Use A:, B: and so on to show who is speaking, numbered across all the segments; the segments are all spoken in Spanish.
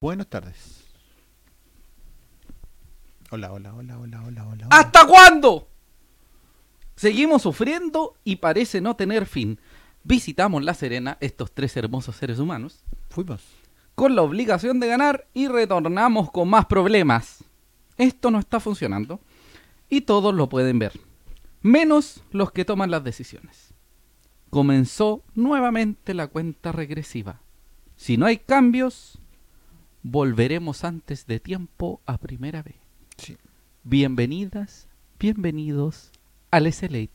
A: Buenas tardes. Hola, hola, hola, hola, hola, hola.
B: ¿Hasta cuándo? Seguimos sufriendo y parece no tener fin. Visitamos La Serena, estos tres hermosos seres humanos,
A: Fuimos.
B: con la obligación de ganar y retornamos con más problemas. Esto no está funcionando y todos lo pueden ver, menos los que toman las decisiones. Comenzó nuevamente la cuenta regresiva. Si no hay cambios, volveremos antes de tiempo a primera vez.
A: Sí.
B: Bienvenidas, bienvenidos al SLate,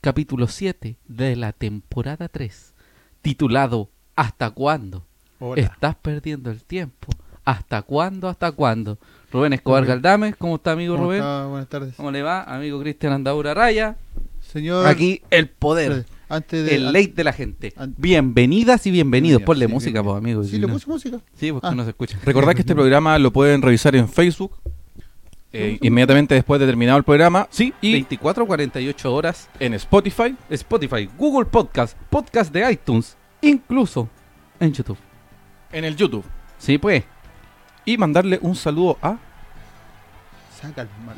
B: capítulo 7 de la temporada 3, titulado ¿Hasta cuándo?
A: Hola.
B: Estás perdiendo el tiempo. ¿Hasta cuándo? ¿Hasta cuándo? Rubén Escobar Galdames, ¿cómo está amigo
A: ¿Cómo
B: Rubén?
A: está? Buenas tardes.
B: ¿Cómo le va? Amigo Cristian Andaura Raya.
A: Señor. eh,
B: Aquí el poder,
A: Antes de.
B: el late de la gente.
A: an-
B: Bienvenidas y bienvenidos.
A: Ya,
B: Ponle
A: sí,
B: música,
A: bien,
B: pues,
A: bien.
B: amigo.
A: Sí,
B: si
A: le
B: no-
A: puse música.
B: Sí, porque
A: Ah.
B: no se escucha.
C: Recordad que este programa lo pueden revisar en Facebook eh, inmediatamente después de terminado el programa. Sí, y
B: 24 48 horas
C: en Spotify.
B: Spotify, Google Podcast, Podcast de iTunes, incluso en YouTube.
C: En el YouTube.
B: Sí, pues.
C: Y mandarle un saludo a.
A: Saca el mal.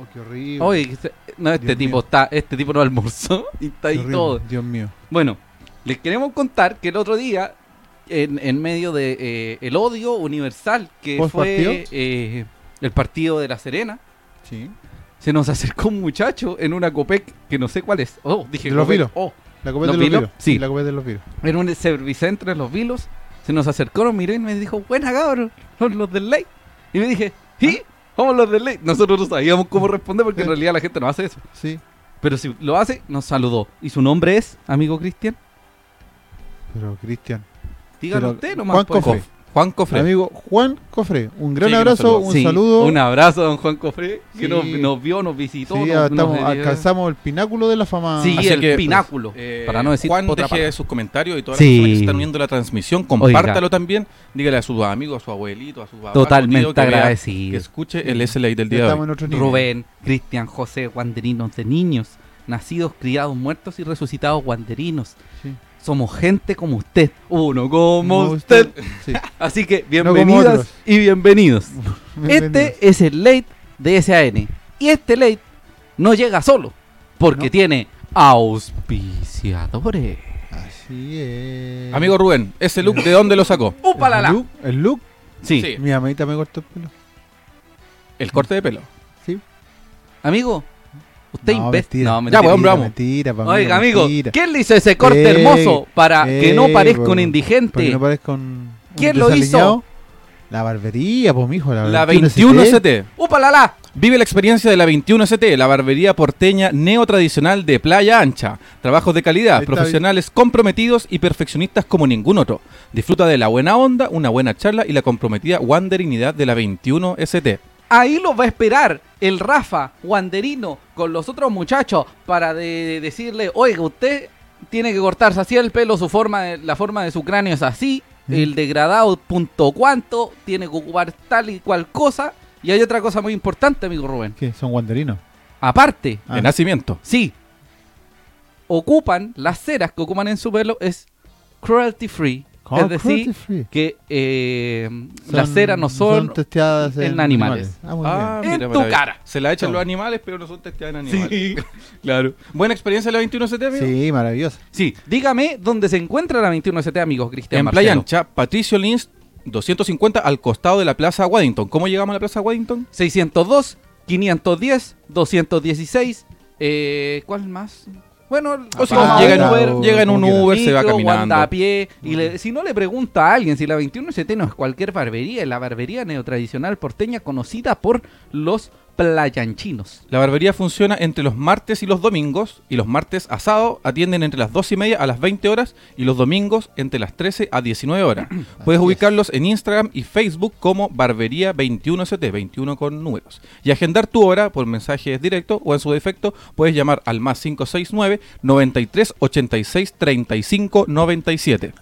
A: Oh, qué horrible.
B: Oye, que se- no, este
A: Dios
B: tipo
A: mío.
B: está, este tipo no almorzó y
A: Qué
B: está ahí
A: horrible.
B: todo.
A: Dios mío.
B: Bueno, les queremos contar que el otro día, en, en medio de eh, el odio universal que
A: ¿Post
B: fue
A: partido?
B: eh, el partido de la Serena,
A: Sí.
B: se nos acercó un muchacho en una copec que no sé cuál es. Oh, dije
A: De los
B: Copec.
A: Vilos.
B: Oh,
A: La copeta
B: ¿Los
A: de los
B: Vilos?
A: viros.
B: Sí.
A: La copeta de los viros.
B: en un servicentro de los vilos, se nos acercó, nos miró y me dijo, buena cabrón, son los del ley. Y me dije, ¿y?
A: Ah.
B: Somos los del ley. Nosotros no sabíamos cómo responder porque en
A: Sí.
B: realidad la gente no hace eso.
A: Sí.
B: Pero si lo hace, nos saludó. ¿Y su nombre es, amigo Cristian?
A: Pero Cristian.
B: Dígalo
A: Pero,
B: usted
A: Juan
B: nomás. pues.
A: Cofre.
C: Juan Cofre.
A: Amigo Juan Cofre. Un gran
C: Sí, que nos
A: abrazo,
C: saludó.
A: un
B: Sí,
A: saludo.
B: Un abrazo a don Juan Cofre, que
A: Sí.
B: nos, nos vio, nos visitó.
A: Sí,
B: nos-
A: ya estamos,
B: nos- eh,
A: alcanzamos el pináculo de la fama.
B: Sí,
C: Así
B: el
C: que,
B: pináculo.
C: Eh,
B: para no decir
C: Juan,
B: otra
C: deje
B: palabra.
C: sus comentarios y todas
B: Sí.
C: las personas que están viendo la transmisión, compártalo también. Dígale a sus amigos, a su abuelito, a su papá,
B: Totalmente
C: a su tío, que vea-
B: agradecido.
C: Que escuche el SLA del
A: Ya
C: día de
A: estamos
C: hoy.
A: en otro nivel.
B: Rubén, Cristian, José, guanderinos de niños, nacidos, criados, muertos y resucitados guanderinos.
A: Sí.
B: Somos gente como usted, uno como
A: Como
B: usted.
A: Sí.
B: Así que
A: como
B: bienvenidas
A: otros.
B: y bienvenidos.
A: Bienvenido.
B: Este es el late de SAN. Y este late no llega solo, porque
A: No.
B: tiene auspiciadores.
A: Así es.
C: Amigo Rubén, ese look, ¿de dónde lo sacó?
B: ¡Upalala!
A: El look, el look,
B: Sí.
C: Sí.
A: mi amadita me cortó el pelo.
C: El corte de pelo.
A: Sí.
B: Amigo, usted
A: No,
B: investe.
A: mentira.
B: No,
C: Ya,
B: mentira.
C: weón,
A: Mentira,
C: bravo.
A: mentira, pa' mí
B: Oiga,
A: no,
B: amigo,
A: mentira.
B: ¿quién le hizo ese corte
A: Eh,
B: hermoso para que no
A: Eh,
B: parezca
A: por-
B: un
A: Para que
B: indigente?
A: no parezca un- un
B: ¿Quién lo hizo?
A: desaliñado. La barbería, pues, mijo. La,
C: La
B: este?
A: 21 ST.
C: 21ST.
B: ¡Upalala!
C: Vive la experiencia de la 21ST, la barbería porteña neotradicional de Playa Ancha. Trabajos de calidad,
A: Ahí está,
C: profesionales comprometidos y perfeccionistas como ningún otro. Disfruta de la buena onda, una buena charla y la comprometida wanderinidad de la 21ST.
B: Ahí lo va a esperar el Rafa Wanderino con los otros muchachos para de- decirle, oiga, usted tiene que cortarse así el pelo, su forma de- la forma de su cráneo es así,
A: Mm.
B: el degradado punto cuánto, tiene que ocupar tal y cual cosa. Y hay otra cosa muy importante, amigo Rubén.
A: ¿Qué? Son guanderinos.
B: Aparte,
A: Ah.
C: De nacimiento.
B: sí, ocupan, las ceras que ocupan en su pelo es cruelty free.
A: ¿Cómo?
B: Es decir,
A: Cruelty free.
B: que eh, las
A: Son-
B: ceras no son
A: testeadas
B: en animales.
A: Ah, muy bien.
B: En tu
C: maravilla.
B: cara.
C: Se la echan
A: No.
C: los animales, pero no son testeadas en animales.
B: Sí,
C: claro. Buena experiencia la 21ST, amigo.
A: Sí, maravilloso.
B: Sí, dígame dónde se encuentra la 21ST, amigos Cristian.
C: En
B: Marcelo.
C: Playa Ancha, Patricio Lins, 250 al costado de la Plaza Waddington. ¿Cómo llegamos a la Plaza Waddington?
B: 602, 510, 216. Eh, ¿Cuál más? Bueno,
C: O si
A: Ah,
C: no, llega en
A: claro.
C: Uber, llega en un
A: Como
C: Uber, se va
B: micro,
C: caminando. Mm.
B: anda a pie. Y le- si no le pregunta a alguien si la 21ST no es cualquier barbería, es la barbería neotradicional porteña conocida por los playanchinos.
C: La barbería funciona entre los martes y los domingos y los martes a sábado atienden entre las 2 y media a las 20 horas y los domingos entre las 13 a 19 horas. Puedes
A: es.
C: ubicarlos en Instagram y Facebook como Barbería 21ST, 21 con números. Y agendar tu hora por mensajes directos o en su defecto puedes llamar al más 569 93 86 35 97.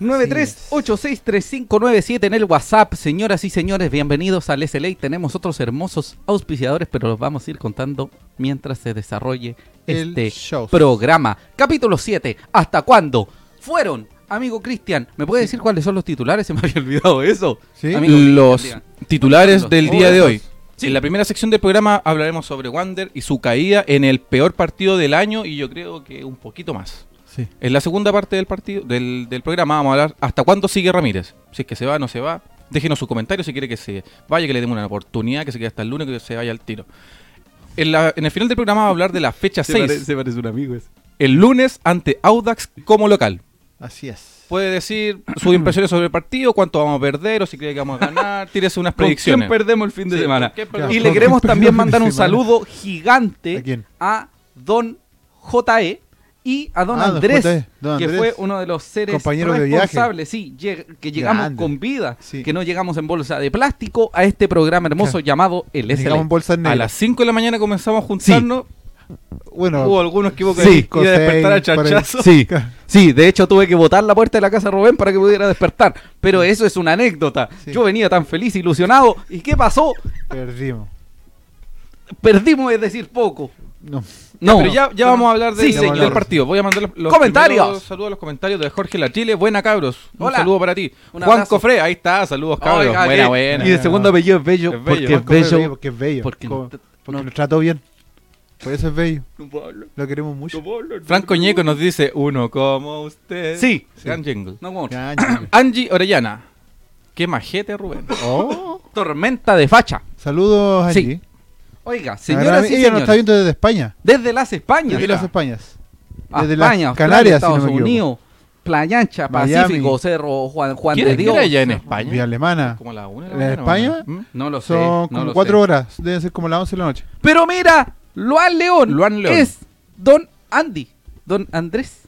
B: 938635997 en el WhatsApp. Señoras y señores, bienvenidos al SLA. Tenemos otros hermosos auspiciadores, pero los vamos a ir contando mientras se desarrolle
A: El
B: este
A: show.
B: programa. Capítulo 7. ¿Hasta cuándo? Fueron Amigo Cristian, ¿me puede decir cuáles son los titulares? Se me había olvidado eso.
A: Sí.
B: Amigo Cristian,
C: Los
B: diga.
C: titulares del
B: Oh,
C: día de
B: esos.
C: hoy. En la primera sección del programa hablaremos sobre Wander y su caída en el peor partido del año y yo creo que un poquito más.
A: Sí.
C: En la segunda parte del partido del, del programa vamos a hablar hasta cuándo sigue Ramírez. Si es que se va o no se va. Déjenos su comentario si quiere que se vaya, que le demos una oportunidad, que se quede hasta el lunes, que se vaya al tiro. En, la- en el final del programa vamos a hablar de la fecha 6.
A: parece un amigo ese.
C: El lunes ante Audax como local.
A: Así es.
C: Puede decir sus impresiones sobre el partido, cuánto vamos a perder o si cree que vamos a ganar. Tírese unas
B: ¿Con
C: predicciones.
B: quién perdemos el fin de
C: Sí,
B: semana?
C: ¿con quién
A: perdemos?
B: Y
A: Ya,
B: le
A: ¿con
B: queremos
A: quién
B: también
A: perdemos
B: mandar
A: el
B: un
A: fin de semana?
B: saludo gigante
A: ¿A quién?
B: Don JE y a Don
A: Ah, don
B: Andrés,
A: J.E., don
B: que
A: Andrés.
B: fue uno de los seres
A: Compañero de viaje.
B: responsables, sí, lleg- que llegamos
A: Grande.
B: con vida,
A: Sí.
B: que no llegamos en bolsa de plástico a este programa hermoso
A: Claro.
B: llamado El SL.
A: Llegamos en bolsas negras.
C: A las 5 de la mañana comenzamos a juntarnos.
B: Ah.
A: Bueno,
C: Hubo algunos que
A: Sí,
C: sí, a despertar al
A: seis, por ahí.
C: chanchazo.
B: Sí, sí, de hecho tuve que botar la puerta de la casa de Rubén para que pudiera despertar, pero eso es una anécdota.
A: Sí.
B: Yo venía tan feliz, ilusionado, ¿y qué pasó?
A: perdimos.
B: Perdimos, es decir, poco.
A: No.
B: No,
C: Pero ya, ya vamos a hablar
B: Sí,
C: del, del
A: señor.
C: partido. Voy a mandar los, los
B: ¡Comentarios!
C: primeros Saludos a los comentarios de Jorge Latile. Buena, cabros. Un
B: Hola.
C: saludo para ti.
B: Un
C: Juan
B: abrazo.
C: Cofre, ahí está. Saludos, cabros.
B: Oiga,
C: buena,
B: que-
C: buena.
B: Y el segundo apellido es bello,
C: Es bello.
B: porque
A: Juan
B: es
A: Cofre
B: bello.
A: Porque es bello.
B: porque
A: Como-
B: no-
A: porque
B: no-
A: lo trató bien. Por eso es bello. Lo queremos mucho.
C: Franco Ñeco nos dice, uno como usted.
B: Sí.
C: Gran jingle.
B: No, como-
A: Caña.
C: Angie Orellana. Qué majete, Rubén.
A: Oh,
B: Tormenta de facha.
A: Saludos
B: Sí,
A: allí.
B: Oiga,
A: La
B: señoras
A: verdad,
B: y
A: ella nos está
B: señores,
A: viendo desde España.
B: desde las Españas,
A: Desde
C: Mira.
A: las Españas.
B: A
A: Desde
B: Ah, España,
A: las
B: Australia,
A: Canarias, si no
B: Estados
A: me equivoco.
B: Unidos, Playa Ancha,
A: Miami.
B: Pacífico, Cerro Juan, Juan
C: ¿Quién
B: de
C: quién
B: Dios.
C: era allá en
A: Vía
C: España?
A: alemana.
C: Como la una de
A: ¿En
C: mañana, más o
A: España?
C: menos. ¿Mm?
B: No lo sé,
A: Son
B: no
A: como
B: lo
A: cuatro
B: sé.
A: horas. Deben ser como las 11 de la noche.
B: Pero mira, Luan León,
C: Luan León.
B: es Don Andy, Don Andrés.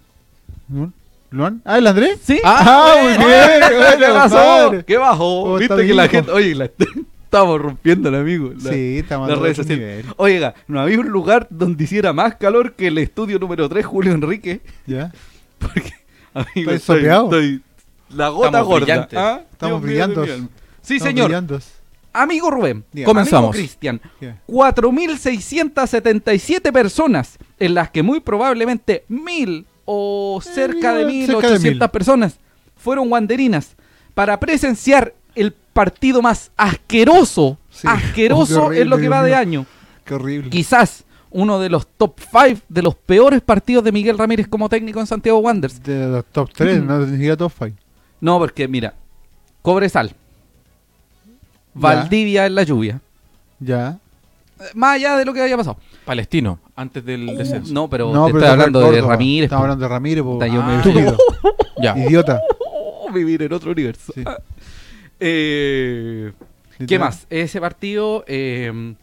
A: ¿Mm? ¿Luan? ¿Ah, el Andrés?
B: ¿Sí?
A: Ah, muy bien.
B: ¿Qué
A: Bueno,
B: pasó?
A: compadre.
B: ¿Qué bajó?
A: ¿Cómo
B: Viste
A: está
B: que
A: mi
B: la
A: hijo?
B: gente, oye, la estamos rompiendo, amigo. La-
A: Sí, estamos
B: las
A: a
B: redes
A: otro
B: sociales.
A: nivel.
B: Oiga, no había un lugar donde hiciera más calor que el estudio número 3, Julio Enrique.
A: Ya.
B: Porque, amigo,
A: Estoy sopeado.
B: estoy- la gota
C: Estamos
B: gorda.
C: brillantes.
B: ¿ah?
A: Estamos
B: Dios mío,
A: brillandos.
B: Dios mío. Sí,
A: Estamos
B: señor.
A: brillandos.
B: Amigo Rubén,
A: Dígame.
C: Comenzamos.
B: amigo Cristian,
A: Ya.
B: 4.677 personas, en las que muy probablemente mil o cerca de
A: eh, cerca de
B: 1.800
A: mil.
B: personas fueron wanderinas para presenciar el partido más asqueroso,
A: Sí.
B: asqueroso
A: Oh, qué
B: en lo que
A: horrible,
B: va
A: Dios mío.
B: de año.
A: Qué horrible.
B: Quizás uno de los top 5 de los peores partidos de Miguel Ramírez como técnico en Santiago Wanderers.
A: De los top
B: Mm.
A: 3, no ni siquiera top 5.
B: No, porque mira, Cobresal,
A: Ya.
B: Valdivia en la lluvia,
A: Ya.
B: eh, más allá de lo que haya pasado.
C: Palestino, antes del
A: Uh.
C: descenso.
B: Uh, No, pero te estoy
A: tocar
B: hablando de
A: Córdoba.
B: Ramírez.
A: Estamos hablando de Ramírez. po.
B: Puta, yo
C: me-
A: estúpido.
C: Ya.
A: Idiota.
B: Oh, vivir en otro universo.
A: Sí.
B: Eh, ¿Qué
A: Literal.
B: más? Ese partido, eh,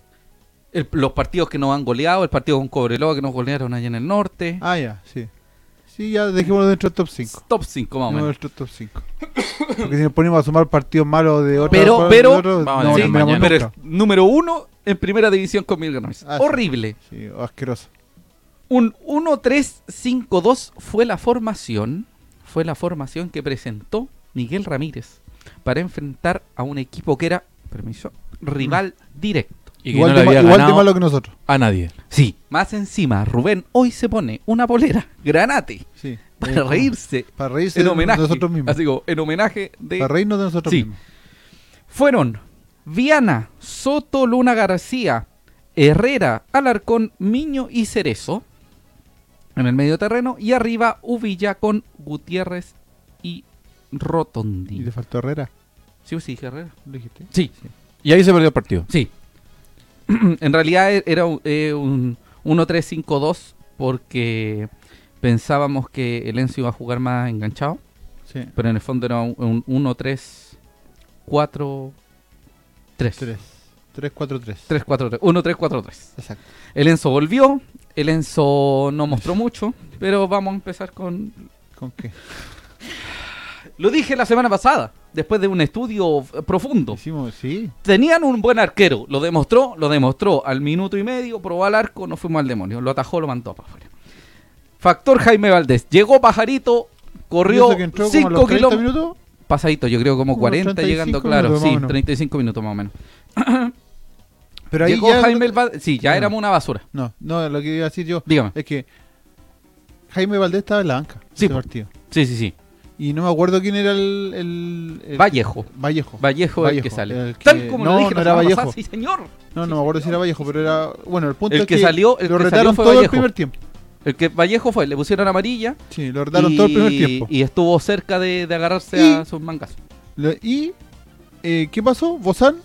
B: el- los partidos que nos han goleado, el partido con Cobreloa que nos golearon allá en el norte.
A: Ah, ya, sí. Sí, ya dejémoslo dentro del top 5.
B: Top 5 más o
A: No
B: menos.
A: dentro del top 5. Porque si nos ponemos a sumar partidos malos de otro.
B: Pero- pero-
C: Vamos
A: no,
C: a
A: sí,
C: decir
A: terminamos
C: mañana.
B: Pero
A: nunca.
B: es número uno en primera división con Miguel Ramírez.
A: Ah, sí.
B: Horrible.
A: Sí, asqueroso.
B: Un 1-3-5-2 fue la formación. Fue la formación que presentó Miguel Ramírez para enfrentar a un equipo que era, permiso, rival
A: Mm.
B: directo.
C: Y que
A: igual
C: no le
A: de, ma-
C: había
A: igual de
C: ganado
A: malo que nosotros.
C: a nadie.
B: Sí. Más encima, Rubén hoy se pone una polera, granate,
A: Sí. Eh,
B: para
A: como-
B: reírse.
A: Para reírse
B: En
A: de
B: homenaje.
A: nosotros mismos.
B: Así como, en homenaje de.
A: Para reírnos de nosotros
B: Sí.
A: mismos.
B: Fueron Viana, Soto, Luna García, Herrera, Alarcón, Miño y Cerezo. En el medio terreno. Y arriba Uvilla con Gutiérrez y
A: Y
B: Rotondi.
A: te faltó Herrera.
B: Sí, sí, Herrera.
A: ¿Lo dijiste?
B: Sí,
C: Y ahí se perdió el partido.
B: Sí. en realidad e- era un, eh, un 1-3-5-2 porque pensábamos que el Enzo iba a jugar más enganchado,
A: Sí.
B: pero en el fondo era un, un 1-3-4-3.
A: 3. 3, 4, 3.
B: 3-4-3. 1-3-4-3.
A: Exacto.
B: El Enzo volvió. El Enzo no mostró mucho, pero vamos a empezar con...
A: ¿Con qué?
B: Lo dije la semana pasada, después de un estudio eh, profundo.
A: Hicimos, sí.
B: Tenían un buen arquero, lo demostró, lo demostró al minuto y medio, probó al arco, no fuimos al demonio, lo atajó, lo mandó para afuera. Factor Jaime Valdés, llegó Pajarito, corrió
A: Eso que entró como a los
B: 5
A: 30
B: kilómetros.
A: minutos.
B: Pasadito, yo creo como
A: Como
B: 40
A: 35
B: llegando, claro,
A: minutos, más o
B: sí,
A: menos.
B: 35 minutos más o menos.
A: Pero ahí
B: llegó
A: ya. Ah.
B: Jaime Valdés, sí, ya
A: Claro.
B: éramos una basura,
A: No, no, lo que iba a decir yo
B: dígame.
A: es que Jaime Valdés estaba en la banca.
B: Sí,
A: ese
B: po.
A: partido.
B: Sí, sí, sí.
A: Y no me acuerdo quién era el. el- el-
B: Vallejo.
A: Vallejo.
B: Vallejo, el
A: eh, Vallejo,
B: que sale.
A: el que-
B: Tal como
A: no,
B: lo dije
A: no
B: la
A: era
B: semana
A: Vallejo.
B: pasada, sí, señor.
A: no,
B: Sí,
A: no me acuerdo si era
B: señor.
A: Vallejo, pero era. Bueno, el punto
B: El
A: es
B: que
A: que,
B: salió- el
A: lo
B: que
A: retaron
B: salió fue
A: todo
B: Vallejo.
A: el primer tiempo.
B: El que Vallejo fue, le pusieron amarilla.
A: Sí, lo retaron todo el primer tiempo.
B: y estuvo cerca de, de agarrarse
A: Y-
B: a sus mangas.
A: Lo- ¿Y eh, qué pasó? Bozán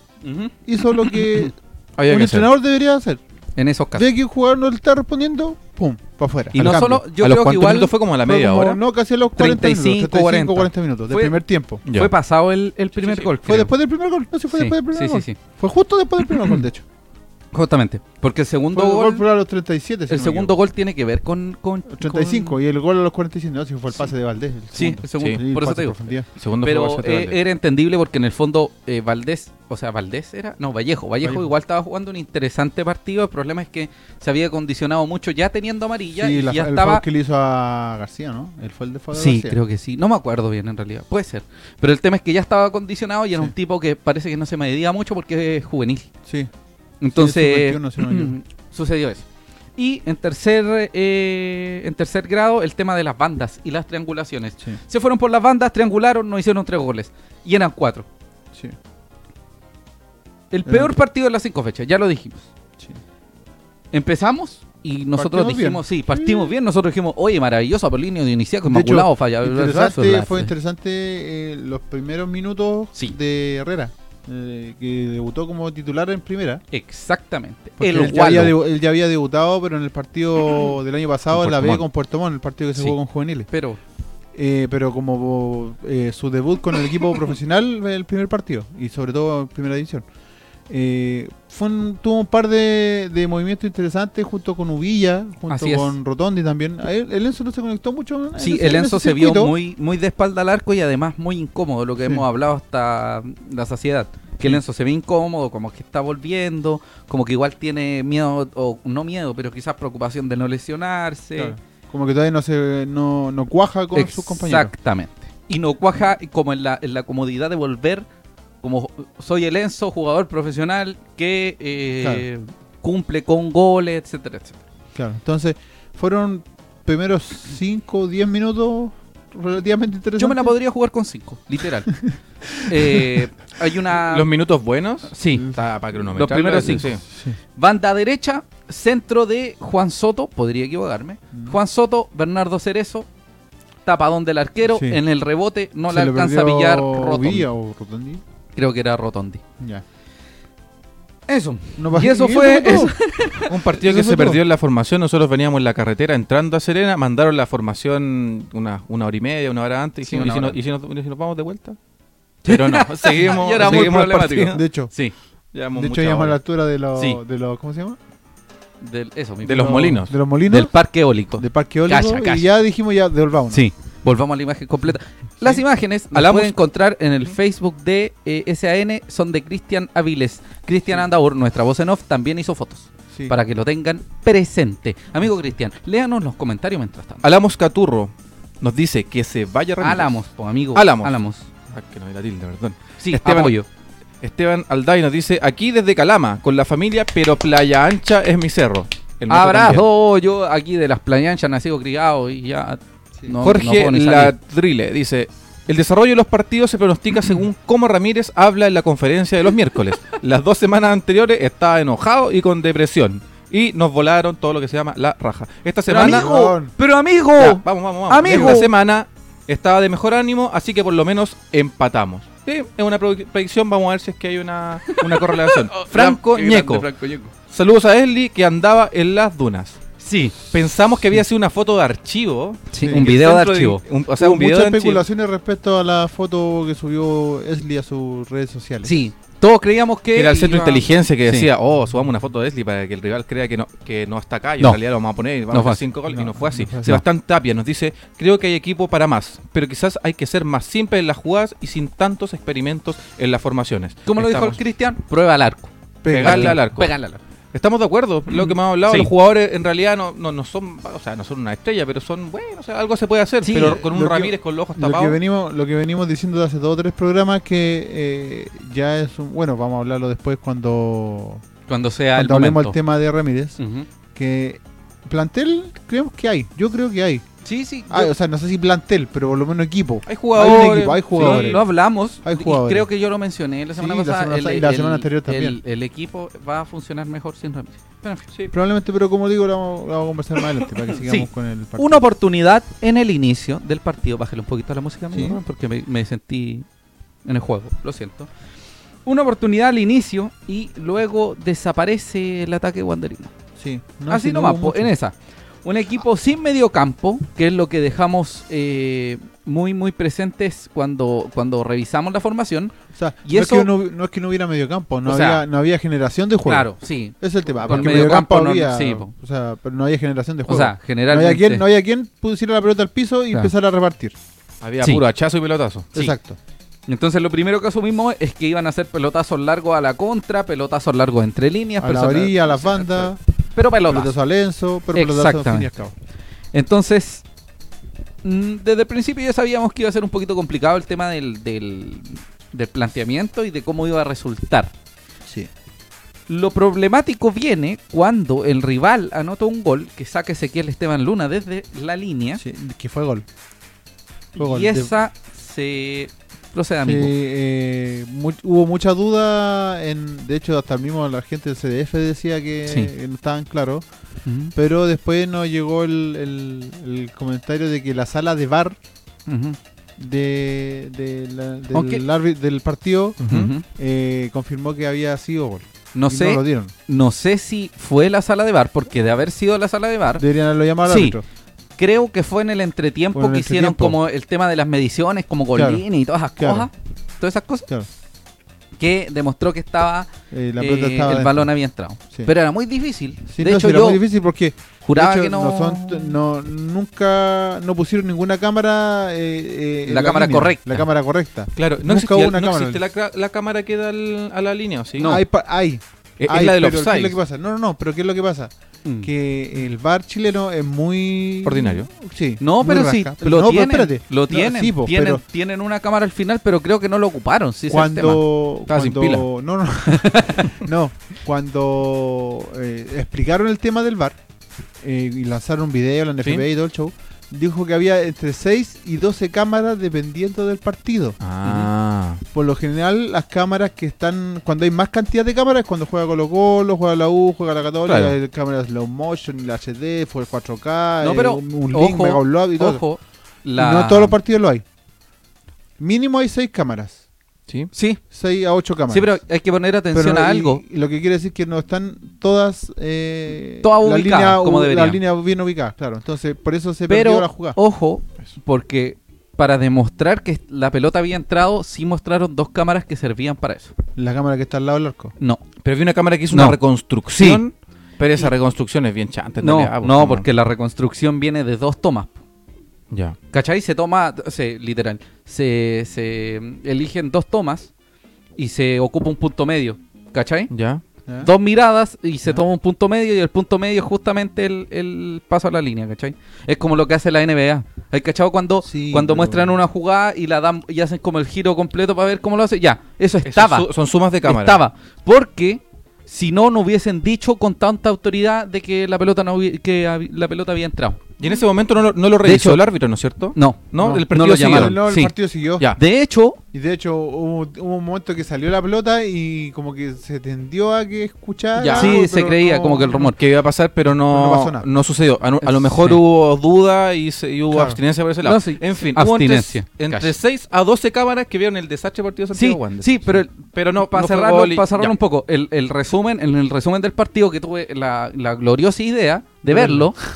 A: hizo lo que
C: Había
A: un
C: que hacer.
A: entrenador debería hacer.
B: En esos casos.
A: Ve que un jugador no le está respondiendo, ¡pum! Para afuera.
B: Y
A: al
B: no
A: cambio.
B: solo, yo
C: ¿A los
B: creo que
C: cuántos
B: igual
C: minutos fue como a la
A: Fue
C: media
A: como,
C: hora?
A: No, casi a los 40
B: 35,
A: minutos. 35,
B: 40
A: 40 minutos del
B: Fue-
A: primer tiempo.
C: Ya.
B: fue pasado el, el primer
C: sí.
B: gol.
A: Fue
B: creo.
A: después del primer gol. No, sí, fue
B: Sí,
A: después del primer
B: sí,
A: gol.
B: sí, sí.
A: Fue justo después del primer gol, de hecho.
B: Justamente. Porque el segundo
A: Fue el
B: gol,
A: gol fue a los 37. si
B: el
A: no me
B: segundo
A: equivoco.
B: gol tiene que ver con. con
A: 35
B: con-
A: y el gol a los 47. No, sí, fue el pase de Valdés. el
B: Sí, el segundo.
A: Sí,
B: Por eso
A: pase
B: te digo.
A: profundidad.
C: Segundo fue
B: Pero
C: Barcelona de
B: eh,
C: Valdés.
B: era entendible porque en el fondo eh, Valdés, o sea, Valdés era, no, Vallejo, Vallejo,
A: Vallejo.
B: igual estaba jugando un interesante partido, el problema es que se había condicionado mucho ya teniendo amarilla
A: Sí,
B: y
A: la-
B: ya
A: el
B: estaba
A: foul que le hizo a García, ¿no? El fue el de Fabio
B: Sí,
A: García.
B: creo que sí. No me acuerdo bien en realidad. Puede ser. Pero el tema es que ya estaba condicionado y era
A: Sí.
B: un tipo que parece que no se medía mucho porque es juvenil.
A: Sí.
B: Entonces,
A: sub-21, si no me equivoco.
B: sucedió eso. Y en tercer, eh, en tercer grado, el tema de las bandas y las triangulaciones.
A: Sí,
B: Se fueron por las bandas, triangularon, no hicieron tres goles. Y eran cuatro.
A: sí,
B: El
A: Eran
B: peor
A: tres.
B: partido de las cinco fechas, ya lo dijimos.
A: sí.
B: Empezamos y nosotros
A: Partimos
B: dijimos,
A: bien.
B: sí, partimos
A: Sí.
B: bien. Nosotros dijimos, oye, maravilloso, Apolinio de Iniciaco,
A: De hecho,
B: Inmaculado, falla.
A: Interesante, fue interesante eh, los primeros minutos
B: Sí.
A: de Herrera, eh, que debutó como titular en primera.
B: Exactamente.
A: Porque
B: El
A: él, ya había
B: Gualo.
A: debu- él ya había debutado, pero en el partido del año pasado,
C: Con
A: en la
C: Puerto
A: B
C: Montt.
A: con Puerto Montt, el partido que se
B: Sí.
A: jugó con juveniles.
B: Pero
A: Eh, pero como eh, su debut con el equipo profesional, el primer partido, y sobre todo en primera división. Eh, fue un- tuvo un par de, de movimientos interesantes junto con Uvilla, junto
B: Así es.
A: con Rotondi también. A él- el Enzo no se conectó mucho. en
B: Sí,
A: ese-
B: el
A: en
B: Enzo
A: ese
B: se vio
A: circuito.
B: muy, muy de espalda al arco y además muy incómodo, lo que
A: Sí.
B: hemos hablado hasta la saciedad. Que el
A: Sí.
B: Enzo se ve incómodo, como que está volviendo, como que igual tiene miedo, o no miedo, pero quizás preocupación de no lesionarse.
A: Claro. Como que todavía no se no, no cuaja con sus compañeros.
B: Exactamente. Y no cuaja como en la, en la comodidad de volver, como soy el Enzo, jugador profesional que eh, cumple con goles, etcétera, etcétera.
A: Claro. Entonces, fueron primeros 5 o 10 minutos relativamente interesantes.
B: Yo me la podría jugar con cinco, literal. Eh, hay una...
C: ¿Los minutos buenos?
B: Sí,
C: Está para cronometrar.
B: Los primeros
C: Sí,
B: cinco.
C: sí.
A: Sí.
B: Banda derecha, centro de Juan Soto, podría equivocarme.
A: Mm.
B: Juan Soto, Bernardo Cerezo, tapadón del arquero,
A: Sí.
B: en el rebote no
A: Se
B: la
A: le
B: alcanza a
A: perdió
B: pillar Rotondi.
A: Uvilla o Rotondi.
B: Creo que era Rotondi.
A: Ya.
B: Eso.
A: No
B: y
A: pasa-
B: eso fue...
A: todo.
B: eso-
C: Un partido
A: Eso
C: que
A: fue
C: se
A: todo.
C: perdió en la formación. Nosotros veníamos en la carretera entrando a Serena, mandaron la formación una, una hora y media, una hora antes.
B: Sí,
C: Dijimos,
B: una hora
C: ¿y, si no- y si nos, y si nos vamos de vuelta? Pero no, seguimos.
B: Y era muy
C: seguimos el
B: problemático.
C: partido.
A: De hecho,
C: Sí. llevamos
A: de hecho
C: mucha
A: llamó a
C: hora.
A: la altura de los,
C: Sí.
A: de los ¿cómo se llama?
B: del, eso mismo.
C: De los molinos.
A: De los molinos.
B: Del
A: Del,
B: parque eólico.
A: parque eólico.
B: Calla, calla.
A: Y ya dijimos ya de Olvao.
B: Sí. Volvamos a la imagen completa. Las
A: Sí.
B: imágenes las
C: Hablamos-
B: pueden encontrar en el Facebook de eh, SAN, son de Cristian Aviles. Cristian Andaur, nuestra voz en off, también hizo fotos.
A: Sí.
B: para que lo tengan presente. Amigo Cristian, léanos los comentarios mientras tanto.
C: Alamos Caturro nos dice que se vaya Ramírez.
B: Álamos, pues, amigo.
C: Álamos.
B: Álamos.
C: Ah, que no hay la tilde, perdón.
B: Sí,
C: Esteban-
B: apoyo.
C: Esteban Alday nos dice, aquí desde Calama, con la familia, pero Playa Ancha es mi cerro. El nuestro también.
B: Abrazo, yo aquí de las playanchas nacido criado y ya. no- no
C: Jorge
B: puedo ni salir.
C: Latrile dice, el desarrollo de los partidos se pronostica según cómo Ramírez habla en la conferencia de los miércoles. Las dos semanas anteriores estaba enojado y con depresión. Y nos volaron todo lo que se llama la raja. Esta
B: Pero
C: semana...
B: amigo, pero amigo,
C: Ya, vamos, vamos, vamos.
B: Amigo.
C: Esta semana estaba de mejor ánimo, así que por lo menos empatamos. Sí, es una produ- predicción, vamos a ver si es que hay una, una correlación. Oh, Franco Ñeco. Saludos a Esli que andaba en las dunas.
B: Sí,
C: Pensamos que había sido una foto de archivo.
B: sí,
A: Sí,
B: un
C: El
B: video de
C: centro
B: archivo.
C: un- o sea, un video
A: muchas
C: de archivo.
A: especulaciones respecto a la foto que subió Esli a sus redes sociales.
B: Sí, todos creíamos que.
C: Era el centro de
B: iba-
C: inteligencia que
B: Sí.
C: decía, oh, subamos una foto de Esli para que el rival crea que no, que no está acá y
B: No.
C: en realidad lo vamos a poner y vamos
B: No
C: a
B: fue
C: hacer
B: así.
C: cinco goles. y
A: No,
C: no fue así.
A: no fue así.
C: Sebastián Tapia nos dice, creo que hay equipo para más, pero quizás hay que ser más simple en las jugadas y sin tantos experimentos en las formaciones.
B: ¿Cómo lo dijo el
C: Estamos-
B: Cristian? Prueba al arco.
C: Pegarle
A: Pegarle
C: al arco.
B: Pegarle al arco.
C: Estamos de acuerdo, lo que hemos hablado,
B: Sí.
C: los jugadores en realidad no, no, no son, o sea, no son una estrella, pero son, bueno, o sea, algo se puede hacer,
B: Sí.
C: pero con un
A: Lo que-
C: Ramírez con los ojos
A: Lo que,
C: tapados.
A: venimos, lo que venimos diciendo de hace dos o tres programas que eh, ya es un... Bueno, vamos a hablarlo después cuando,
B: Cuando sea
A: cuando
B: el Mm.
A: hablemos
B: momento.
A: el tema de Ramírez.
B: Ujú.
A: Que plantel creemos que hay. Yo creo que hay.
B: Sí, sí.
A: Ah,
B: yo-
A: o sea, no sé si plantel, pero por lo menos equipo.
C: Hay jugadores.
A: Hay un equipo, hay
C: sí,
A: jugadores.
B: lo hablamos.
A: Hay
B: y
A: jugadores.
B: creo que yo lo mencioné la semana
A: Sí, la
B: pasada.
A: semana
B: el-
A: pasada y la
B: el-
A: semana anterior
B: el-
A: también.
B: El, equipo va a funcionar mejor sin Ramírez. Pero en fin.
A: Probablemente, pero como digo, lo vamos, lo vamos a conversar más adelante para que sigamos con el partido.
B: Una oportunidad en el inicio del partido. Bájale un poquito la música, amigo,
A: Sí.
B: ¿no? porque me, me sentí en el juego, lo siento. Una oportunidad al inicio y luego desaparece el ataque wanderino.
A: Sí.
B: Así
A: sí,
B: nomás,
A: hubo
B: po,
A: mucho.
B: en esa. Un equipo sin mediocampo, que es lo que dejamos eh, muy muy presentes cuando, cuando revisamos la formación.
A: O sea,
B: Y
A: no,
B: eso-
A: es que no, no es que no hubiera mediocampo, no,
B: O
A: había,
B: sea,
A: no había generación de juego.
B: Claro, sí.
A: Ese es el tema,
B: Con
A: porque
B: mediocampo
A: mediocampo
B: no-
A: había.
B: sí, po.
A: o sea, pero no había generación de
B: O
A: juego.
B: sea,
A: no
B: generalmente.
A: había quien, no había quien pusiera la pelota al piso y
B: Claro.
A: empezar a repartir.
C: Había
B: Sí.
C: puro hachazo y pelotazo.
B: Sí.
A: Exacto.
B: Entonces lo primero que asumimos es que iban a hacer pelotazos largos a la contra, pelotazos largos entre líneas,
A: A la
B: persona-
A: orilla, a las bandas,
B: pero pelotazos.
A: pelotazo a Lenzo, pero pelotazo al fin y al
B: Exactamente.
A: cabo.
B: Entonces, mm, desde el principio ya sabíamos que iba a ser un poquito complicado el tema del, del- del planteamiento y de cómo iba a resultar.
A: Sí.
B: Lo problemático viene cuando el rival anota un gol que saca Ezequiel Esteban Luna desde la línea
A: Sí, que fue gol. Fue gol.
B: y
A: De-
B: esa se procede a
A: Sí,
B: mí.
A: eh, mu- hubo mucha duda, en, de hecho hasta mismo la gente del CDF decía que
B: Sí.
A: eh, no estaban claros, pero después nos llegó el, el- el comentario de que la sala de bar de, de la- del,
B: Aunque-
A: árbi- del partido
C: Ujú.
A: eh, confirmó que había sido gol.
B: No
A: Y No
B: sé,
A: lo dieron.
B: no sé si fue la sala de bar, porque de haber sido la sala de bar,
A: Deberían haberlo llamado al
B: Sí,
A: árbitro.
B: creo que fue en el entretiempo
A: Fue en el
B: que hicieron
A: entretiempo.
B: como el tema de las mediciones, como
A: Claro.
B: Golini y todas esas
A: Claro.
B: cosas, todas esas cosas,
A: Claro.
B: que demostró que estaba,
A: Eh, la pelota
B: eh,
A: estaba
B: el
A: dentro.
B: balón había entrado.
A: Sí.
B: Pero era muy difícil.
A: Sí,
B: de
A: no,
B: hecho,
A: sí, era
B: yo
A: muy difícil porque
B: juraba
A: de hecho,
B: que no.
A: no son- no- nunca no pusieron ninguna cámara. eh, eh, en
B: La cámara correcta.
A: La cámara correcta.
C: Claro, no
A: Nunca
C: existía-
A: hubo una
C: no
A: cámara.
C: existe la, cra- la cámara que da al- a la línea, ¿o ¿sí? Eh,
A: Hay, pa- hay,
B: E-,
C: es, es
A: hay,
C: la del
A: pero ¿qué es lo
C: offside.
A: que pasa? No, no, no, pero ¿qué es lo que pasa?
B: Mm.
A: Que el bar chileno es muy.
C: Ordinario.
A: Sí.
B: No,
A: muy
B: pero
A: rasca.
B: sí, lo
A: No, pero
B: tienen,
A: espérate.
B: lo
A: No,
B: tienen,
A: sí, po,
B: tienen,
A: pero
B: tienen una cámara al final, pero creo que no lo ocuparon, sí, ese es el tema.
A: cuando,
C: Estaba sin
A: cuando-
C: pila.
A: no no no cuando eh, explicaron el tema del bar eh, y lanzaron un video la NFP y todo el show dijo que había entre 6 y 12 cámaras dependiendo del partido
C: Ah.
A: por lo general las cámaras que están cuando hay más cantidad de cámaras es cuando juega Colo Colo juega la U juega la Católica
C: Claro.
A: hay cámaras slow motion la HD fue el 4K
B: No,
A: eh,
B: pero,
A: un, un
B: ojo,
A: link mega upload y todo eso.
B: Ojo,
A: Y
B: la-
A: no todos los partidos lo hay mínimo hay 6 cámaras
C: Sí.
B: Sí,
A: 6 a 8 cámaras
B: sí, pero hay que poner atención
A: Pero
B: a
A: y-
B: algo.
A: y lo que quiere decir que no están todas. Eh,
B: Todas
A: la
B: ubicadas,
A: línea
B: como
A: u-
B: deberían.
A: La línea bien ubicada, claro. Entonces, por eso se
B: Pero,
A: perdió la jugada.
B: ojo, porque para demostrar que la pelota había entrado, sí mostraron dos cámaras que servían para eso.
A: La cámara que está al lado del arco.
B: No,
C: Pero vi una cámara que hizo
B: No.
C: una reconstrucción, pero esa reconstrucción es bien chanta. en realidad,
B: no,
C: pues,
B: no, porque la reconstrucción viene de dos tomas.
C: Ya.
B: ¿Cachai? Se toma, se, literal, se, se mm, eligen dos tomas y se ocupa un punto medio. ¿Cachai?
C: Ya.
A: ¿eh?
B: Dos miradas y se
A: Ya.
B: toma un punto medio y el punto medio es justamente el, el paso a la línea, ¿cachai? Es como lo que hace la NBA. ¿Hay cachado cuando,
A: Sí,
B: cuando
A: pero-
B: muestran una jugada y la dan y hacen como el giro completo para ver cómo lo hace? Ya, eso
C: Esas
B: estaba.
C: su- son sumas de cámara.
B: Estaba. Porque si no, no hubiesen dicho con tanta autoridad de que la pelota no hubi- que hab- la pelota había entrado.
C: Y en ese momento no lo, no lo revisó
B: hecho-
C: el árbitro, ¿no es cierto?
B: No.
A: No,
C: No, el
B: no lo
C: partido siguió.
B: llamaron.
A: No, el
B: sí.
A: partido siguió.
C: Ya.
B: De hecho,
A: Y de hecho, hubo, hubo un momento que salió la pelota y como que se tendió a que escuchara.
C: Ya.
B: sí,
A: algo,
B: se
A: pero
B: creía
A: no-
B: como que el rumor.
C: Que iba a pasar, pero
A: Pero no
C: no,
A: pasó nada.
C: no sucedió. A, no- a lo
B: Sí.
C: mejor hubo duda y, se- y hubo
A: Claro.
C: abstinencia por ese lado.
B: No, sí,
C: En
B: sí,
C: fin, hubo entre-
B: abstinencia.
C: Entre
B: Calla.
C: 6 a 12 cámaras que vieron el desastre del partido de Santiago
B: Sí,
C: Wander.
B: sí, pero el-
C: pero no,
B: para
C: no fue
B: cerrarlo,
C: gol y-
B: para cerrarlo
C: ya.
B: un poco, el, el resumen, en el resumen del partido que tuve la, la gloriosa idea
A: De
B: de
A: verlo.
B: verlo,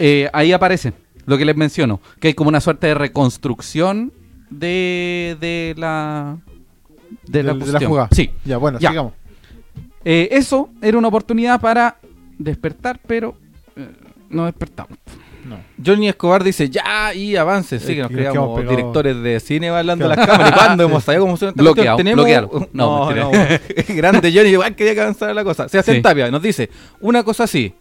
B: eh, ahí aparece lo que les menciono, que hay como una suerte de reconstrucción de, de la de, la,
A: del- de la
B: posición.
A: jugada.
B: Sí.
A: Ya, bueno,
B: Ya.
A: sigamos.
B: Eh, eso era una oportunidad para despertar, pero eh, no despertamos.
A: No.
C: Johnny Escobar dice, ya, y avance. Sí,
A: Eh,
C: que nos
A: que nos quedamos
C: creamos
A: pegados.
C: directores de cine bailando
A: Claro.
C: las cámaras. ¿Y cuándo hemos sabido cómo funciona esta
B: Bloqueado,
C: cuestión?
B: bloqueado. No,
C: No, no,
B: mentira.
C: bueno. Grande Johnny, igual quería que avanzara la cosa. Sebastián
B: Sí.
C: Tapia nos dice, una cosa así.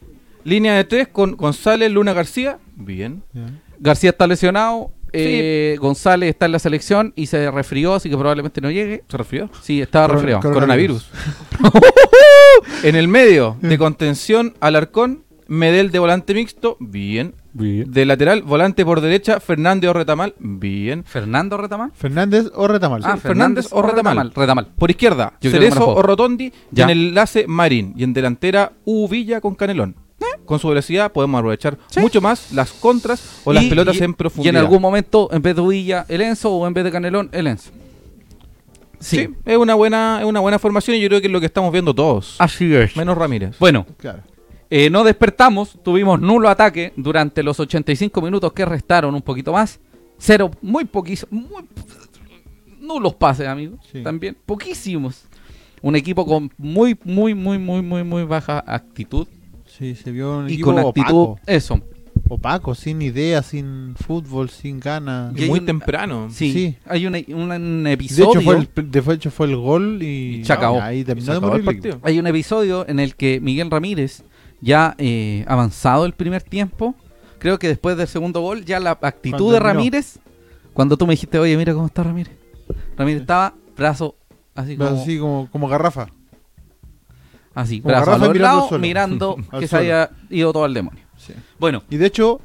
C: Línea de tres con González, Luna García. Bien.
A: Ya.
B: García está lesionado, eh, González está en la selección y se resfrió, así que probablemente no llegue.
C: ¿Se refirió?
B: Sí, estaba
A: Corona-
B: resfriado.
C: Coronavirus. en el medio, de contención, Alarcón, Medel de volante mixto. Bien.
D: Bien.
C: De lateral, volante por derecha, Fernández o Retamal. Bien.
B: Fernando Retamal.
A: Fernández o Retamal.
B: Ah,
C: Sí, Fernández o Retamal.
B: Retamal.
C: Por izquierda,
B: Yo creo que me la
C: Cerezo
B: juego.
C: o Rotondi. Y
B: Ya.
C: en el enlace, Marín. Y en delantera, U Villa con Canelón.
B: ¿Eh?
C: Con su velocidad podemos aprovechar mucho más las contras o las
B: Y-
C: pelotas
B: y-
C: en profundidad.
B: Y en algún momento, en vez de Villa, el Enzo o en vez de Canelón, el Enzo. Sí.
C: sí. es una buena es una buena formación y yo creo que es lo que estamos viendo todos.
B: Así es.
C: Menos Ramírez.
B: Ah. Bueno,
A: Claro.
B: eh, no despertamos, tuvimos nulo ataque durante los 85 minutos que restaron un poquito más. Cero, muy poquísimos, muy nulos pases, amigos.
A: Sí.
B: También, poquísimos. Un equipo con muy, muy, muy, muy, muy, muy baja actitud.
A: Sí, se vio un
B: Y
A: equipo
B: con actitud,
A: opaco,
B: eso.
A: opaco, sin idea, sin fútbol, sin ganas.
B: Y
C: Y
B: hay
C: muy
B: un-
C: temprano.
B: Sí,
A: Sí.
B: hay una- un, un
A: De
B: episodio.
A: hecho, fue el, de hecho fue el gol y,
B: Y se acabó.
A: ahí
C: Y
A: terminó
C: se
A: de
C: acabó
A: morir
C: el
A: el equipo.
C: partido.
B: Hay un episodio en el que Miguel Ramírez, ya eh, avanzado el primer tiempo, creo que después del segundo gol, ya la actitud
A: Cuando
B: de
A: miró.
B: Ramírez, cuando tú me dijiste, oye, mira cómo está Ramírez. Ramírez estaba brazo así como así,
A: Así como, como garrafa. como
B: brazo a
A: garrafa
B: los
A: mirando al
B: lados,
A: suelo.
B: mirando
A: Al
B: que se
A: suelo.
B: haya ido todo al demonio. Bueno,
A: Y de hecho,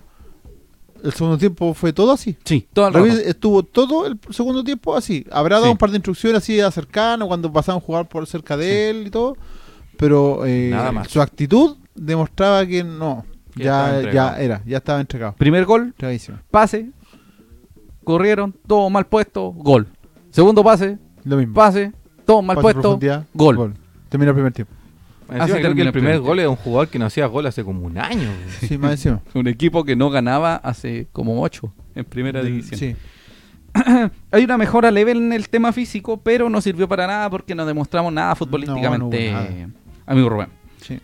A: el segundo tiempo fue todo así.
B: sí, todo el
A: Ramírez
B: rato.
A: estuvo todo el segundo tiempo así. Habrá dado
B: Sí.
A: un par de instrucciones así cercano cuando pasaban a jugar por cerca de él y todo. Pero eh,
C: Nada más.
A: su actitud demostraba que no.
C: Que estaba
A: ya,
C: entregado.
A: ya era, ya estaba entregado.
B: Primer gol,
A: Entregadísimo.
B: pase, corrieron, todo mal puesto, gol. Segundo pase,
A: Lo mismo.
B: pase, todo mal
A: Pase,
B: puesto,
A: profundidad,
B: gol.
A: Termina el primer tiempo.
C: Encima
B: Así
C: creo
B: termina Ah,
C: que
B: el
C: el primer
B: primer
C: gol es de un jugador que no hacía gol hace como un año. güey.
A: Sí, más encima.
B: Un equipo que no ganaba hace como ocho en primera división.
A: Sí.
B: Hay una mejora leve en el tema físico, pero no sirvió para nada porque no demostramos nada futbolísticamente,
A: No, no hubo
B: amigo Rubén.
A: sí.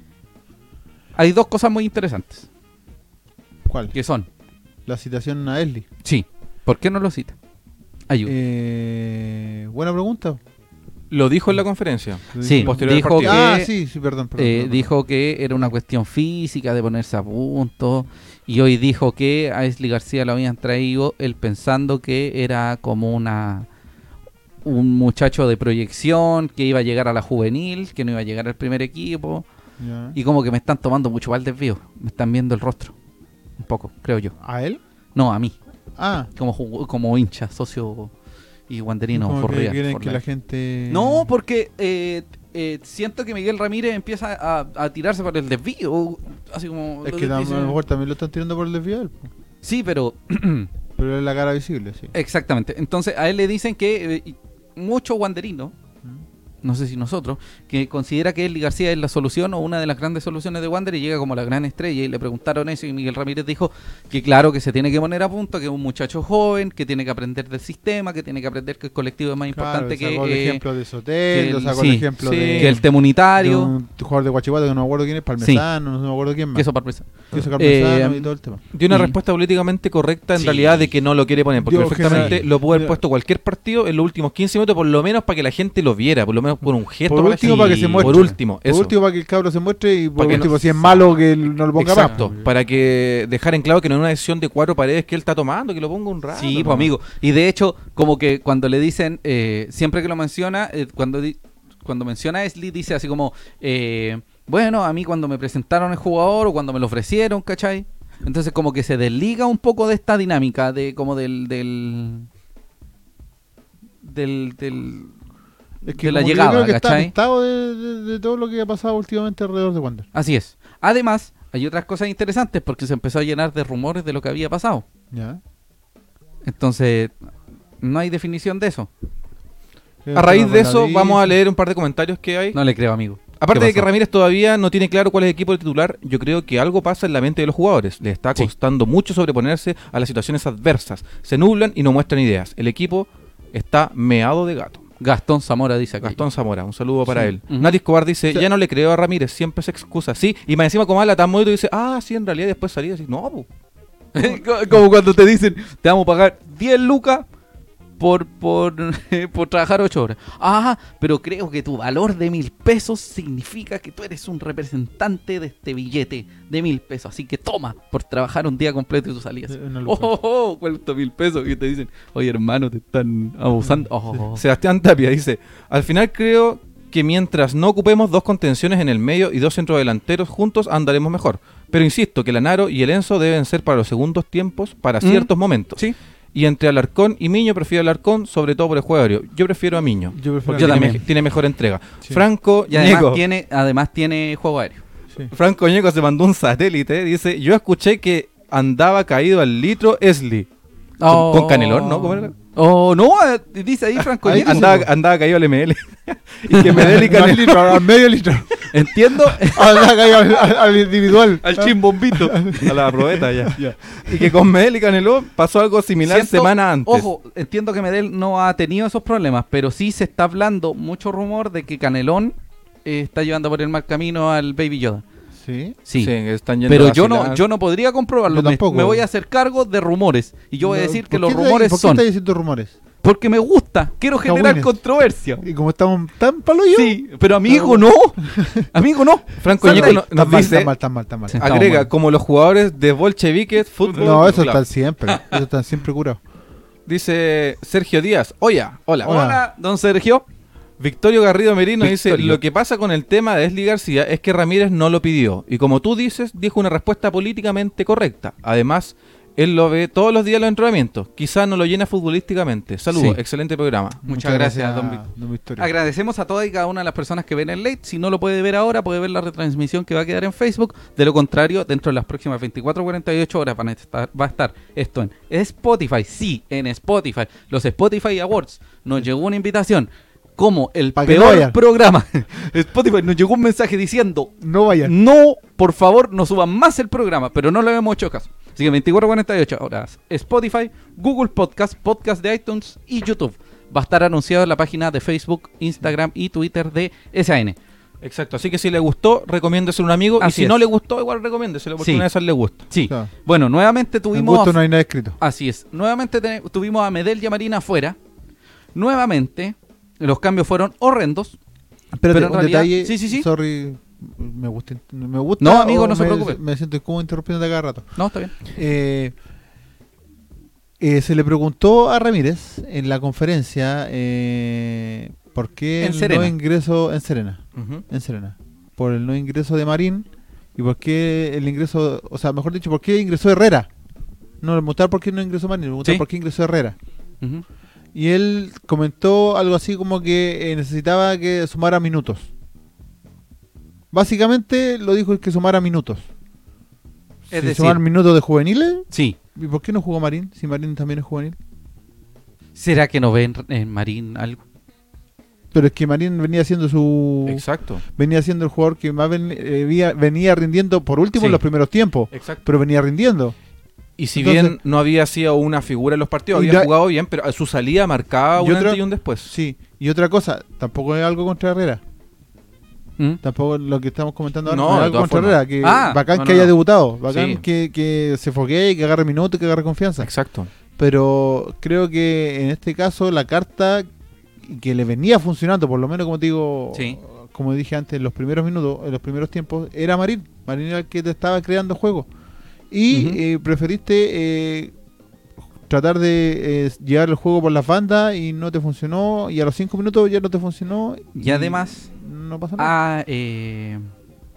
B: Hay dos cosas muy interesantes,
A: ¿Cuál?
B: que son,
A: La citación a Esli.
B: sí, ¿por qué no lo cita? Ayuda.
A: Eh, buena pregunta.
C: Lo dijo en la conferencia.
B: sí,
C: posterior al
B: dijo que,
C: partido.
A: Ah, sí, sí, perdón. perdón,
B: eh,
A: perdón.
B: dijo que era una cuestión física de ponerse a punto y hoy dijo que a Esli García lo habían traído él pensando que era como una un muchacho de proyección que iba a llegar a la juvenil, que no iba a llegar al primer equipo.
A: Ya.
B: Y como que me están tomando mucho mal desvío. Me están viendo el rostro. Un poco, creo yo.
A: ¿A él?
B: No, a mí.
A: Ah,
B: Como, ju- como hincha, socio y guanderino.
A: como
B: for
A: que
B: real,
A: quieren
B: for
A: que la
B: life.
A: gente.
B: No, porque eh, eh, siento que Miguel Ramírez empieza a, a tirarse por el desvío. Así como...
A: Es
B: lo
A: que tam-
B: dice-
A: a lo mejor también lo están tirando por el desvío, él, po.
B: Sí, pero...
A: pero es la cara visible, sí.
B: exactamente. Entonces a él le dicen que eh, y- mucho guanderino, no sé si nosotros, que considera que Eli García es la solución o una de las grandes soluciones de Wander y llega como la gran estrella. Y le preguntaron eso y Miguel Ramírez dijo que claro que se tiene que poner a punto, que es un muchacho joven, que tiene que aprender del sistema, que tiene que aprender que el colectivo es más importante
A: claro, sacó
B: que,
A: el
B: eh,
A: ejemplo de Soteldo,
B: que el-
A: sacó
B: sí,
A: el ejemplo
C: sí,
A: de,
B: que el
A: de
B: temunitario,
A: un jugador de Guachipato que no me acuerdo quién es, Parmesano, no me acuerdo quién
B: que
A: más.
B: eso para pensar.
A: Queso Parmesano
B: eh,
A: y todo el tema.
C: Dio una
B: Y-
C: respuesta políticamente correcta en
B: Sí.
C: realidad de que no lo quiere poner, porque
A: Dios,
C: perfectamente
A: general.
C: lo pudo haber
A: Mira.
C: puesto cualquier partido en los últimos 15 minutos, por lo menos para que la gente lo viera, por lo menos por un gesto.
A: Por
C: la
A: último,
C: gente.
A: para que se muestre.
C: Por último, eso.
A: Por último, para que el cabro se muestre y por
C: Para que
A: último,
C: no-
A: si es malo, que él no lo ponga más.
C: Exacto, para que dejar en claro que no es una decisión de cuatro paredes que él está tomando, que lo ponga un rato.
B: Sí,
C: ¿no?
B: pues amigo. Y de hecho, como que cuando le dicen, eh, siempre que lo menciona, eh, cuando, di- cuando menciona a Esli, dice así como, eh, bueno, a mí cuando me presentaron el jugador o cuando me lo ofrecieron, ¿cachai? Entonces como que se desliga un poco de esta dinámica, de como del... del del, del-
A: Es
B: de la
A: como que
B: llegada,
A: yo creo que está
B: ¿cachai?
A: amistado de, de- de todo lo que ha pasado últimamente alrededor de Wander.
B: Así es. Además, hay otras cosas interesantes porque se empezó a llenar de rumores de lo que había pasado.
A: Ya.
B: Entonces, no hay definición de eso.
C: A raíz de eso, vamos a leer un par de comentarios que hay.
B: No le creo, amigo.
C: Aparte
B: ¿Qué
C: de que
B: pasó?
C: Ramírez todavía no tiene claro cuál es el equipo del titular, yo creo que algo pasa en la mente de los jugadores. Le está
B: Sí.
C: costando mucho sobreponerse a las situaciones adversas. Se nublan y no muestran ideas. El equipo está meado de gato.
B: Gastón Zamora dice aquí.
C: Gastón Zamora, un saludo para
A: Sí.
C: él.
B: Ujú.
C: Nati Escobar dice,
A: Sí.
C: ya no le creo a Ramírez, siempre se excusa. Sí, y más encima como habla tan bonito dice, ah, sí, en realidad después salí así, no, pues, po".
B: Co- Como cuando te dicen, te vamos a pagar 10 lucas por, por, por trabajar 8 horas. Ah, pero creo que tu valor de mil pesos significa que tú eres un representante de este billete de mil pesos. Así que toma por trabajar un día completo y tú salías.
A: Eh, una
B: Oh,
A: luca.
B: oh, oh, cuesta mil pesos. Y te dicen, oye hermano, te están abusando. Oh,
C: Sebastián Tapia dice, al final creo que mientras no ocupemos dos contenciones en el medio y dos centrodelanteros juntos andaremos mejor. Pero insisto que Lanaro y el Enzo deben ser para los segundos tiempos para
B: Mm.
C: ciertos momentos.
B: Sí.
C: Y entre Alarcón y Miño prefiero a Alarcón, sobre todo por el juego aéreo. Yo prefiero a Miño.
A: Yo prefiero
C: porque
B: Yo
C: tiene,
B: también.
C: me- tiene mejor entrega.
A: Sí.
C: Franco
B: Y además
C: Ñeco.
B: tiene, además tiene juego aéreo.
A: Sí.
C: Franco Ñeco se mandó un satélite. Dice: Yo escuché que andaba caído al litro Esli.
B: Oh.
C: ¿Con Canelón, no? ¿Cómo era?
B: Oh, no, eh, dice ahí Franco.
A: Ahí
B: Ñeco.
C: andaba, andaba caído al ML. y que me
A: Al
C: dedican
A: litro, al medio litro.
C: Entiendo.
A: Al, al- al- al individual.
C: Al chimbombito. A la probeta ya.
A: Ya.
C: Y que con Medel y Caneló pasó algo similar
B: Siento-
C: semana antes.
B: Ojo, entiendo que Medel no ha tenido esos problemas, pero sí se está hablando mucho rumor de que Canelón eh, está llevando por el mal camino al Baby Yoda.
A: Sí.
B: Sí.
C: están yendo
B: pero
C: a
B: yo no,
C: vacilar.
B: yo no podría comprobarlo.
A: Yo
B: Me,
A: tampoco.
B: me voy a hacer cargo de rumores. Y yo voy a decir
A: ¿Por
B: que
A: qué
B: los
A: estáis-
B: rumores
A: ¿Por qué
B: son.
A: estáis diciendo rumores?
B: Porque me gusta. Quiero generar
A: Cagüines.
B: controversia.
A: Y como estamos tan palo yo.
B: Sí, pero amigo no. Amigo no.
C: Franco
B: Sal de
C: Ñeco
B: ahí.
C: no-
A: Tan
C: nos
A: mal,
C: dice,
A: tan mal, tan mal, tan mal.
B: Sí. Estamos
C: agrega,
B: mal.
C: como los jugadores de bolcheviques, fútbol.
A: No, eso
C: Club.
A: están siempre. Eso están siempre curado.
C: Dice Sergio Díaz. Oya, hola.
A: Hola.
B: Hola, don Sergio.
C: Victorio Garrido Merino dice:
B: Victorio.
C: Lo que pasa con el tema de Esli García es que Ramírez no lo pidió. Y como tú dices, dijo una respuesta políticamente correcta. Además, él lo ve todos los días en los entrenamientos. Quizás no lo llena futbolísticamente. Saludos,
B: Sí.
C: excelente programa.
B: Muchas gracias, don Vic-
A: don Victorio.
B: Agradecemos a todas y cada una de las personas que ven el late. Si no lo puede ver ahora, puede ver la retransmisión que va a quedar en Facebook. De lo contrario, dentro de las próximas 24 o 48 horas van a estar, va a estar esto en Spotify. Sí, en Spotify. Los Spotify Awards. Nos llegó una invitación como el
A: Pa' que no
B: peor
A: vayan.
B: programa. Spotify nos llegó un mensaje diciendo,
A: No vayan.
B: no, por favor, no suban más el programa, pero no le hemos hecho caso. Así que 24.48 horas. Spotify, Google Podcast, Podcast de iTunes y YouTube. Va a estar anunciado en la página de Facebook, Instagram y Twitter de SAN.
C: Exacto, así que si le gustó, recomiéndeselo a un amigo.
B: Así
C: y si no
B: es.
C: le gustó, igual recomiéndeselo porque
B: Sí.
C: una de esas le gusta.
B: Sí.
A: Claro.
B: Bueno, nuevamente
A: En
B: tuvimos.
A: gusto
B: a-
A: no hay nada escrito.
B: Así es. Nuevamente te- tuvimos a Medel y a Marina afuera. Nuevamente, los cambios fueron horrendos.
A: Espérate,
B: Pero en
A: un
B: realidad-
A: detalle.
B: sí, sí, sí.
A: Sorry. Me gusta, me gusta.
B: No, amigo, no
A: o
B: se
A: me-
B: preocupe.
A: Me siento como interrumpiendo cada rato.
B: No, está bien.
A: Eh, eh, se le preguntó a Ramírez en la conferencia eh, por qué
B: En
A: el
B: Serena.
A: no ingreso en Serena,
C: Ujú.
A: en Serena, por el no ingreso de Marín y por qué el ingreso, o sea, mejor dicho, por qué ingresó Herrera. No le preguntaron por qué no ingresó Marín, le preguntaron
B: Sí.
A: por qué ingresó Herrera.
B: Ujú.
A: Y él comentó algo así como que eh, necesitaba que sumara minutos. Básicamente lo dijo que sumara minutos.
B: Es
A: Si
B: decir-
A: sumar minutos de juveniles,
B: Sí.
A: ¿Y por qué no jugó Marín? Si Marín también es juvenil.
B: ¿Será que no ven en Marín algo?
A: Pero es que Marín venía siendo su.
C: Exacto,
A: Venía siendo el jugador que más ven- eh, vía- venía rindiendo por último
B: Sí.
A: en los primeros tiempos.
C: exacto.
A: Pero venía rindiendo.
C: Y si
A: Entonces-
C: bien no había sido una figura en los partidos,
A: Y
C: había
A: la-
C: jugado bien, pero a su salida marcaba
A: Y
C: un
A: otra-
C: antes y un después.
A: Sí. Y otra cosa, tampoco es algo contra Herrera.
B: ¿Mm?
A: Tampoco lo que estamos comentando
C: No,
A: ahora no es
C: de
A: algo
C: todas
A: contra
C: formas.
A: Herrera. Que
B: Ah,
A: bacán
B: no,
A: que
B: no,
A: haya
B: no.
A: debutado. Bacán
C: Sí.
A: que, que se foguee, que agarre minutos, que agarre confianza.
C: Exacto.
A: Pero creo que en este caso la carta que le venía funcionando, por lo menos como te digo,
B: Sí.
A: como dije antes, en los primeros minutos, en los primeros tiempos, era Marín. Marín era el que te estaba creando juego. Y
B: Ujú.
A: eh, preferiste eh, tratar de eh, llevar el juego por las bandas y no te funcionó. Y a los cinco minutos ya no te funcionó.
B: Y además, ah,
A: No pasa nada.
B: a eh,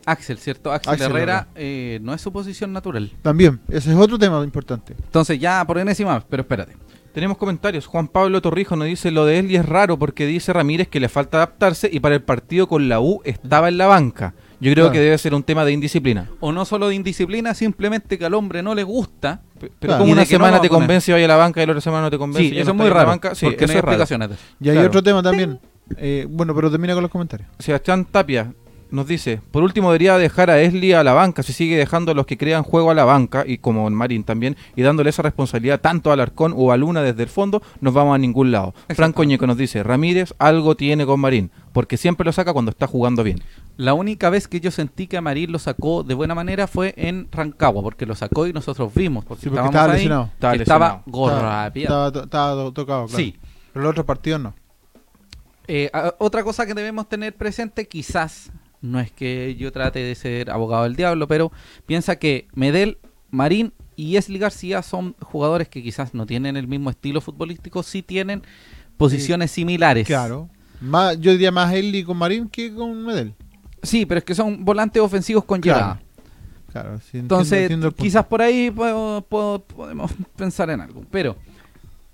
B: Axel, ¿cierto? Axel,
A: Axel
B: Herrera eh, no es su posición natural.
A: También, ese es otro tema importante.
B: Entonces ya por enésima vez, pero espérate.
C: Tenemos comentarios. Juan Pablo Torrijo nos dice lo de Eli es raro porque dice Ramírez que le falta adaptarse y para el partido con la U estaba en la banca. Yo creo
A: Claro.
C: que debe ser un tema de indisciplina.
B: O no solo de indisciplina, simplemente que al hombre no le gusta.
C: Pero
A: Claro.
C: como
B: Y de
C: una
B: que no
C: semana
B: lo va
C: te
B: a poner.
C: convence y vaya a la banca y la otra semana no te convence.
B: Sí,
C: y
B: eso
C: ya
B: es
C: no
B: muy
C: está en la
B: raro.
C: banca. Sí,
B: porque
C: eso
B: no hay
C: es raro.
B: explicaciones. de eso.
A: Y hay
C: Claro.
A: otro tema también. Eh, bueno, pero termina con los comentarios.
C: Sebastián Tapia nos dice, por último debería dejar a Esli a la banca, si sigue dejando a los que crean juego a la banca, y como en Marín también, y dándole esa responsabilidad tanto a Alarcón o a Luna desde el fondo, nos vamos a ningún lado. Franco Ñeco nos dice, Ramírez algo tiene con Marín, porque siempre lo saca cuando está jugando bien.
B: La única vez que yo sentí que a Marín lo sacó de buena manera fue en Rancagua, porque lo sacó y nosotros vimos. Porque,
A: Sí, porque
B: estábamos
A: estaba
B: ahí,
A: lesionado.
B: que
C: Estaba
B: Estaba
C: lesionado.
A: Estaba-
B: gorrapiado.
A: Estaba, to- estaba to- tocado, claro.
B: Sí.
A: Pero los otros partidos no.
B: Eh, a- otra cosa que debemos tener presente, quizás, no es que yo trate de ser abogado del diablo, pero piensa que Medel, Marín y Esli García son jugadores que quizás no tienen el mismo estilo futbolístico, sí tienen posiciones similares.
A: Claro. Más, yo diría más Eli con Marín que con Medel.
B: Sí, pero es que son volantes ofensivos con
A: Claro.
B: llegada.
A: Claro, sí, entiendo-
B: Entonces,
A: entiendo el punto.
B: quizás por ahí puedo- puedo- podemos pensar en algo. Pero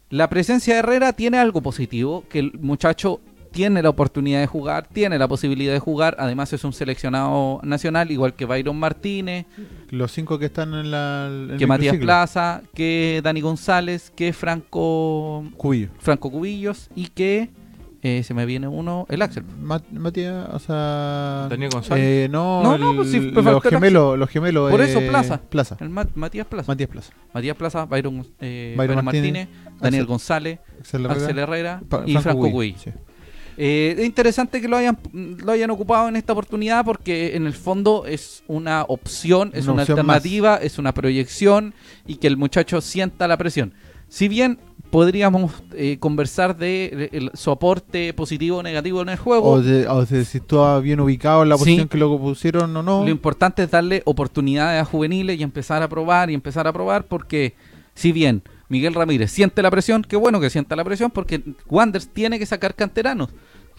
B: la presencia de Herrera tiene algo positivo, que el muchacho tiene la oportunidad de jugar, tiene la posibilidad de jugar, además es un seleccionado nacional, igual que Byron Martínez,
A: los cinco que están en la. en el
B: que Matías
A: microciclo.
B: Plaza, que Dani González, que Franco
A: Cubillo.
B: Franco Cubillos y que eh, se me viene uno, el Axel.
A: Ma- Matías, o sea.
C: Daniel González.
A: eh, no,
B: No, no, pues sí, me
A: el- los
B: faltó el
A: gemelos, los gemelos.
B: Por eso,
A: eh,
B: Plaza.
A: Plaza.
B: El Ma- Matías Plaza.
A: Matías Plaza.
B: Matías Plaza, Byron, eh,
A: Byron
B: Byron
A: Martínez,
B: Martínez, Daniel
A: Axel-
B: González,
A: Axel Herrera,
B: Axel Herrera
A: Pa-
B: y Franco
A: Guy,
B: Guy.
A: sí.
B: Eh, es interesante que lo hayan, lo hayan ocupado en esta oportunidad porque en el fondo es una opción, es
A: Una
B: una,
A: opción
B: alternativa, es una proyección y que el muchacho sienta la presión. Si bien podríamos eh, conversar de el- su aporte positivo o negativo en el juego,
A: O, de- o de si estaba bien ubicado en la
B: Sí.
A: posición que lo pusieron o no.
B: Lo importante es darle oportunidades a juveniles y empezar a probar y empezar a probar porque si bien Miguel Ramírez siente la presión, qué bueno que sienta la presión porque Wanders tiene que sacar canteranos,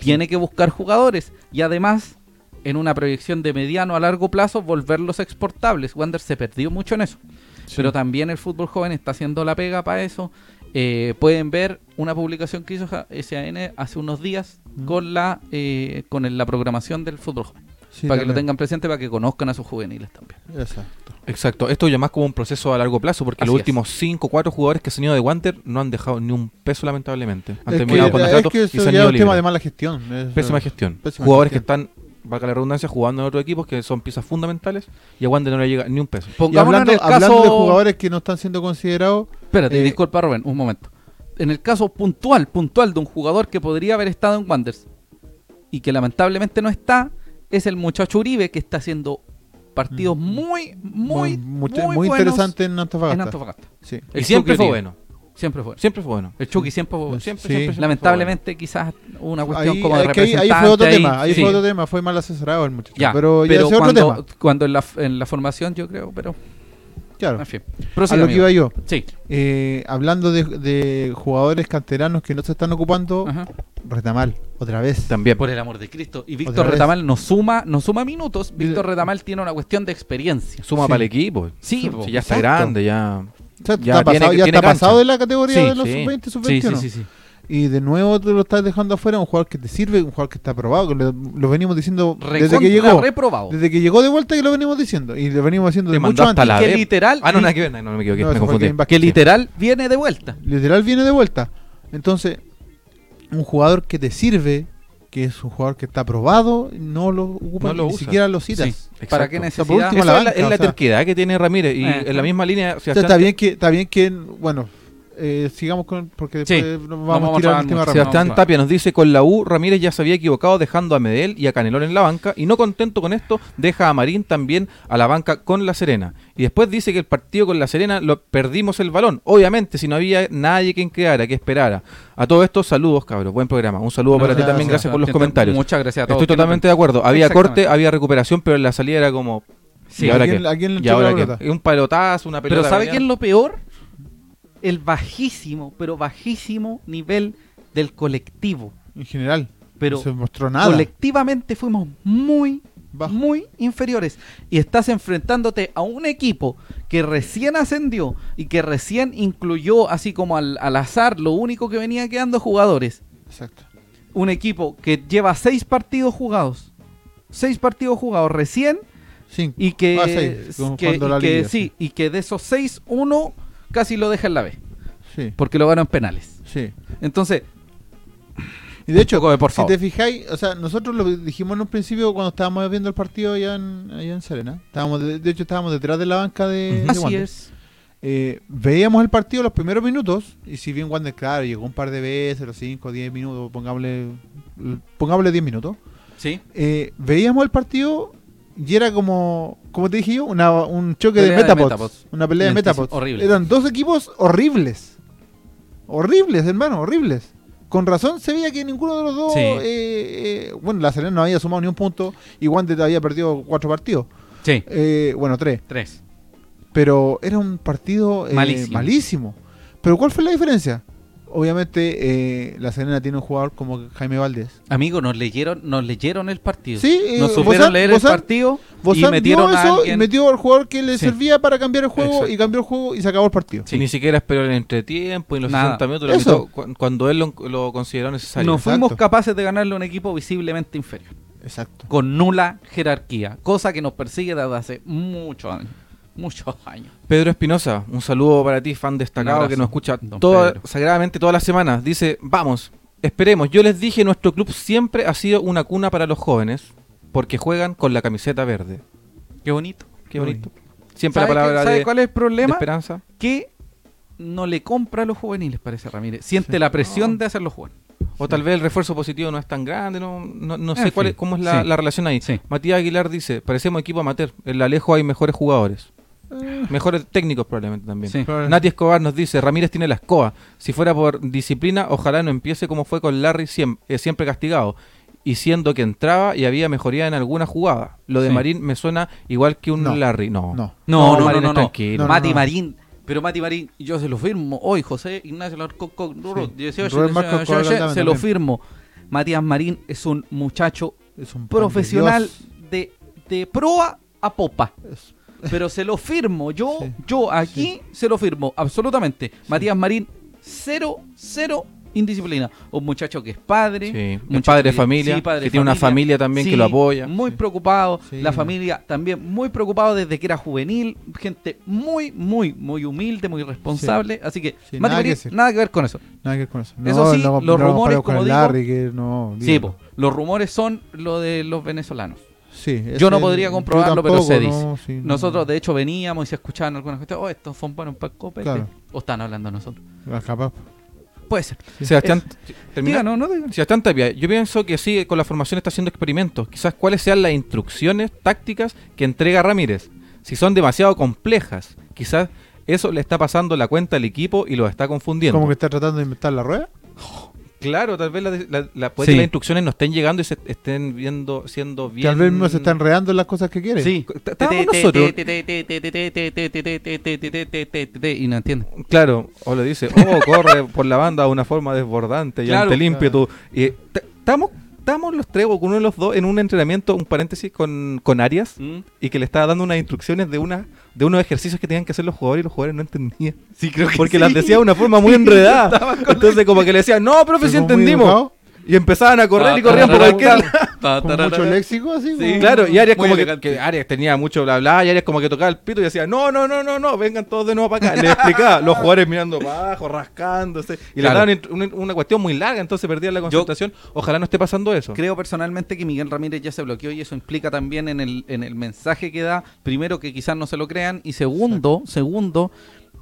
B: tiene que buscar jugadores y además en una proyección de mediano a largo plazo volverlos exportables. Wander se perdió mucho en eso.
A: Sí.
B: Pero también el fútbol joven está haciendo la pega para eso. Eh, pueden ver una publicación que hizo Ja- SAN hace unos días
A: Mm.
B: con la eh, con el- la programación del fútbol joven
A: Sí,
B: para que lo
A: también.
B: tengan presente, para que conozcan a sus juveniles también.
A: Exacto.
C: Exacto, esto ya más como un proceso a largo plazo, porque
B: Así
C: los
B: es.
C: últimos 5 o 4 jugadores que se han ido de Wander no han dejado ni un peso, lamentablemente. Han
A: Es que,
C: terminado contrato
A: es que
C: y se
A: eso
C: han
A: ya es
C: ido
A: un tema
C: libres.
A: de mala gestión. es-
C: Pésima gestión.
A: Pésima
C: jugadores que están, valga la redundancia, jugando en otros equipos que son piezas fundamentales y a Wander no le llega ni un peso.
A: Y
B: Pongámonos
A: hablando,
B: en el caso.
A: hablando de jugadores que no están siendo considerados,
B: Espérate,
A: eh,
B: disculpa, Rubén, un momento. En el caso puntual, puntual de un jugador que podría haber estado en Wanderers y que lamentablemente no está, es el muchacho Uribe que está haciendo partidos
A: Mm.
B: muy, muy, muy,
A: mucho- muy
B: buenos
A: interesante en Antofagasta.
B: en Antofagasta.
A: Sí.
C: Y
B: El
C: siempre
B: Chucky
C: fue
B: Uribe.
C: bueno.
B: Siempre fue.
C: Siempre fue bueno.
B: El Chucky siempre fue.
A: Sí.
C: Siempre, siempre, siempre fue
B: Lamentablemente, quizás una cuestión
A: Ahí,
B: como de
A: es que ahí- ahí
B: representante.
A: fue otro
B: ahí,
A: tema, ahí
B: sí.
A: fue otro tema, fue mal asesorado el muchacho.
B: Ya,
A: pero
B: pero,
A: ya ese es otro
B: cuando,
A: tema.
B: cuando en, la, en la formación, yo creo, pero.
A: Claro.
B: En fin.
A: A
B: Prosiga,
A: lo que
B: amigo.
A: iba yo,
B: Sí.
A: eh, hablando de, de jugadores canteranos que no se están ocupando,
B: Ajá.
A: Retamal, otra vez.
C: También.
B: eh, Por el amor de Cristo. Y
A: Otra
B: Víctor
A: vez.
B: Retamal nos suma, nos suma minutos. Víctor
A: Mira.
B: Retamal tiene una cuestión de experiencia.
C: Suma
A: Sí.
C: para el equipo.
B: Sí,
C: Si
B: po,
C: ya está
A: exacto.
C: grande, ya.
A: O sea, está
C: Ya tiene
A: pasado,
C: que-
A: ya
C: tiene
A: está
C: cancha.
A: pasado de la categoría
C: Sí,
A: de los
C: sí.
A: sub-20,
B: Sí, sí,
A: sub-21.
B: sí, sí.
A: Y de nuevo tú lo estás dejando afuera, un jugador que te sirve, un jugador que está aprobado, que lo, lo venimos diciendo desde
B: Recontra
A: que llegó.
B: reprobado.
A: Desde que llegó de vuelta que lo venimos diciendo. Y lo venimos haciendo
C: Te
A: de
C: mandó
A: mucho
C: hasta
A: antes.
C: la
B: Que
C: B.
B: literal-
C: Ah, no, nada que ver. No, no me equivoqué.
A: No,
C: me
A: ese fue
C: confundí.
A: Kevin Vázquez.
B: Que literal viene de vuelta.
A: Literal viene de vuelta. Entonces, un jugador que te sirve, que es un jugador que está aprobado, no lo ocupa,
C: No lo
A: ni
C: usa.
A: siquiera lo citas.
B: Sí. ¿Para qué
C: Exacto.
A: O sea, por
B: necesidad?
A: último,
C: Eso
A: la
C: es la,
A: banca,
C: es la
A: o sea.
C: terquedad que tiene Ramírez. Y
B: Eh.
C: en la misma línea.
A: O
C: se
A: sea, está bien que, está bien que, bueno, eh, sigamos con, porque
B: Sí.
A: después nos vamos a tirar
B: hablar
A: el tema
B: mucho.
A: rápido.
C: Sebastián
B: no,
C: Tapia nos dice, con la U, Ramírez ya se había equivocado dejando a Medel y a Canelón en la banca y no contento con esto, deja a Marín también a la banca con La Serena. Y después dice que el partido con La Serena lo perdimos el balón, obviamente, si no había nadie quien creara, que esperara. A todo esto, saludos, cabros, buen programa. Un saludo
B: No,
C: para ti
A: gracias,
C: también, gracias por los
B: Sebastián,
C: comentarios.
B: Muchas gracias a todos.
C: Estoy totalmente de acuerdo. Había corte, había recuperación, pero en la salida era como...
B: Sí.
C: ¿y ahora
A: ¿A quién-
C: qué?
A: a quién le
C: ¿Y
A: entró
C: ahora
A: la
C: qué?
A: pelota?
C: Un pelotazo, una pelota...
B: Pero ¿sabe
C: venía-
B: qué es lo peor? El bajísimo, pero bajísimo nivel del colectivo.
A: En general,
B: Pero
A: no se mostró nada.
B: colectivamente fuimos muy,
A: Bajo.
B: muy inferiores. Y estás enfrentándote a un equipo que recién ascendió y que recién incluyó, así como al, al azar, lo único que venía quedando jugadores.
A: Exacto.
B: Un equipo que lleva seis partidos jugados. Seis partidos jugados recién
A: Cinco.
B: y que,
A: Ah, seis, como
B: que-
A: jugando
B: y
A: la
B: que
A: liguilla,
B: sí, y que de esos seis, uno casi lo deja en la B,
A: Sí,
B: porque lo ganó en penales.
A: sí.
B: Entonces,
A: Y de hecho,
B: Cobe, por
A: si
B: favor.
A: te fijáis, o sea, nosotros lo dijimos en un principio cuando estábamos viendo el partido allá en, allá en Serena. Estábamos de, de hecho, estábamos detrás de la banca de, de
B: así
A: Wander.
B: es.
A: Eh, veíamos el partido los primeros minutos, y si bien Wander, claro, llegó un par de veces, los 5, 10 minutos, pongámosle, pongámosle 10 minutos,
B: Sí.
A: eh, veíamos el partido y era como, como te dije yo, una- un choque de
B: Pelea de
A: metapods,
B: Metapods.
A: Una pelea de
B: Lentísimo,
A: metapods.
B: horrible.
A: Eran dos equipos horribles. Horribles, hermano, horribles. Con razón se veía que ninguno de los dos.
B: Sí.
A: eh, eh, bueno, la Serena no había sumado ni un punto y Wander había perdido cuatro partidos.
B: Sí.
A: Eh, bueno, tres
B: Tres.
A: pero era un partido eh, malísimo.
B: Malísimo.
A: Pero ¿cuál fue la diferencia? obviamente eh, la Serena tiene un jugador como Jaime Valdés.
B: Amigo, nos leyeron, nos leyeron el partido.
A: Sí, eh,
B: nos supieron
A: Bozán-
B: leer
A: Bozán-
B: el partido y
A: Bozán
B: metieron
A: vio
B: a
A: eso y
B: alguien-
A: metió al jugador que le
C: Sí.
A: servía para cambiar el juego y
C: Exacto.
A: cambió el juego y se acabó el partido.
C: Ni siquiera esperó el entretiempo y los
B: Nada.
C: 60 minutos. lo
A: Eso.
C: metió cu- cuando él lo, lo consideró necesario.
B: No fuimos
A: Exacto.
B: capaces de ganarle a un equipo visiblemente inferior,
A: Exacto.
B: con nula jerarquía, cosa que nos persigue desde hace muchos años. Muchos años.
C: Pedro Espinosa, un saludo para ti, fan destacado
B: abrazo,
C: que nos escucha
B: don
C: toda-
B: Pedro.
C: sagradamente todas las semanas. Dice, vamos, esperemos. Yo les dije, nuestro club siempre ha sido una cuna para los jóvenes porque juegan con la camiseta verde.
B: Qué bonito.
C: Qué
A: Uy.
C: bonito. Siempre la
B: ¿Sabe qué-
C: palabra
B: sabe
C: de,
B: cuál es el
C: de
B: problema?
C: esperanza.
B: que no le compra a los juveniles, parece Ramírez. Siente la presión de hacerlo jugar.
C: O tal vez el refuerzo positivo no es tan grande, no, no, no
B: En
C: sé cuál
B: fin,
C: es- cómo es la,
B: sí.
C: la relación ahí.
B: Sí.
C: Matías Aguilar dice, parecemos equipo amateur, en la Alejo hay mejores jugadores. Mejores técnicos probablemente también.
B: Sí.
C: Nati Escobar nos dice, Ramírez tiene la escoba. Si fuera por disciplina, ojalá no empiece como fue con Larry siem- eh, siempre castigado. Y siendo que entraba y había mejoría en alguna jugada. Lo de
B: Sí.
C: Marín me suena igual que un
A: No.
C: Larry. No.
A: No.
B: No, no, no,
C: Marín
B: no,
C: es
B: no.
C: tranquilo.
A: No, no,
B: Mati
A: no.
B: Marín. Pero Mati Marín, yo se lo firmo. Hoy, José Ignacio Larco,
A: Sí.
B: 18,
A: Rubén Marcos
B: 18,
A: Corral también.
B: se lo firmo. Matías Marín es un muchacho
A: Es un pan de
B: profesional
A: Dios.
B: de, de proa a popa.
A: Es-
B: Pero se lo firmo, yo,
A: Sí.
B: yo aquí se lo firmo, absolutamente. Matías Marín, cero, cero indisciplina. Un muchacho que es padre.
C: Sí, es
B: muchacho
C: padre de
B: que-
C: familia, que tiene una familia también que lo apoya.
B: Muy preocupado,
A: Sí.
B: la familia también muy preocupado desde que era juvenil. Gente muy, muy, muy humilde, muy responsable. Así que,
A: Sí,
B: Mati
A: nada que
B: Marín,
A: hacer.
B: nada que ver con eso.
A: Nada que ver con eso. No,
B: Eso sí,
A: no,
B: los
A: no,
B: rumores,
A: pero con
B: como
A: el
B: digo-
A: Larry, que no.
B: Sí,
A: olvídalo.
B: po, los rumores son lo de los venezolanos.
A: Sí,
B: Yo
A: ese-
B: no podría comprobarlo, pero
A: Este, tampoco,
B: se dice.
A: no, sí, no.
B: Nosotros, de hecho, veníamos y se escuchaban algunas cuestiones. Oh, estos son buenos para el copete.
A: Claro.
B: O están hablando a nosotros.
A: Ah, capaz.
B: Puede ser.
C: Sebastián, termina-
B: Diga, no, no diga.
C: Sebastián Tapia, yo pienso que sigue con la formación está haciendo experimentos. Quizás cuáles sean las instrucciones tácticas que entrega Ramírez. Si son demasiado complejas, quizás eso le está pasando la cuenta al equipo y lo está confundiendo.
A: Como que está tratando de inventar la rueda.
C: Claro, tal vez la- la- la- puede que
B: Sí.
C: las instrucciones no estén llegando y se estén viendo, siendo bien.
A: Tal vez mismo se está enredando en las cosas que quiere.
B: Sí.
C: Estábamos nosotros.
B: Y no entiende.
C: Claro, o le dice, oh, corre por la banda de una forma desbordante y
B: Claro.
C: ante el ímpetu. Y, eh, t- Estamos, estamos los tres o con uno de los dos en un entrenamiento, un paréntesis con, con Arias. y que le estaba dando unas instrucciones de una de unos ejercicios que tenían que hacer los jugadores y los jugadores no entendían.
B: Sí, creo que
C: Porque
B: sí.
C: las decía de una forma muy enredada. Entonces como que le decían, no, profe, sí
A: Fue muy educado,
C: entendimos. Y empezaban a correr y corrían por
A: tarara,
C: cualquier lado.
B: Ta,
A: Con
B: tarara.
A: mucho léxico así.
C: Ah, Sí,
A: como-
C: claro, y Arias
B: Muy
C: como que,
B: elegante.
C: que Arias tenía mucho bla bla, y Arias como que tocaba el pito y decía, no, no, no, no, no, vengan todos de nuevo para acá. Le explicaba, los jugadores mirando para abajo, rascándose, y
B: Claro.
C: le daban una, una cuestión muy larga, entonces perdían la concentración. Ojalá no esté pasando eso.
B: Creo personalmente que Miguel Ramírez ya se bloqueó y eso implica también en el, en el mensaje que da, primero que quizás no se lo crean y segundo, segundo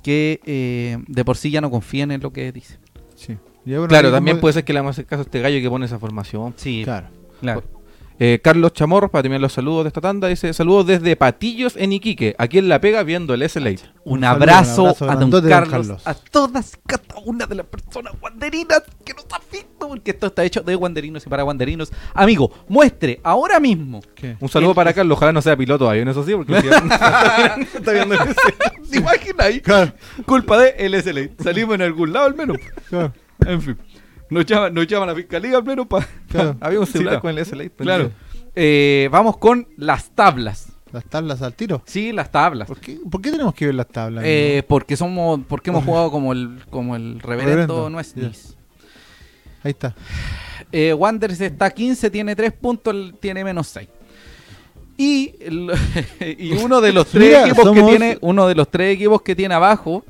B: que eh, de por sí ya no confían en lo que dice.
A: Sí. Ya, bueno,
C: Claro,
A: ahí
C: también
A: como-
C: puede ser que le vamos a hacer caso a este gallo que pone esa formación.
B: Sí,
A: Claro.
B: claro.
C: Eh, Carlos Chamorros, para terminar los saludos de esta tanda, dice saludos desde Patillos en Iquique, aquí en La Pega viendo el SLA.
B: Un,
A: Un
B: abrazo,
A: saludo, un abrazo
B: a don
A: grandote, don
B: Carlos,
A: Carlos.
B: a todas y cada una de las personas guanderinas que nos han visto, porque esto está hecho de guanderinos y para guanderinos. Amigo, muestre ahora mismo.
A: ¿Qué?
C: Un saludo para Carlos, ojalá no sea piloto de avión, eso sí, porque está viendo el SLA.
B: ¿Se imagina ahí?
A: Claro,
B: Culpa de LSL. Salimos en algún lado al menos.
A: claro.
B: En fin. Nos llaman, nos llaman a la fiscalía al menos para...
A: Claro.
C: Había un celular
B: Sí,
C: con el SLA.
B: Claro. Eh, vamos con las tablas.
A: Las tablas al tiro.
B: Sí, las tablas.
A: ¿Por qué, por qué tenemos que ver las tablas?
B: Eh, porque somos, porque hemos jugado como el, como el reverendo,
A: Reverendo,
B: no es
A: ya. Ahí está.
B: Eh, Wanderers está 15, tiene 3 puntos, el- tiene menos 6. Y, el- y uno de los tres
A: Mira,
B: equipos que
A: somos-
B: tiene, uno de los tres equipos que tiene abajo,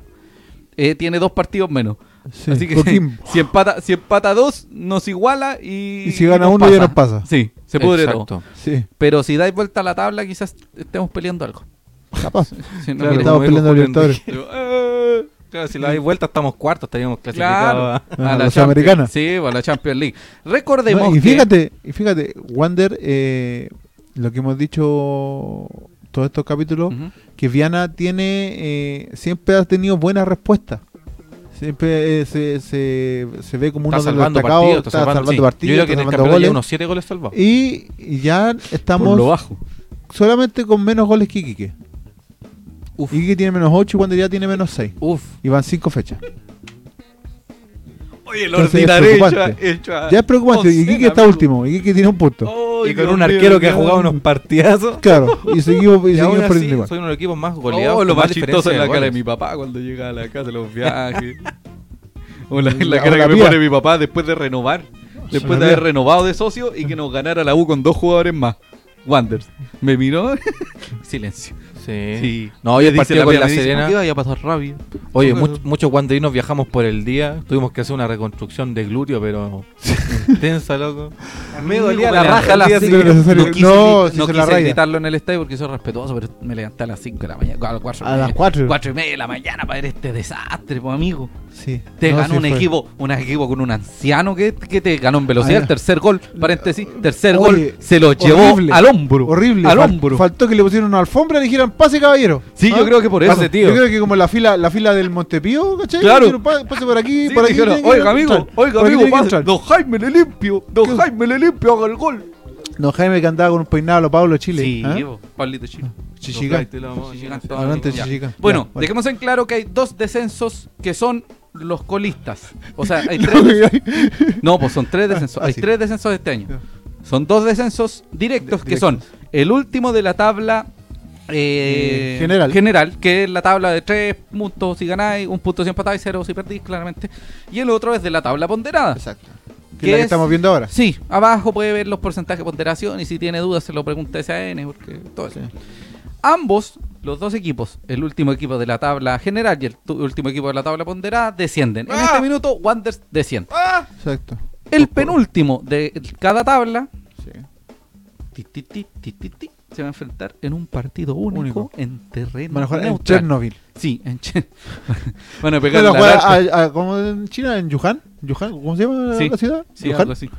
B: eh, tiene dos partidos menos.
A: Sí,
B: Así que
A: Coquimbo.
B: si empata, si empata dos, nos iguala y.
A: Y si gana uno, ya nos pasa.
B: Sí, se pudre todo.
C: Exacto.
A: Sí,
B: Pero si dais vuelta a la tabla, quizás estemos peleando algo.
A: capaz.
B: Si no,
C: Claro,
B: mire,
A: Estamos
C: como dijo
A: peleando
C: Julio
A: Libertadores.
C: Enrique. Eh, Claro, si la dais vuelta estamos cuartos, estaríamos clasificados. ¿ah?
B: claro,
C: a-
A: a
B: la
A: los
B: Champions-
A: americanos.
B: Sí, pues, a la Champions League.
A: No,
B: Recordemos
A: y
B: que-
A: fíjate, y fíjate, Wander, eh, lo que hemos dicho todos estos capítulos,
B: Ujú.
A: que Viana tiene, eh, siempre ha tenido buenas respuestas. Siempre eh, se, se, se ve como uno
C: Está
A: de los
C: salvando
A: destacados,
C: partidos,
A: está salvando,
C: sí. Yo
A: partidos,
C: creo que en
A: está
C: el
A: salvando
C: campeonato
A: goles.
C: lleva unos 7 goles salvados.
A: Y y ya
B: Por lo
A: estamos
B: bajo.
A: solamente con menos goles que Iquique.
B: Uf.
A: Iquique tiene menos 8 y Wander ya tiene menos 6.
B: Uf.
A: Y van 5 fechas.
C: Oye, el
A: Entonces, es
C: ordinario
A: preocupante.
C: hecho
B: Ah,
C: a-
A: Ya es preocupante.
C: Once,
A: Y Quique está
C: amigo.
A: último. Y Quique tiene un punto.
C: Ay,
D: Y con
C: Dios
D: un
C: mío,
D: arquero que ha
C: Dios.
D: jugado unos
B: Oh.
D: partidazos.
A: Claro. Y seguimos, y
C: Y aún
A: seguimos
C: así,
A: perdiendo igual.
C: soy uno de los equipos más goleados.
B: Oh, lo
C: con
B: más
C: diferencia
B: chistoso es la
C: de
B: cara de
C: goles.
B: mi papá cuando llegaba a la casa de los viajes.
C: O la, la
A: La-
C: cara
A: o la
C: que me
A: mía.
C: pone mi papá después de renovar. Después
A: la
C: de haber
A: mía.
C: renovado de socio y que nos ganara la U con dos jugadores más. Wanders. Me miró. Silencio. Sí. No, yo hoy el partido con La Serena.
D: vaya a pasar rabia?
C: Oye, much- muchos guanderinos viajamos por el día. Tuvimos que hacer una reconstrucción de Glurio, pero intensa, loco.
D: Me dolía la
B: Me levanté
D: raja
B: a
D: la
B: las
A: sí,
B: cinco.
A: no es necesario.
B: No quise,
A: No,
B: gri-
A: si
B: no
A: se
B: quise
A: la raya.
B: gritarlo en el estadio porque soy respetuoso, pero me levanté a las 5 de la mañana. A las 4
A: A las cuatro.
B: y media de la mañana para ver este desastre, pues amigo.
A: Sí.
B: Te
A: No,
B: ganó
A: sí
B: un
A: fue.
B: equipo, un equipo con un anciano que, que te ganó en velocidad.
A: Ah,
B: el tercer gol, paréntesis, tercer
A: Oye,
B: gol se lo
A: horrible,
B: llevó al hombro.
A: Horrible.
B: Al
A: Fal-
B: hombro.
A: Faltó que le pusieran una alfombra y le dijeran pase caballero.
B: Sí,
A: ¿Ah?
B: yo creo que por eso.
C: Pase, tío.
A: Yo creo que como la fila, la fila del Montepío, ¿cachai?
C: Claro.
A: Dijeron, "Pa- Pase por aquí,
C: Sí,
A: por aquí.
C: dijeron,
A: tiene que
C: oiga, amigo,
A: entrar,
C: oiga,
A: por aquí
C: amigo,
A: tiene que
C: pase.
A: entrar".
C: Don Jaime le limpio. Don Jaime le limpio, haga el gol.
A: Don Jaime que andaba con un peinado a lo Pablo Chile.
B: Sí,
A: ¿ah?
B: po, Pablito Chile.
A: Chichica.
C: Ahí te lo vamos a
B: Chichica,
C: decir.
B: todo
A: Adelante,
B: rico. Ya.
A: Chichica.
B: Bueno,
A: Ya, bueno.
B: dejemos en claro que hay dos descensos que son los colistas. O sea, hay tres.
A: Ay, ay.
B: No, pues son tres descensos.
A: ah,
B: Hay
A: sí.
B: tres descensos este año.
A: Ya.
B: Son dos descensos directos
A: De-
B: que son el último de la tabla eh,
A: Eh, general.
B: que es la tabla de tres puntos si ganáis, un punto si empatáis, cero si perdís, claramente. Y el otro es de la tabla ponderada.
A: Exacto. Que es
B: ¿Qué
A: la que
B: es?
A: estamos viendo ahora.
B: Sí, abajo puede ver los porcentajes de ponderación y si tiene dudas se lo pregunta a N porque todo eso.
A: Sí.
B: Ambos, los dos equipos, el último equipo de la tabla general y el tu- último equipo de la tabla ponderada, descienden. En
C: ¡Ah!
B: este minuto, Wanderers desciende.
A: Exacto.
B: El penúltimo de cada tabla
A: Sí.
B: ti, ti, ti, ti, ti, ti, se va a enfrentar en un partido único,
A: Único.
B: en terreno
A: Van a jugar en
B: neutral.
A: Chernobyl.
B: Sí, en Chernobyl. bueno, pegar
A: Van a
B: la
A: jugar
B: larga.
A: a- a- ¿Cómo en China? ¿En Wuhan? ¿Wuhan? ¿Cómo se llama
B: Sí.
A: la ciudad?
B: Sí,
A: ¿Wuhan?
B: algo así.
A: Por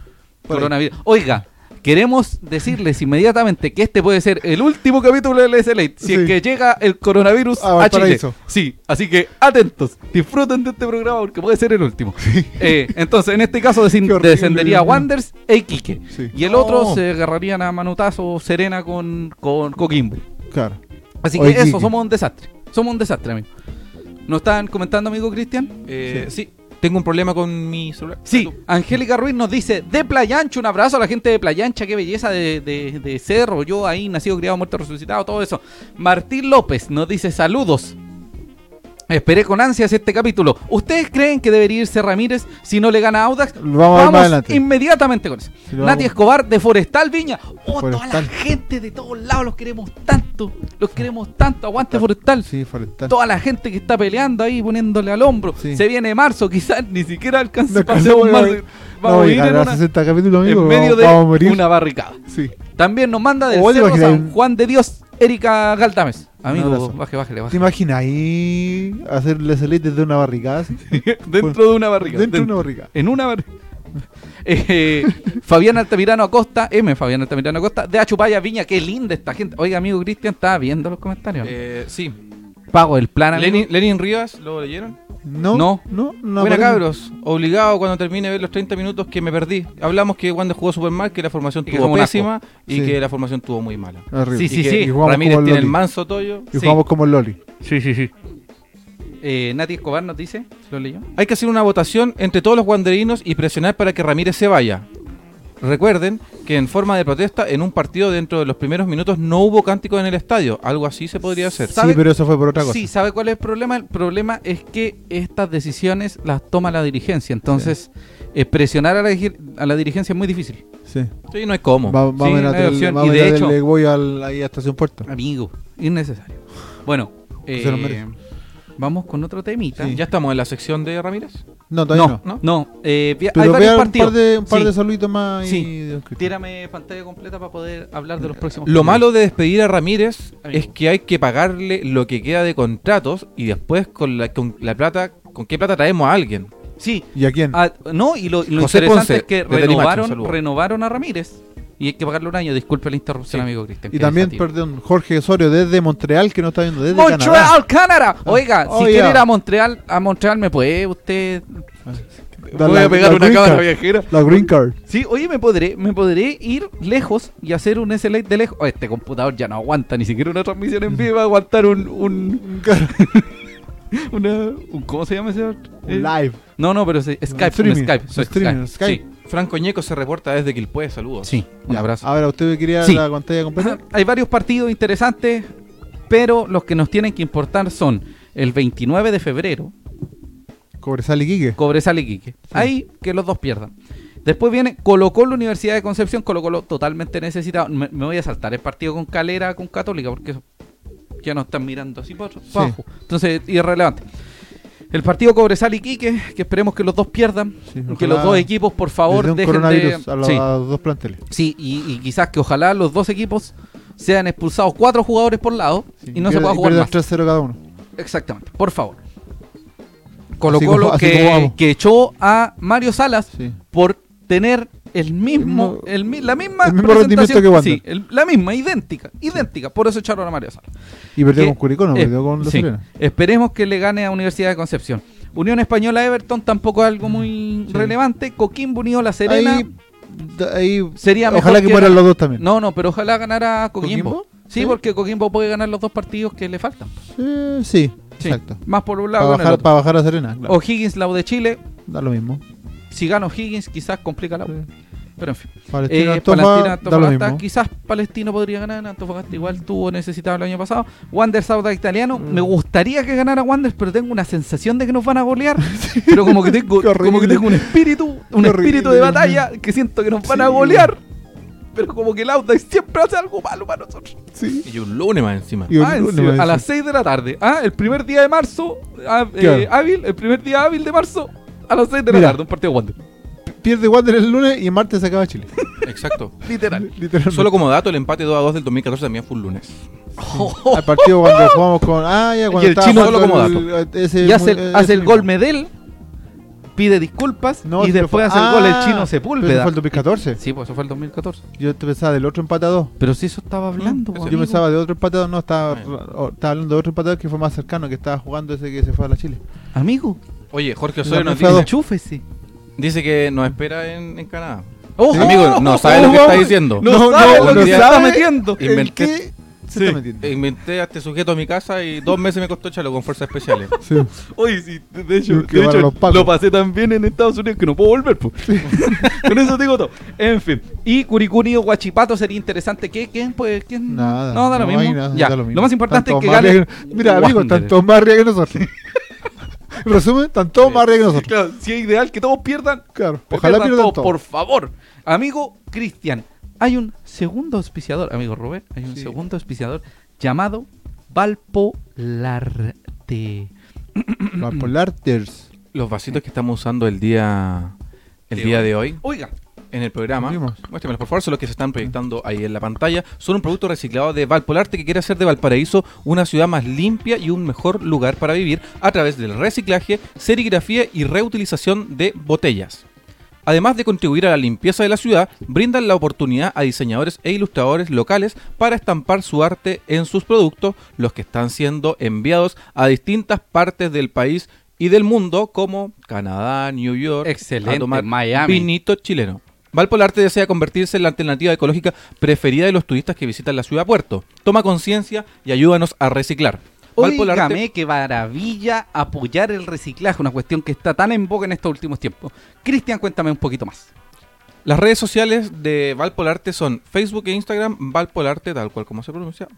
A: ahí.
B: Coronavirus. Oiga, queremos decirles inmediatamente que este puede ser el último capítulo del SLA si es
A: Sí. Ah,
B: que llega el coronavirus
A: A
B: a, Chile.
A: Valparaíso.
B: Sí, así que atentos, disfruten de este programa porque puede ser el último. Eh, entonces, en este caso desin-
A: Qué horrible.
B: descendería Wanders e Iquique.
A: Sí. Oh,
B: Y el otro
C: No.
B: se agarrarían a manotazo Serena con, con Coquimbo.
A: Claro.
B: Así
A: Oye,
B: que eso,
A: Quique.
B: somos un desastre. Somos un desastre, amigo. ¿Nos están comentando, amigo Cristian?
C: Eh, sí. tengo un problema con mi celular. Ah,
B: Sí, Angélica Ruiz nos dice, de Playancha, un abrazo a la gente de Playancha, qué belleza de, de- de cerro, yo ahí nacido, criado, muerto, resucitado, todo eso. Martín López nos dice, saludos. Esperé con ansias este capítulo. ¿Ustedes creen que debería irse Ramírez si no le gana a Audax?
A: Lo vamos a ver más adelante.
B: inmediatamente con eso.
A: Sí, lo
B: Nati
A: vamos-
B: Escobar de Forestal Viña. Oh, toda
A: Forestal.
B: la gente de todos lados los queremos tanto. Los queremos tanto. Aguante Forestal.
A: Sí, forestal.
B: Toda la gente que está peleando ahí, poniéndole al hombro.
A: Sí.
B: Se viene marzo, quizás ni siquiera alcance
A: No
B: pasemos
A: alcanzamos,
B: marzo. Vamos a ir
A: llegar
B: en,
A: a
B: una-
A: 60 capítulos,
B: en
A: amigo.
B: medio
A: vamos,
B: de
A: vamos a morir.
B: una barricada.
A: Sí.
B: También nos manda del
A: Oh, ¿te
B: Cerro
A: imaginas?
B: San Juan de Dios, Erika Galtames. Amigo,
A: abrazo.
B: baje, bájele,
A: ¿Te
B: baje.
A: imaginas ahí hacer la salida desde una barricada? así?
B: Dentro de una barriga.
A: Dentro de una barricada.
B: En una bar- Eh, Fabián Altamirano Acosta, M. Fabián Altamirano Acosta, de Achupaya Viña, qué linda esta gente. Oiga, amigo Cristian, estaba viendo los comentarios.
C: Eh, sí.
B: Pago el plan. amigo.
C: Lenin, Lenin Rivas, ¿lo leyeron?
A: No,
B: No.
A: no, no.
C: Buena
A: aparece.
C: cabros, obligado cuando termine de ver los 30 minutos que me perdí. Hablamos que cuando jugó Superman que la formación
B: Y que
C: tuvo
B: somos un asco.
C: pésima y
A: Sí.
C: que la formación tuvo muy mala.
A: Horrible.
B: Sí, sí,
C: y que
B: sí.
A: Y jugamos
C: Ramírez
A: como el
C: tiene el
A: Loli.
C: manso toyo.
A: Y
C: Sí.
A: jugamos como el Loli.
B: Eh, Nati Escobar nos dice, ¿lo leyó?
C: Hay que hacer una votación entre todos los guanderinos y presionar para que Ramírez se vaya. Recuerden que en forma de protesta, en un partido dentro de los primeros minutos no hubo cánticos en el estadio. Algo así se podría hacer.
A: Sí,
B: ¿Sabe?
A: pero eso fue por otra cosa.
B: Sí, ¿sabe cuál es el problema? El problema es que estas decisiones las toma la dirigencia. Entonces, eh, presionar a la, digi- a la dirigencia es muy difícil.
A: Sí.
C: Sí, no hay cómo.
A: Va- Vamos
B: Sí,
A: a ver
B: no
A: a
B: hay
A: tele-
B: opción.
A: vamos
B: Y
A: a
B: de
A: ver a
B: hecho-
A: tele- voy al- ahí a Estación Puerto.
B: Amigo, innecesario. Bueno,
A: Pues se lo
B: eh,
A: merece.
B: vamos con otro temita.
A: Sí.
C: Ya estamos en la sección de Ramírez.
A: No, todavía
B: No,
A: no.
B: no, eh, vi- hay
A: Pero
B: varios
A: vea un
B: partidos.
A: par de, un par
B: Sí.
A: de saluditos más. y-
B: Sí. Tírame pantalla completa para poder hablar de los próximos.
C: Lo
B: partidos.
C: malo de despedir a Ramírez
B: Amigo.
C: es que hay que pagarle lo que queda de contratos y después con la, con la plata, ¿con qué plata traemos a alguien?
B: Sí.
A: ¿Y a quién?
B: Ah, no, y lo, y lo
C: José
B: interesante
C: Ponce,
B: es que
C: de Tenimacho, un
B: renovaron,
C: saludo.
B: renovaron a Ramírez. Y hay que pagarle un año. Disculpe la interrupción,
C: Sí.
B: amigo Cristian.
A: y
B: que
A: también,
B: desatino.
A: perdón, Jorge Osorio desde Montreal que no está viendo desde Canadá.
B: Montreal, Canadá. Oiga,
A: Oh,
B: si
A: yeah.
B: quiere ir a Montreal, a Montreal me puede usted.
A: Da
B: Voy
A: Ah, la-
B: a pegar
A: la
B: una
A: green
B: cámara
A: card.
B: viajera.
A: La Green Card.
B: Sí, oye, me podré, me podré ir lejos y hacer un SLA de lejos. Oh, este computador ya no aguanta ni siquiera una transmisión en vivo, va a aguantar un, un, Una, un- ¿Cómo se llama ese otro? Eh,
A: Live.
B: No, no, pero sí, Skype. un
A: streaming,
B: Skype. sí,
A: streaming, Skype.
B: Sí,
C: Franco Ñeco se reporta desde Quilpue, saludos.
B: Sí, un
A: Ya, Ah, pues
B: abrazo.
A: Ahora, ¿usted quería
B: Sí.
A: la pantalla completa?
B: Hay varios partidos interesantes, pero los que nos tienen que importar son el 29 de febrero,
A: Cobresal y Quique.
B: Cobresal y Quique. Ahí que los dos pierdan. Después viene Colo Colo Universidad de Concepción, Colo Colo totalmente necesitado. Me, me voy a saltar el partido con Calera, con Católica, porque eso ya nos están mirando así por abajo. Entonces, irrelevante. El partido Cobresal y Quique, que esperemos que los dos pierdan.
A: Sí,
B: que
A: ojalá
B: los dos equipos, por
A: Desde
B: favor,
A: un
B: dejen de...
A: coronavirus a, los,
B: Sí.
A: a los dos planteles.
B: Sí, y, y quizás que ojalá los dos equipos sean expulsados cuatro jugadores por lado
A: Sí,
B: y no se
A: pierde-
B: pueda jugar
A: pierde
B: más.
A: 3-0 cada uno.
B: Exactamente, por favor. Colo
A: Así
B: Colo
A: como- así como
B: que,
A: vamos.
B: que echó a Mario Salas
A: Sí.
B: por tener el mismo, el, mi- la misma
A: el mismo
B: presentación-
A: rendimiento que Wander.
B: sí, el- la misma, idéntica, idéntica. Por eso echaron a Mario Salas.
A: Y perdió
B: Que-
A: con Curicó, no
B: eh,
A: perdió con la
B: sí.
A: Serena.
B: Esperemos que le gane a Universidad de Concepción. Unión Española Everton tampoco es algo muy
A: Sí.
B: relevante. Coquimbo Unido La Serena.
A: Ahí, da- ahí-
B: Sería mejor
A: ojalá que,
B: que-
A: mueran los dos también.
B: No, no, pero ojalá ganara Coquimbo.
A: ¿Coquimbo?
B: Sí,
A: Sí.
B: porque Coquimbo puede ganar los dos partidos que le faltan.
A: Eh, sí,
B: Sí,
A: exacto.
B: Más por un
A: Para
B: lado que en el
A: bajar,
B: otro. Eh,
A: para bajar a Serena, claro.
B: O'Higgins, la U de Chile.
A: da lo mismo.
B: Si gana O'Higgins, quizás complica la U. Pero en fin.
A: Palestina,
B: Eh,
A: Antofa,
B: Palestina,
A: da lo
B: Antofagasta.
A: mismo.
B: Quizás Palestino podría ganar. Antofagasta igual tuvo necesitado el año pasado. Wander Sauda italiano.
A: Mm.
B: Me gustaría que ganara Wander, pero tengo una sensación de que nos van a golear. Pero como que tengo,
A: Qué horrible.
B: como que tengo un espíritu, un
A: Qué
B: espíritu
A: horrible.
B: de batalla que siento que nos van a
A: Sí.
B: golear. Pero como que el Audax siempre hace algo malo para nosotros.
A: Sí.
C: Y un lunes más encima.
A: Y un-
B: Ah, en
A: no
B: serio,
A: me
B: a las
A: dice.
B: 6 de la tarde. Ah, el primer día de marzo, ah, eh,
A: Claro.
B: hábil, el primer día hábil de marzo, a las 6 de la
A: Mira.
B: tarde, un partido de Wander.
A: Pierde Wander el lunes y el martes se acaba Chile.
C: Exacto.
B: Literal.
A: Literalmente.
C: Solo como dato, el empate 2 a 2 del 2014 también fue un lunes.
A: Al partido cuando jugamos con. Ah, ya, cuando
C: el
A: estaba
C: chino
A: jugando
C: solo como
A: el- eh, ese
B: y hace,
A: mu-
B: el-
A: ese
B: hace el
A: mismo.
B: gol Medel, pide disculpas
A: No,
B: y
A: si no fue-
B: después hace el gol el
A: Ah,
B: chino
A: pero eso
B: Sepúlveda.
A: fue el 2014.
B: Sí, pues eso fue el 2014.
A: Yo te pensaba del otro empate a dos.
B: Pero si eso estaba hablando, po,
C: Mm, ese-
B: amigo.
A: Yo pensaba de otro empate a dos, no, estaba,
C: Ah, ya.
A: o- estaba hablando de otro empate a dos que fue más cercano, que estaba jugando ese que se fue a la Chile.
B: Amigo,
C: Oye, Jorge Osorio nos
A: Fue a dos.
C: dice,
B: enchúfese.
C: dice que nos espera en, en Canadá.
B: ¡Ojo!
C: Amigo, no sabe lo que está diciendo.
B: Oh, No, sabe
C: no
B: lo que se está
A: sabe
B: metiendo.
A: ¿En
C: Inventé-
A: qué se está metiendo?
B: Eh,
C: Inventé a este sujeto a mi casa y dos meses me costó echarlo con fuerzas especiales.
A: Sí.
B: Oye, sí, de hecho,
A: Yo que
B: de
A: van
B: hecho,
A: a los pacos.
B: lo pasé tan bien en Estados Unidos que no puedo volver. po. Con eso digo todo. En fin. Y Curicuni o Guachipato sería interesante. ¿Qué, ¿Quién? Pues, ¿quién?
A: Nada.
B: No, da lo
A: hay
B: mismo.
A: nada,
B: ya.
A: da
B: lo,
A: mismo.
B: más importante
A: Tanto
B: es que
A: más
B: gane.
A: arriba que- Mira, amigo,
B: Wander.
A: tanto más arriba que nosotros. Resumen, tanto más arriba que nosotros.
B: Claro, si es ideal que todos pierdan.
A: Claro,
B: pero
A: ojalá pierdan
B: todos,
A: todo.
B: Por favor. Amigo Cristian, hay un segundo auspiciador. Amigo Robert, hay un
A: Sí.
B: segundo auspiciador llamado Valpolarte.
A: Los Polarters.
C: Los vasitos que estamos usando el día, el
B: De
C: día
B: hoy.
C: de hoy
B: Oiga,
C: en el programa,
A: Vimos.
C: muéstremelos por favor, son los que se están proyectando ahí en la pantalla. Son un producto reciclado de Valpolarte que quiere hacer de Valparaíso una ciudad más limpia y un mejor lugar para vivir a través del reciclaje, serigrafía y reutilización de botellas. Además de contribuir a la limpieza de la ciudad, brindan la oportunidad a diseñadores e ilustradores locales para estampar su arte en sus productos, los que están siendo enviados a distintas partes del país y del mundo, como Canadá, New York,
B: Excelente,
C: a tomar
B: Miami.
C: vinito chileno. Valpolarte desea convertirse en la alternativa ecológica preferida de los turistas que visitan la ciudad-puerto. Toma conciencia y ayúdanos a reciclar.
B: Óigame, qué maravilla apoyar el reciclaje, una cuestión que está tan en boga en estos últimos tiempos. Cristian, cuéntame un poquito más.
C: Las redes sociales de Valpolarte son Facebook e Instagram, Valpolarte, tal cual como se pronuncia,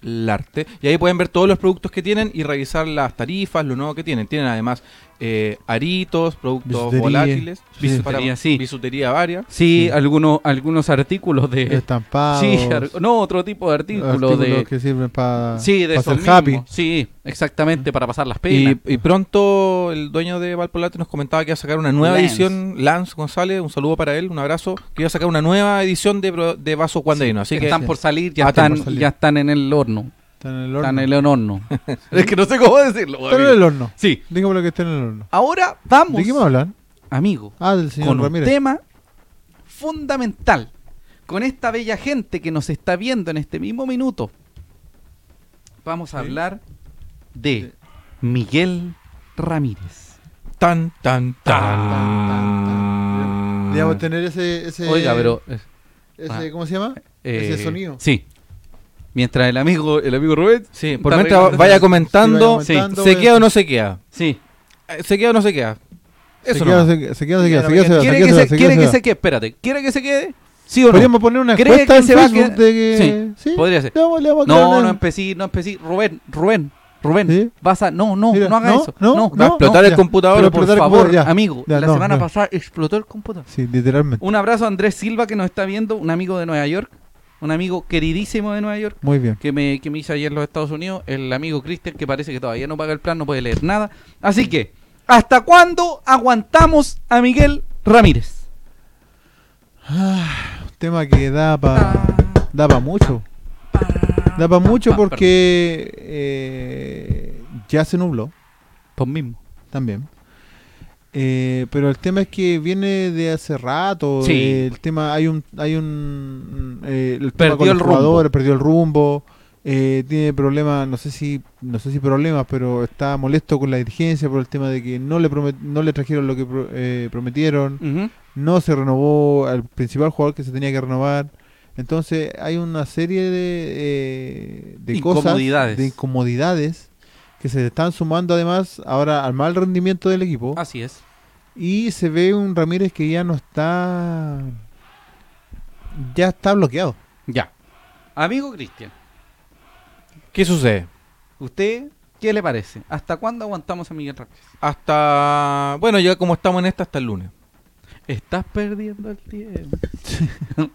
C: Valpolarte. Y ahí pueden ver todos los productos que tienen y revisar las tarifas, lo nuevo que tienen. Tienen además eh, aritos, productos
A: Bisutería.
C: volátiles,
A: Sí.
B: Bisutería, sí.
C: bisutería varia.
B: Sí, Algunos, algunos artículos de...
A: Estampados.
B: Eh, Sí, ar- no, otro tipo de artículos, de...
A: que sirven para
B: Sí, de esos
A: ser happy.
B: mismos. Sí, exactamente, para pasar las penas.
C: Y, y pronto el dueño de Valpolarte nos comentaba que iba a sacar una nueva
B: Lance.
C: edición, Lance González, un saludo para él, un abrazo, que iba a sacar una nueva edición de, pro- de Vaso Cuandeino. Así que
B: están por salir, ya
C: Ah,
B: están,
C: están
A: por salir.
B: ya están en el horno.
A: Están en el horno.
B: Están en el horno. es que no sé cómo decirlo.
A: Están en
B: amigo.
A: el horno.
B: Sí.
A: Dígame lo que está en el horno.
B: Ahora vamos,
A: ¿De qué me hablan?
B: amigo.
A: Ah, del señor
B: con
A: Ramírez.
B: un tema fundamental con esta bella gente que nos está viendo en este mismo minuto. Vamos a hablar de Miguel Ramírez.
C: tan, tan,
A: Tan,
B: Ah.
C: tan.
A: tan, tan, tan. Digamos, tener ese, ese,
B: Oiga, pero eh,
A: ese ¿cómo se llama?
B: eh,
A: ese sonido.
B: Sí. Mientras el amigo, el amigo Rubén.
C: Sí, por
B: está
C: mientras
B: arreglando-
C: vaya
A: Si
C: comentando,
A: vaya comentando, voy
C: se
A: a-
C: queda o no se queda.
B: Sí.
C: Eh, ¿Se queda o no se queda?
A: Se
C: Eso
A: queda,
C: no.
A: se queda, se queda,
D: Ya,
A: se queda,
D: no
A: se
D: me
A: queda, se
D: queda.
A: queda, se
B: ¿Quiere
A: quede,
B: que,
A: se
B: se,
A: queda,
B: quiere
A: se
B: que
A: queda.
B: se quede? Espérate. ¿Quiere que se quede? ¿Sí o no?
A: Podríamos poner una
B: ¿Cree
A: encuesta
B: que
A: en
B: se va a
A: Facebook
B: quedar?
A: de que...
B: Sí, podría ser.
A: Le vamos- le vamos a crear
B: No,
A: una-
B: no empecí, no empecí. Rubén, Rubén, Rubén.
A: Sí.
B: Vas a. No, no,
A: Mira,
B: no haga
A: no,
B: eso.
A: no,
B: No,
A: no,
C: Va a explotar
A: no,
C: el
A: ya.
C: computador.
A: Pero
C: por
A: explotar el
C: favor.
A: computador,
B: favor,
A: ya,
B: amigo.
A: ya,
B: la
A: no,
B: semana
A: no.
B: pasada explotó el computador.
A: Sí, literalmente.
B: Un abrazo a Andrés Silva que nos está viendo, un amigo de Nueva York, un amigo queridísimo de Nueva York.
A: Muy bien.
B: que me, que me hice ayer en los Estados Unidos, el amigo Christian, que parece que todavía no paga el plan, no puede leer nada. Así que, ¿hasta cuándo aguantamos a Miguel Ramírez?
A: Ah, Un tema que da para da pa mucho. Da para mucho
B: pa-
A: porque eh, ya se nubló
B: Pues mismo.
A: también. Eh, pero el tema es que viene de hace rato.
B: Sí.
A: eh, el tema, hay un. Hay un eh, el tema
B: Perdió
A: con los
B: el rumbo.
A: jugadores, perdió el rumbo. eh, tiene problemas, no sé si no sé si problemas, pero está molesto con la dirigencia por el tema de que no le promet- no le trajeron lo que pro- eh, prometieron no se renovó al principal jugador que se tenía que renovar. Entonces hay una serie de, eh, de cosas,
B: Incomodidades.
A: de incomodidades que se están sumando además ahora al mal rendimiento del equipo.
B: Así es.
A: Y se ve un Ramírez que ya no está... Ya está bloqueado.
B: Ya. Amigo Cristian,
C: ¿Qué sucede?
B: ¿usted qué le parece? ¿Hasta cuándo aguantamos a Miguel Ramírez?
C: Hasta. Bueno, ya como estamos en esta, hasta el lunes.
B: Estás perdiendo el tiempo.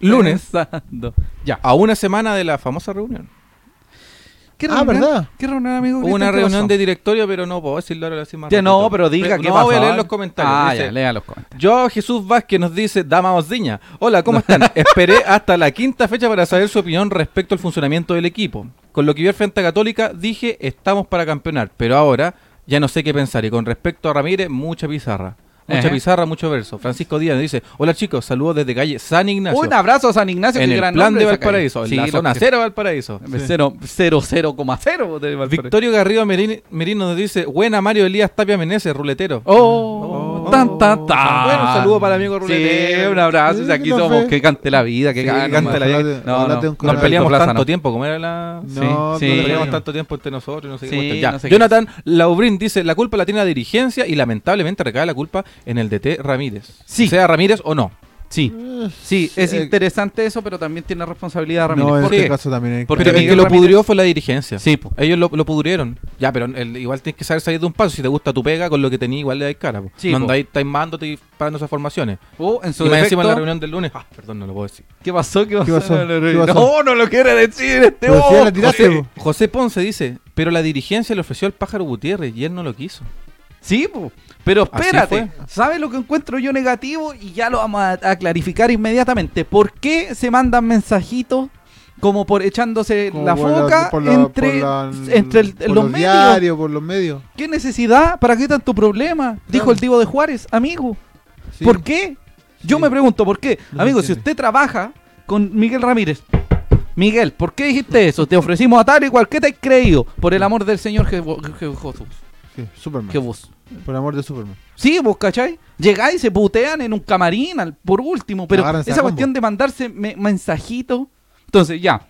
C: Lunes.
B: Pensando. Ya.
C: A una semana de la famosa reunión.
B: ¿Qué
A: Ah, ¿verdad?
B: ¿Qué reunión, amigo
C: Hubo
B: Cristian?
C: una
B: ¿Qué
C: reunión
B: pasó?
C: de directorio, pero no puedo decirlo ahora así más
B: Ya,
C: ratito.
B: no, pero diga qué
C: no,
B: pasó.
C: voy a leer los comentarios.
B: Ah,
C: Dice,
B: ya, lea los comentarios.
C: Yo, Jesús Vázquez, nos dice Dama Osdiña. Hola, ¿cómo están? Esperé hasta la quinta fecha para saber su opinión respecto al funcionamiento del equipo. Con lo que vi al frente a Católica, dije estamos para campeonar, pero ahora ya no sé qué pensar. Y con respecto a Ramírez, mucha pizarra. Mucha
B: Ajá.
C: pizarra, mucho verso. Francisco Díaz nos dice: Hola chicos, saludos desde calle San Ignacio.
B: Un abrazo a San Ignacio,
C: en
B: que
C: el
B: gran
C: plan
B: nombre
C: de
B: esa calle.
C: Valparaíso,
B: Sí,
C: en la
B: lo
C: zona
B: que-
C: cero de Valparaíso.
B: Cero, cero, cero coma cero de Valparaíso.
C: Victorio Garrido Merin- Merino nos dice: Buena Mario Elías Tapia Meneses, ruletero.
B: Oh,
C: Oh.
B: tan, tan, tan.
C: Bueno, un saludo para el amigo
B: Sí,
C: Ruletero.
B: un abrazo. y
A: Sí,
B: aquí
A: no
B: somos
A: fue.
B: que cante la vida, que
A: Sí,
B: gane,
A: cante
B: nomás.
A: la vida.
B: No,
A: Ojalá te-
B: no,
A: ojalá
C: Nos
A: Alberto
C: peleamos
B: Plaza,
C: tanto
B: no.
C: tiempo, ¿cómo era la.?
A: No,
B: Sí,
A: no
B: sí.
A: le
C: Peleamos
A: creo.
C: tanto tiempo entre nosotros, no sé qué
B: Sí,
C: cuestión. Ya.
B: no sé qué
C: Jonathan Laubrín dice, la culpa la tiene la dirigencia y lamentablemente recae la culpa en el DT Ramírez.
B: Sí.
C: Sea Ramírez o no.
B: Sí, sí, es
A: Eh,
B: interesante eso, pero también tiene responsabilidad Ramírez.
A: No, en
B: ¿Por
A: este
B: qué?
A: caso también es-
B: Porque
C: Pero el
B: Miguel
C: que lo
B: Ramírez-
C: pudrió fue la dirigencia.
B: Sí, po.
C: Ellos lo, lo pudrieron. Ya, pero el- igual tienes que saber salir de un paso. Si te gusta tu pega, con lo que tenías, igual le dais cara. po.
B: Sí,
C: no
B: po.
C: andáis timándote y parando esas formaciones.
B: Oh, en su
C: y más encima en la
B: defecto-
C: reunión del lunes. Ah, perdón, no lo puedo decir.
B: ¿Qué pasó? ¿Qué pasó?
A: pasó? ¿Qué pasó?
B: No, no lo quiere decir este
A: Pero si ya la
B: bobo.
A: tiraste, po.
C: José Ponce dice, pero la dirigencia le ofreció al pájaro Gutiérrez y él no lo quiso.
B: Sí, po. pero
C: Así
B: espérate.
C: fue.
B: ¿Sabes lo que encuentro yo negativo? Y ya lo vamos a, a clarificar inmediatamente. ¿Por qué se mandan mensajitos como por echándose
A: como
B: Eh, la
A: por la-
B: foca
A: por la-
B: entre,
A: por la-
B: entre el-
A: por
B: los, medios?
A: diarios, por los medios.
B: ¿Qué necesidad? ¿Para qué tanto problema? Dijo el Divo de Juárez, amigo.
A: Sí.
B: ¿Por qué? Yo
A: Sí.
B: me pregunto, ¿por qué?
A: No
B: amigo, si
A: entiendo.
B: usted trabaja con Miguel Ramírez. Miguel, ¿por qué dijiste eso? Te ofrecimos a tal y cual. ¿Qué te has creído? Por el amor del Señor Je- Je- Je- Jesús.
A: Sí, Superman.
B: Que vos.
A: Por amor de Superman.
B: Sí, vos, ¿cachai? Llegáis y se putean en un camarín, al- por último. Pero
A: Agárrense a
B: esa
A: combo.
B: cuestión de mandarse me- mensajitos. Entonces, ya.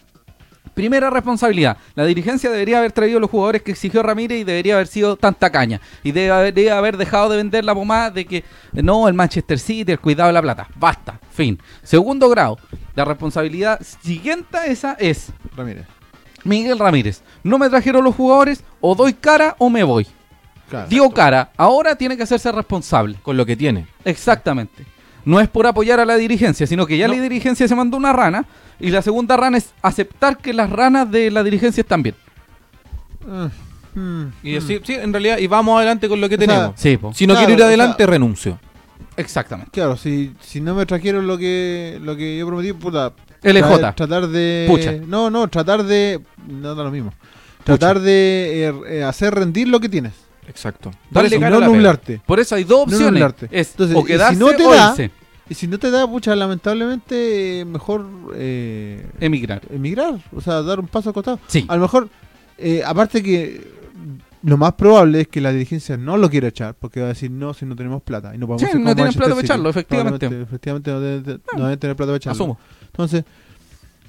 B: Primera responsabilidad. La dirigencia debería haber traído los jugadores que exigió Ramírez y debería haber sido tanta caña. Y debería haber dejado de vender la pomada de que no, el Manchester City, el cuidado de la plata. Basta. Fin. Segundo grado. La responsabilidad siguiente a esa es
A: Ramírez.
B: Miguel Ramírez. No me trajeron los jugadores, o doy cara o me voy.
A: Claro.
B: Dio cara. Ahora tiene que hacerse responsable.
C: Con lo que tiene.
B: Exactamente. No es por apoyar a la dirigencia, sino que ya
C: No.
B: la dirigencia se mandó una rana y la segunda rana es aceptar que las ranas de la dirigencia están bien.
A: Ah, mm,
C: Y
A: mm.
C: decir, sí, en realidad, y vamos adelante con lo que
A: O sea,
C: tenemos.
B: Sí,
C: si no
A: Claro,
C: quiero ir
A: o sea-
C: adelante, renuncio.
B: exactamente.
A: Claro, si, si no me trajeron lo que lo que yo prometí, puta.
B: LJ.
A: tra- Tratar de.
B: Pucha.
A: No, no, tratar de. No da lo mismo. Tratar de eh, eh, hacer rendir lo que tienes.
C: Exacto.
A: Por eso,
C: cara a
A: no
C: la pega.
A: nublarte.
B: Por eso hay dos
A: No, no,
B: opciones.
A: Larte.
B: es
A: Entonces, y
B: o
A: si
B: quedarse
A: no te
B: o
A: da-
B: irse.
A: Y si no te da, pucha, lamentablemente, eh, mejor. eh,
B: emigrar.
A: emigrar. O sea, dar un paso al costado.
B: Sí.
A: A lo mejor. eh, aparte que. Lo más probable es que la dirigencia no lo quiera echar, porque va a decir no si no tenemos plata. Y no podemos
B: Sí,
A: hacer
B: no
A: como
B: tienen
A: Manchester
B: plata para
A: City.
B: echarlo, efectivamente.
A: Probablemente, Efectivamente, no deben, no deben tener plata para echarlo.
B: Asumo.
A: Entonces,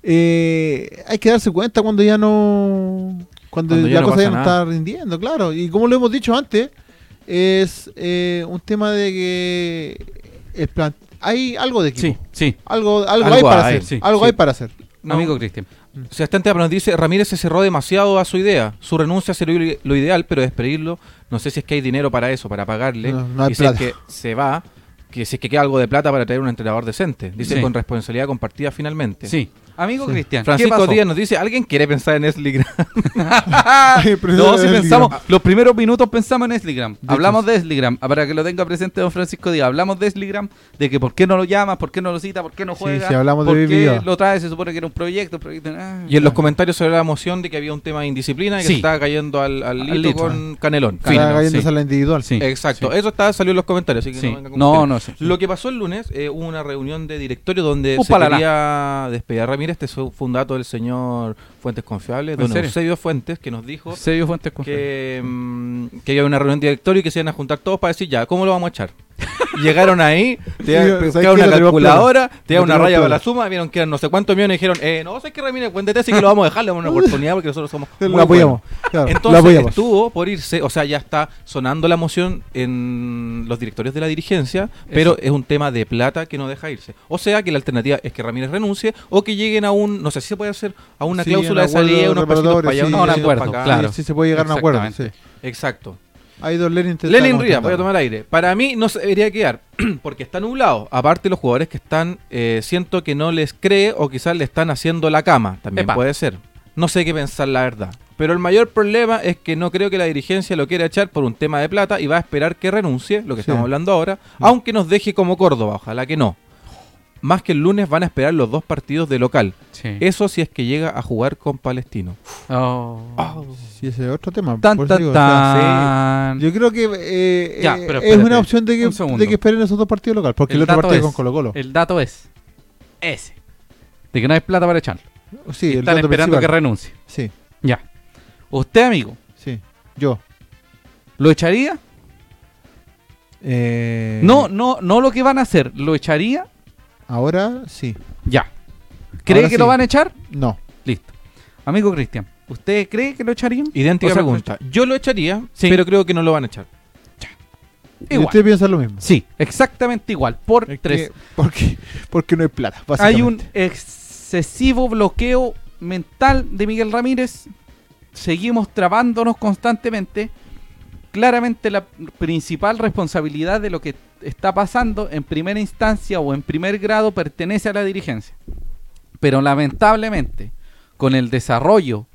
A: eh, hay que darse cuenta cuando ya no. Cuando,
D: Cuando ya
A: la
D: no
A: cosa ya
D: pasa
A: no
D: nada.
A: está rindiendo, claro. Y como lo hemos dicho antes, es eh, un tema de que. el plan- hay algo de equipo.
B: Sí, sí.
A: Algo, algo,
C: Algo
A: hay para
C: hay,
A: hacer.
C: sí,
A: algo
C: sí.
A: hay para hacer.
C: No.
B: Amigo Cristian.
C: O sea, Estante nos dice, Ramírez se cerró demasiado a su idea. Su renuncia sería lo ideal, pero despedirlo, no sé si es que hay dinero para eso, para pagarle.
A: No, no hay
C: y si es
A: plata.
C: que se va, que si es que queda algo de plata para traer un entrenador decente. Dice,
B: Sí.
C: con responsabilidad compartida finalmente.
B: Sí. Amigo
A: Sí.
B: Cristian. ¿qué
C: Francisco
B: pasó?
C: Díaz nos dice, ¿alguien quiere pensar en Esli Graham?
B: No, si pensamos, los primeros minutos pensamos en Esligram. Hablamos de Esligram. Ah, Para que lo tenga presente don Francisco Díaz, hablamos de Esligram, de que por qué no lo llamas, por qué no lo cita, por qué no
A: Sí,
B: juega,
A: sí, hablamos de
B: por
A: Bibi
B: qué
A: Díaz.
B: lo trae, se supone que era un proyecto, proyecto, ah,
C: Y en los
B: ah.
C: comentarios sobre la moción de que había un tema de indisciplina y que
B: Sí.
C: se estaba cayendo al, al
B: Al
C: lito
B: lito.
C: con Canelón.
B: Fin,
A: Estaba cayéndose
B: sí.
A: a la individual.
B: Sí.
C: Exacto, eso está, salió en los comentarios, así que
B: Sí.
C: no venga con
B: No,
C: cuestiones.
B: no, sí.
C: Lo que pasó el lunes, eh, hubo una reunión de directorio donde
B: Upalala.
C: se quería despedir a Ramírez, este fue fue un dato del señor Fuentes Confiable,
B: ¿En
C: don
B: serio?
C: Eusebio Fuentes, que nos dijo
A: Pues,
B: Sebio Fuentes Confiable.
C: que, mm, que había una reunión de directorio y que se iban a juntar todos para decir, ya, ¿cómo lo vamos a echar? Llegaron ahí, te
A: Y,
C: dieron
A: ¿sabes qué?
C: te dieron una
A: Lo tenemos
C: calculadora, te dieron
A: Lo
C: una
A: tenemos
C: raya para la
A: claro.
C: suma, vieron que eran no sé cuántos millones y dijeron, eh, no, sé que Ramírez, cuéntate, así que lo vamos a dejar, le damos una oportunidad porque nosotros somos muy
A: Lo apoyamos.
C: buenos".
A: claro, lo
C: Entonces
A: apoyamos.
C: estuvo por irse, o sea, ya está sonando la moción en los directorios de la dirigencia, pero es un tema de plata que no deja irse. O sea, que la alternativa es que Ramírez renuncie o que lleguen a un, no sé si se puede hacer, a una
A: Sí,
C: cláusula de
A: un acuerdo
C: salida, unos pasitos
A: reparadores,
C: para allá,
A: sí,
C: unos
B: No, un
C: pasitos para
B: acuerdo,
C: acá.
B: claro.
A: Sí, sí se puede llegar a un acuerdo. sí.
B: Exactamente.
C: Exacto.
A: Hay dos Lenin intentando
C: Lenin Ría, voy a
A: intentarlo.
C: tomar aire. Para mí no se debería quedar, porque está nublado. Aparte, los jugadores que están, eh, siento que no les cree o quizás le están haciendo la cama. También
B: Epa.
C: puede ser. No sé qué pensar, la verdad. Pero el mayor problema es que no creo que la dirigencia lo quiera echar por un tema de plata y va a esperar que renuncie, lo que
A: Sí.
C: estamos hablando ahora,
B: Mm.
C: aunque nos deje como Córdoba, ojalá que no. Más que el lunes van a esperar los dos partidos de local.
B: Sí.
C: Eso si es que llega a jugar con Palestino.
B: Oh.
A: Sí, ese es otro tema.
B: Tan,
A: por eso
B: tan,
A: digo, o sea,
B: tan.
A: Yo creo que eh,
B: Ya,
A: eh,
B: pero
A: es
B: espérate,
A: una opción de que,
B: un segundo.
A: de que esperen esos dos partidos locales, porque el,
B: El
A: otro
B: dato
A: partido es
B: es-
A: con Colo Colo.
B: El dato es ese. De que no hay plata para echarlo.
A: sí, el
B: Están
A: dato
B: esperando que
A: principal.
B: renuncie.
A: Sí,
B: Ya. Usted, amigo,
A: sí, yo.
B: ¿lo echaría?
A: Eh,
B: No, no, no lo que van a hacer. ¿Lo echaría?
A: Ahora sí,
B: Ya. ¿Cree
A: Ahora
B: que
A: sí.
B: lo van a echar?
A: no.
B: Listo. Amigo Cristian, ¿usted cree que lo echarían?
C: Idéntica
B: O sea,
C: pregunta. Yo lo echaría,
B: Sí.
C: pero creo que no lo van a echar.
A: Y
B: Igual.
A: usted piensa lo mismo.
B: Sí, exactamente igual. Por
A: Es
B: tres.
A: que- porque, porque no hay plata,
B: Hay un
A: básicamente.
B: excesivo bloqueo mental de Miguel Ramírez. Seguimos trabándonos constantemente. Claramente la principal responsabilidad de lo que está pasando en primera instancia o en primer grado pertenece a la dirigencia. Pero lamentablemente, con el desarrollo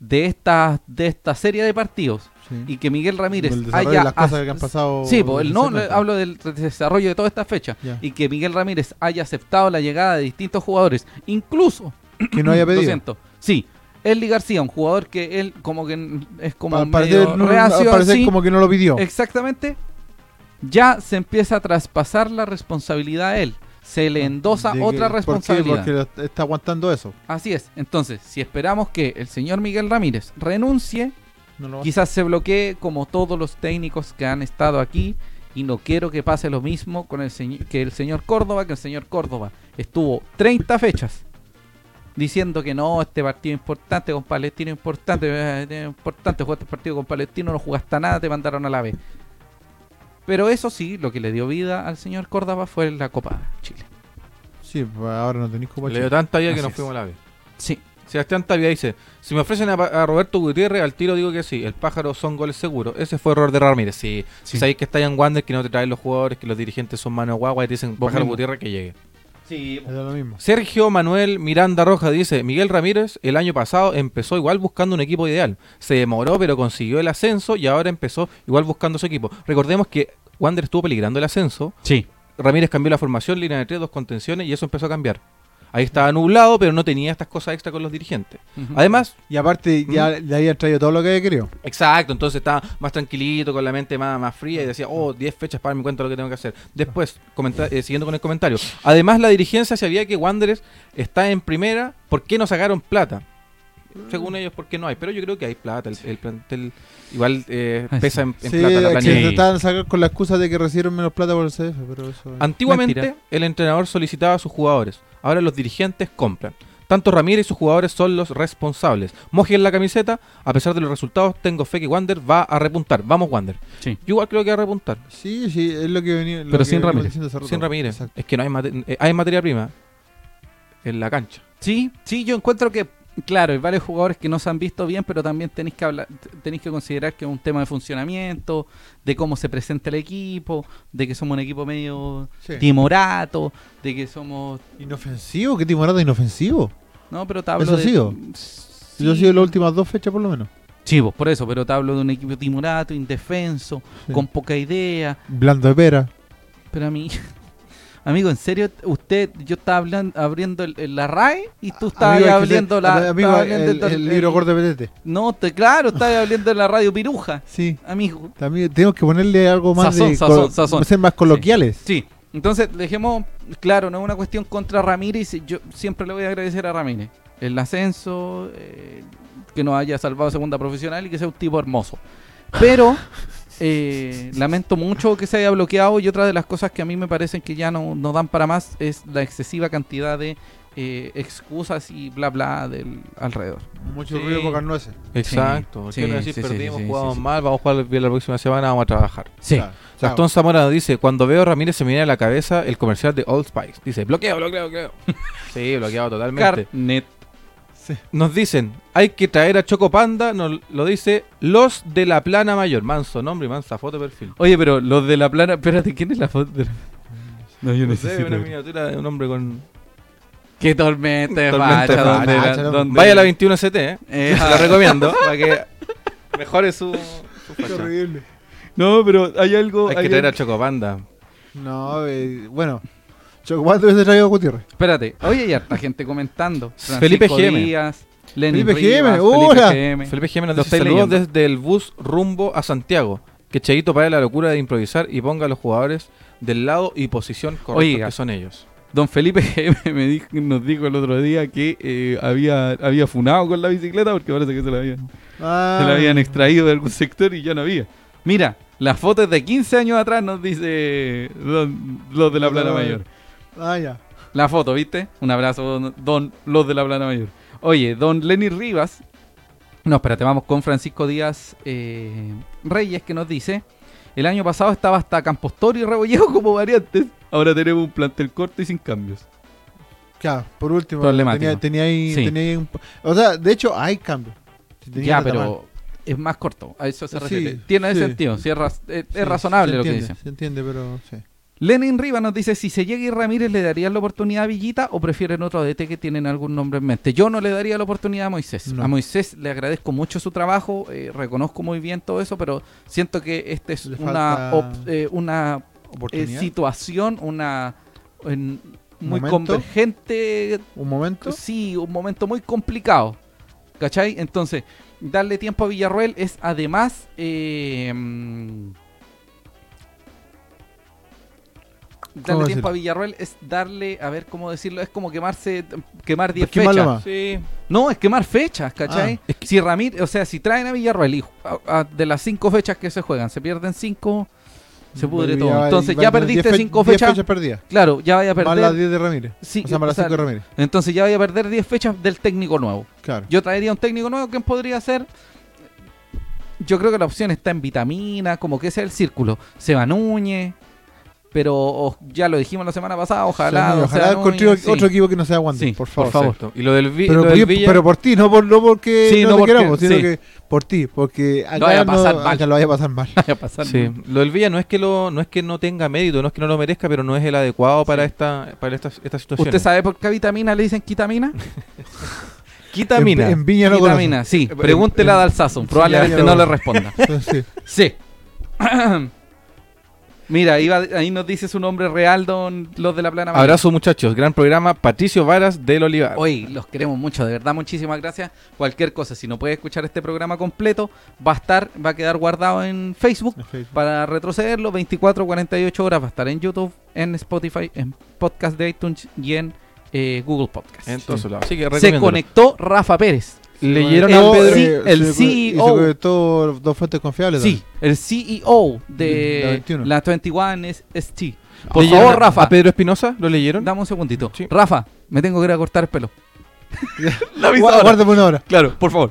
B: de esta, de esta serie de partidos
A: Sí.
B: y que Miguel Ramírez
A: El desarrollo de
B: haya
A: las cosas
B: ac-
A: que han pasado
B: Sí, po, el- no,
A: recientemente.
B: hablo del desarrollo de toda esta fecha
A: Ya.
B: y que Miguel Ramírez haya aceptado la llegada de distintos jugadores, incluso
A: que no haya
B: lo
A: pedido.
B: siento, sí, Eli García, un jugador que él como que n- es como
A: Pa-
B: medio
A: parecer- no-
B: reacio,
A: parecer
B: así,
A: como que no lo pidió.
B: exactamente, ya se empieza a traspasar la responsabilidad a él, se le endosa
A: Ah, De que-
B: otra
A: ¿por qué?
B: responsabilidad.
A: Porque lo- está aguantando eso.
B: Así es, entonces, si esperamos que el señor Miguel Ramírez renuncie,
A: No lo va a
B: Quizás se bloquee como todos los técnicos que han estado aquí y no quiero que pase lo mismo con el señ- que el señor Córdoba, que el señor Córdoba estuvo 30 fechas diciendo que no, este partido es importante con Palestino es importante, eh, es importante jugaste el partido con Palestino, no jugaste a nada, te mandaron a la B. Pero eso sí, lo que le dio vida al señor Córdoba fue la Copa Chile.
A: Sí, pues ahora no tenéis copa.
C: Le dio tanta vida que
B: Así
C: nos
B: es.
C: fuimos a la vez.
B: Sí,
C: Sebastián Tavia dice, si me ofrecen a, pa- a Roberto Gutiérrez, al tiro digo que sí, el pájaro son goles seguros. Ese fue error de Ramírez. Sí,
B: Sí.
C: si sabéis que está en Wander, que no te traen los jugadores, que los dirigentes son mano guagua y te dicen,
B: Vos
C: pájaro
B: mismo.
C: Gutiérrez que llegue.
A: Le da lo mismo.
C: Sergio Manuel Miranda Roja dice, Miguel Ramírez el año pasado empezó igual buscando un equipo ideal. Se demoró pero consiguió el ascenso y ahora empezó igual buscando su equipo. Recordemos que Wander estuvo peligrando el ascenso
B: sí.
C: Ramírez cambió la formación, línea de tres, dos contenciones y eso empezó a cambiar. Ahí estaba nublado, pero no tenía estas cosas extra con los dirigentes.
B: Ujú.
C: Además,
A: Y aparte, ya le habían traído todo lo que había querido.
C: exacto, entonces estaba más tranquilito, con la mente más, más fría y decía, oh, 10 fechas para darme cuenta de lo que tengo que hacer. Después, comenta- eh, siguiendo con el comentario, además la dirigencia sabía que Wanderers está en primera, ¿por qué no sacaron plata? Según ellos, ¿por qué no hay? Pero yo creo que hay plata, el, el plantel igual eh,
B: Ay,
C: pesa en, en
A: sí,
C: plata la
A: es que
C: planilla.
A: se estaban sacando con la excusa de que recibieron menos plata por el CF, pero eso.
C: Antiguamente
B: Mentira.
C: el entrenador solicitaba a sus jugadores, ahora los dirigentes compran. Tanto Ramírez y sus jugadores son los responsables. Mojen la camiseta, a pesar de los resultados, tengo fe que Wander va a repuntar. Vamos, Wander.
B: Sí.
C: Yo igual creo que va a repuntar.
A: Sí, sí, es lo que venía. lo
B: Pero
A: que
B: sin
A: venimos
B: Ramírez,
A: diciendo hace rato.
C: Sin Ramírez.
A: Exacto.
C: Es que no hay, mate- eh, hay materia prima en la cancha.
D: Sí, sí, yo encuentro que
B: Claro, hay varios jugadores que no se han visto bien, pero también tenéis que hablar, tenéis que considerar que es un tema de funcionamiento, de cómo se presenta el equipo, de que somos un equipo medio
A: Sí.
B: timorato, de que somos
A: Inofensivo, qué timorado inofensivo.
B: no, pero te hablo
A: ¿Eso ha
B: de
A: sido?
B: Sí.
A: Yo he sido las últimas dos fechas por lo menos.
B: Sí, pues, por eso, pero te hablo de un equipo timorato, indefenso,
A: Sí.
B: con poca idea,
A: Blando de pera.
B: pero a mí Amigo, en serio, usted, yo estaba hablan- abriendo el- el- la RAE y tú estabas
A: Amigo, es que
B: abriendo
A: se-
B: la...
A: a- Amigo,
B: estabas
A: el,
B: abriendo
A: el libro gordo de Petete.
B: No, te, claro, estabas abriendo la radio piruja,
A: Sí.
B: amigo.
A: También tenemos que ponerle algo más
B: Sazón,
A: de
B: sazón,
A: col-
B: sazón.
A: ser más coloquiales.
B: Sí, entonces dejemos, claro, no es una cuestión contra Ramírez. Yo siempre le voy a agradecer a Ramírez el ascenso, eh, que nos haya salvado segunda profesional y que sea un tipo hermoso. Pero eh, lamento mucho que se haya bloqueado y otra de las cosas que a mí me parecen que ya no, no dan para más es la excesiva cantidad de eh, excusas y bla bla del alrededor.
A: Mucho
C: Sí.
A: ruido, pocas nueces.
C: Exacto.
B: sí,
C: Quiero decir,
B: sí, sí,
C: perdimos,
B: sí, sí,
C: jugamos
B: sí.
C: mal, vamos a jugar bien la próxima semana, vamos a trabajar.
B: Sí.
A: Claro. Chao.
C: Gastón Zamora dice, cuando veo a Ramírez se me viene a la cabeza el comercial de Old Spice. Dice, bloqueo, bloqueo, bloqueo. sí, bloqueado totalmente.
B: Carnet.
C: Nos dicen, hay que traer a Choco Panda, nos lo dice los de la plana mayor. Manso nombre y mansa foto de perfil.
B: Oye, pero los de la plana, espérate, ¿quién es la foto? de la- No, yo
C: Ustedes ven una miniatura de un hombre con...
B: Qué tormenta de
C: Tormenta de
B: facha, donde la-
A: facha,
B: donde-
C: Vaya a la 21CT, ¿eh?
B: Eh,
C: Se la recomiendo para que mejore su... su
A: Qué
C: facha.
A: horrible.
B: No, pero Oh, hay algo.
C: hay que traer a Choco Panda.
A: No, eh, bueno. Chocopán hubiese traído a Gutiérrez.
B: Espérate, oye, hay harta gente comentando. Francisco
C: Felipe GM.
B: Díaz, Lenin
A: Felipe
B: Rivas,
A: GM, hola.
B: Felipe GM.
C: Felipe Jiménez
B: Lo
C: dice
B: estáis
C: saludos
B: leyendo.
C: desde el bus rumbo a Santiago. Que Cheito pague la locura de improvisar y ponga a los jugadores del lado y posición correcta
B: Oiga.
C: que son ellos.
B: Don Felipe GM me dijo- nos dijo el otro día que eh, había, había funado con la bicicleta porque parece que se la habían,
A: Ah,
B: se la habían extraído de algún sector y ya no había. Mira, las fotos de 15 años atrás nos dice don- los de la Plana Mayor.
A: ah, ya.
B: La foto, ¿viste? Un abrazo, don, don- los de la Plana Mayor. Oye, don Lenny Rivas. No, espérate, vamos con Francisco Díaz eh, Reyes, que nos dice: El año pasado estaba hasta Campostori y Rebollejo como variantes. Ahora tenemos un plantel corto y sin cambios.
A: Claro, por último.
B: Problemático.
A: Tenía, tenía ahí,
B: Sí.
A: tenía ahí un po- O sea, de hecho, hay cambio. Si tenía
B: ya,
A: que
B: pero
A: tapar.
B: es más corto. A eso se
A: Sí,
B: refiere. Tiene
A: sí.
B: sentido. sí es, raz- es- es
A: Sí,
B: razonable
A: se
B: lo que
A: entiende,
B: dice.
A: Se entiende, pero sí.
B: Lenin Rivas nos dice: Si se llega y Ramírez, ¿le darían la oportunidad a Villita o prefieren otro DT que tienen algún nombre en mente? Yo no le daría la oportunidad a Moisés.
A: No.
B: A Moisés le agradezco mucho su trabajo, eh, reconozco muy bien todo eso, pero siento que esta es
A: Le
B: una,
A: falta
B: op- eh, una eh,
A: Oportunidad.
B: situación, una en- muy
A: Momento.
B: convergente
A: Un momento.
B: Sí, un momento muy complicado. ¿Cachai? Entonces, darle tiempo a Villarroel es además. eh, mm, darle
A: ¿Cómo
B: tiempo
A: decirlo?
B: a Villarroel es darle, a ver cómo decirlo, es como quemarse, quemar 10
A: quemarlo
B: fechas.
A: más. Ah.
C: Sí,
B: No, es quemar fechas, ¿cachai?
A: Ah,
B: Si Ramírez, o sea, si traen a Villarroel y ju- a- a- de las 5 fechas que se juegan, se pierden 5, se pudre
A: Ya
B: todo.
A: va-
B: Entonces,
A: va
B: ya
A: a tener
B: perdiste
A: diez fe-
B: 5
A: diez
B: fechas.
A: fechas perdidas.
B: Claro, ya vaya a
A: Más las
B: perder.
A: 10 de Ramírez.
B: Sí,
A: o sea, más
B: o
A: las
B: sea,
A: 5 de Ramírez.
B: Entonces ya vaya a perder 10 fechas del técnico nuevo.
A: Claro.
B: Yo traería un técnico nuevo, ¿quién podría ser? Yo creo que la opción está en vitamina, como que ese es el círculo. Seba Núñez, pero o- ya lo dijimos la semana pasada, ojalá.
A: O sea, no,
B: don
A: ojalá
B: Seba
A: encontré
B: Núñez, sí.
A: otro equipo que no sea aguante,
B: Sí,
A: por favor.
C: por favor. Y lo del, vi-
A: Pero,
C: lo
A: por,
C: del Villa...
A: pero por ti, no por no porque
B: Sí,
A: no,
B: no
A: te
B: porque-
A: queramos, sino
B: sí.
A: que por ti, porque acá,
B: vaya a
A: no-
B: pasar mal.
A: acá lo vaya a pasar mal.
B: Vaya a pasar.
C: Sí, lo del Villa no es que lo no es que no tenga mérito, no es que no lo merezca, pero no es el adecuado para esta para esta, esta situación.
B: ¿Usted sabe por qué a vitamina le dicen quitamina?
C: Quitamina.
A: En, en Viña no
B: Vitamina, sí. Pregúntela a Dalsazo, probablemente
A: Eh, ya, ya.
B: no le responda.
A: conocen. Sí.
B: Sí. Mira, ahí, va- ahí nos dice su nombre real, don, los de la plana. Mayor.
C: Abrazo muchachos, gran programa Patricio Varas del Olivar.
B: Hoy los queremos mucho, de verdad, muchísimas gracias. Cualquier cosa, si no puede escuchar este programa completo, va a estar, va a quedar guardado en Facebook
A: En Facebook.
B: para retrocederlo 24, 48 horas. Va a estar en YouTube, en Spotify, en podcast de iTunes y en eh, Google Podcast.
C: En todos
A: Sí.
C: lados. Así que
B: Se
C: recomiéndolo.
B: conectó Rafa Pérez.
C: Leyeron
B: El
C: a
B: sí-
C: Pedro
B: el
A: eh, se- y se
B: CEO.
A: conectó dos fuentes confiables.
B: Sí, el CEO de
A: La 21.
B: la 21 es ST. Por
C: ¿Leyeron
B: favor,
C: a-
B: Rafa.
C: ¿A Pedro Espinosa lo leyeron?
B: Dame un segundito.
C: Sí.
B: Rafa, me tengo que ir a cortar el pelo.
C: La misa
A: Gua-
C: ahora.
A: Guárdame una hora.
C: Claro, por favor.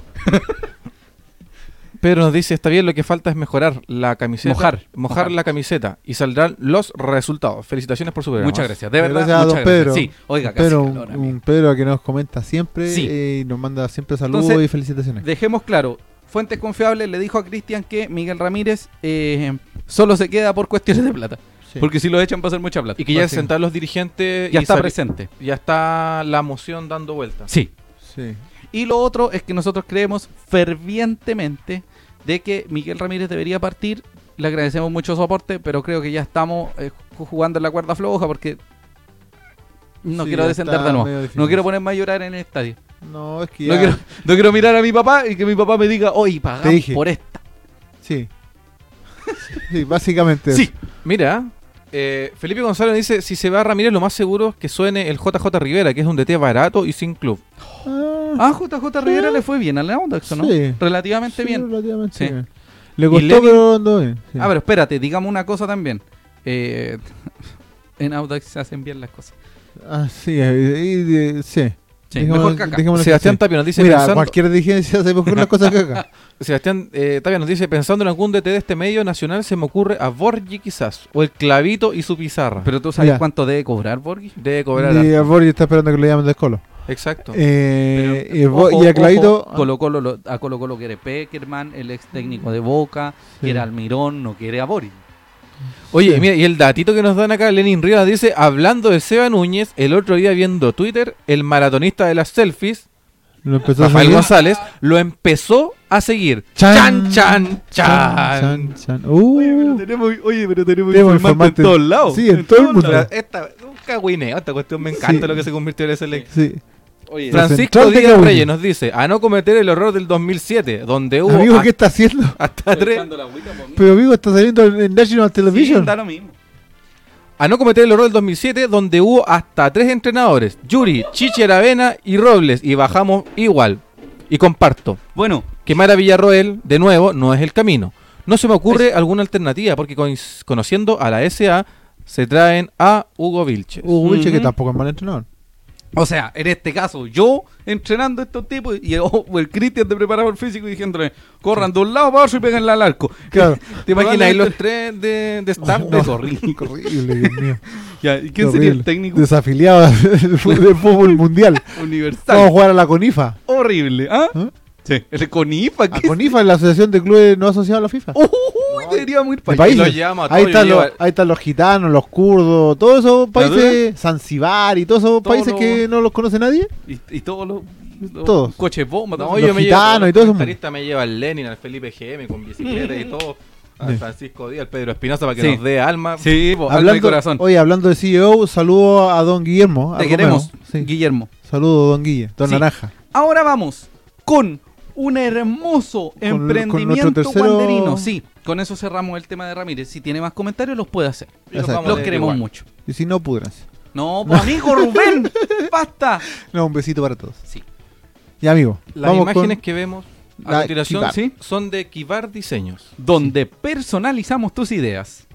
C: Pedro nos dice, está bien, lo que falta es mejorar la camiseta.
B: Mojar.
C: Mojar,
B: Mojar.
C: la camiseta y saldrán los resultados. Felicitaciones por su programa.
B: Muchas gracias, de verdad.
A: Gracias a
B: muchas
A: don Pedro.
B: gracias. Sí, oiga, casi
A: Pero
B: calor,
A: un,
B: amigo.
A: un Pedro que nos comenta siempre
B: Sí.
A: eh, y nos manda siempre saludos
B: Entonces,
A: y felicitaciones.
B: Dejemos claro, fuentes confiables le dijo a Cristian que Miguel Ramírez eh, solo se queda por cuestiones de plata.
A: Sí.
B: Porque si lo echan va a ser mucha plata.
C: Y que ya
A: Sí.
C: se sentaron los dirigentes.
B: ya
C: y
B: está
C: sali-
B: presente.
C: Ya está la moción dando vueltas.
B: Sí.
A: Sí.
B: Y lo otro es que nosotros creemos fervientemente de que Miguel Ramírez debería partir. Le agradecemos mucho su aporte, pero creo que ya estamos eh, ju- jugando en la cuerda floja porque no
A: Sí,
B: quiero
A: ya
B: descender
A: está
B: de
A: medio
B: nuevo.
A: difícil.
B: No quiero ponerme a llorar en el estadio.
A: No, es que
B: No
A: ya-
B: quiero, no quiero mirar a mi papá y que mi papá me diga, oye, pagamos
A: Te dije.
B: por esta.
A: Sí. sí, básicamente.
C: Sí. Mira, eh, Felipe González dice, si se va Ramírez, lo más seguro es que suene el JJ Rivera, que es un DT barato y sin club.
A: Ah,
B: Ah, JJ Rivera le fue bien a la onda, ¿no?
A: Sí.
B: Relativamente
A: sí,
B: bien.
A: relativamente
B: Sí.
A: bien. Le
C: Y
A: costó,
C: Levin-
A: pero andó bien. sí.
B: Ah, pero espérate, digamos una cosa también. Eh, en Audax se hacen bien las cosas.
A: Ah, sí, eh, y, eh, sí.
B: Sí,
A: Dejémoslo-
B: mejor caca.
A: dejémoslo así,
C: Sebastián
A: sí.
C: Tapia nos dice,
A: Mira,
C: pensando-
A: cualquier dirigencia se mejor las cosas que acá.
C: Sebastián eh, Tapia nos dice, pensando en algún DT de este medio nacional, se me ocurre a Borgi quizás, o el Clavito y su pizarra.
B: Pero tú sabes
A: Ya.
B: cuánto debe cobrar, Borghi. eh,
C: Debe cobrar
A: Y a
C: harto.
A: Borgi está esperando que le llamen del colo.
C: Exacto.
A: Eh, y, a Bo-
B: Ojo,
A: y a Clavito.
B: ojo, Colo Colo lo- a Colo Colo quiere Peckerman, el ex técnico de Boca,
A: Sí.
B: quiere Almirón, no quiere a Boris.
C: Oye,
A: Sí.
C: mira, y el datito que nos dan acá, Lenin Rivas dice, hablando de Seba Núñez, el otro día viendo Twitter, el maratonista de las selfies,
A: Lo empezó a
C: Rafael
A: seguir.
C: González, lo empezó a seguir.
A: Chan.
C: Chan, chan, chan.
A: Chan, chan. Uh,
B: tenemos, oye, pero tenemos
A: Tenemos informante en- Sí, en todo el mundo.
C: Ahora, Esta, un cagüineo, esta cuestión me encanta
A: Sí.
C: lo que se convirtió en ese link.
A: Sí.
B: Oye,
A: Fra-
C: Francisco
A: Central de
C: Díaz
A: Cagüín.
C: Reyes nos dice, a no cometer el error del 2007, donde hubo
A: Amigo,
C: a-
A: ¿qué está haciendo?
C: hasta tres...
A: Pero amigo, está saliendo en en National Television.
B: da lo mismo.
C: A no cometer el error del 2007, donde hubo hasta tres entrenadores: Yuri, Chichi Aravena y Robles. Y bajamos igual. Y comparto.
B: Bueno,
C: Quemar a Villarroel, de nuevo, no es el camino. No se me ocurre alguna alternativa, porque coinc- conociendo a la SA, se traen a Hugo Vilches.
A: Uh, Wilche, que
B: Ujú.
A: tampoco es mal entrenador.
B: o sea, en este caso, yo entrenando a estos tipos y oh, el Cristian de preparador físico diciéndole, corran de un lado para otro y péganle al arco.
A: Claro.
C: ¿Te imaginas ahí los
B: Probablemente-
C: tres de, de staff?
A: No,
C: de Torri-
A: qué horrible, Dios mío.
B: Ya, ¿y ¿Quién
A: Qué
B: sería el
A: horrible.
B: técnico
A: Desafiliado del fu- del fútbol mundial. Vamos a
B: universal?
A: jugar a la CONIFA.
B: Horrible, ¿ah?
A: ¿Ah?
B: Sí, el CONIFA,
A: La
B: ¿qué
A: CONIFA es la asociación de clubes no asociados a la FIFA.
B: Uy, deberíamos ir
A: De
B: para allá.
A: países.
C: lo llevamos a
A: ahí,
C: todo,
A: están
C: yo
A: los,
C: llevo-
A: ahí están los gitanos, los kurdos, todos esos países, Zanzibar y todos esos
B: Todos
A: países que no los conoce nadie.
B: Y, y todos los, los
A: Todos.
B: coches bomba.
C: No,
B: todos-
A: yo-
C: me
A: gitanos
C: llevo,
A: y todo eso.
C: comentarista me lleva al Lenin, al Felipe GM con bicicleta y todo. A
A: Sí.
C: Francisco Díaz, al Pedro Espinosa para que
B: Sí.
C: nos dé alma.
B: Sí, po, alma y
A: Hablando,
B: corazón.
A: Oye, hablando de CEO, saludo a don Guillermo. a
B: Te
A: Romeo.
B: queremos,
A: Sí.
B: Guillermo.
A: Saludo, don Guille, don
B: Sí.
A: Naranja.
B: Ahora vamos con un hermoso
A: con nuestro
B: emprendimiento
A: tercero-
B: guanderino. Sí, con eso cerramos el tema de Ramírez. Si tiene más comentarios, los puede hacer.
C: Y nos
A: Exacto.
C: vamos
B: Los
C: de
B: queremos
C: igual.
B: mucho.
A: Y si no, pudras.
B: No, pues, amigo Rubén, basta.
A: No, un besito para todos.
B: Sí.
A: Ya, amigo.
C: Las
A: vamos
C: imágenes
A: con
C: que vemos a
A: la
C: continuación
A: Kibar.
C: ¿sí? son de Kibar Diseños.
B: Donde personalizamos tus ideas.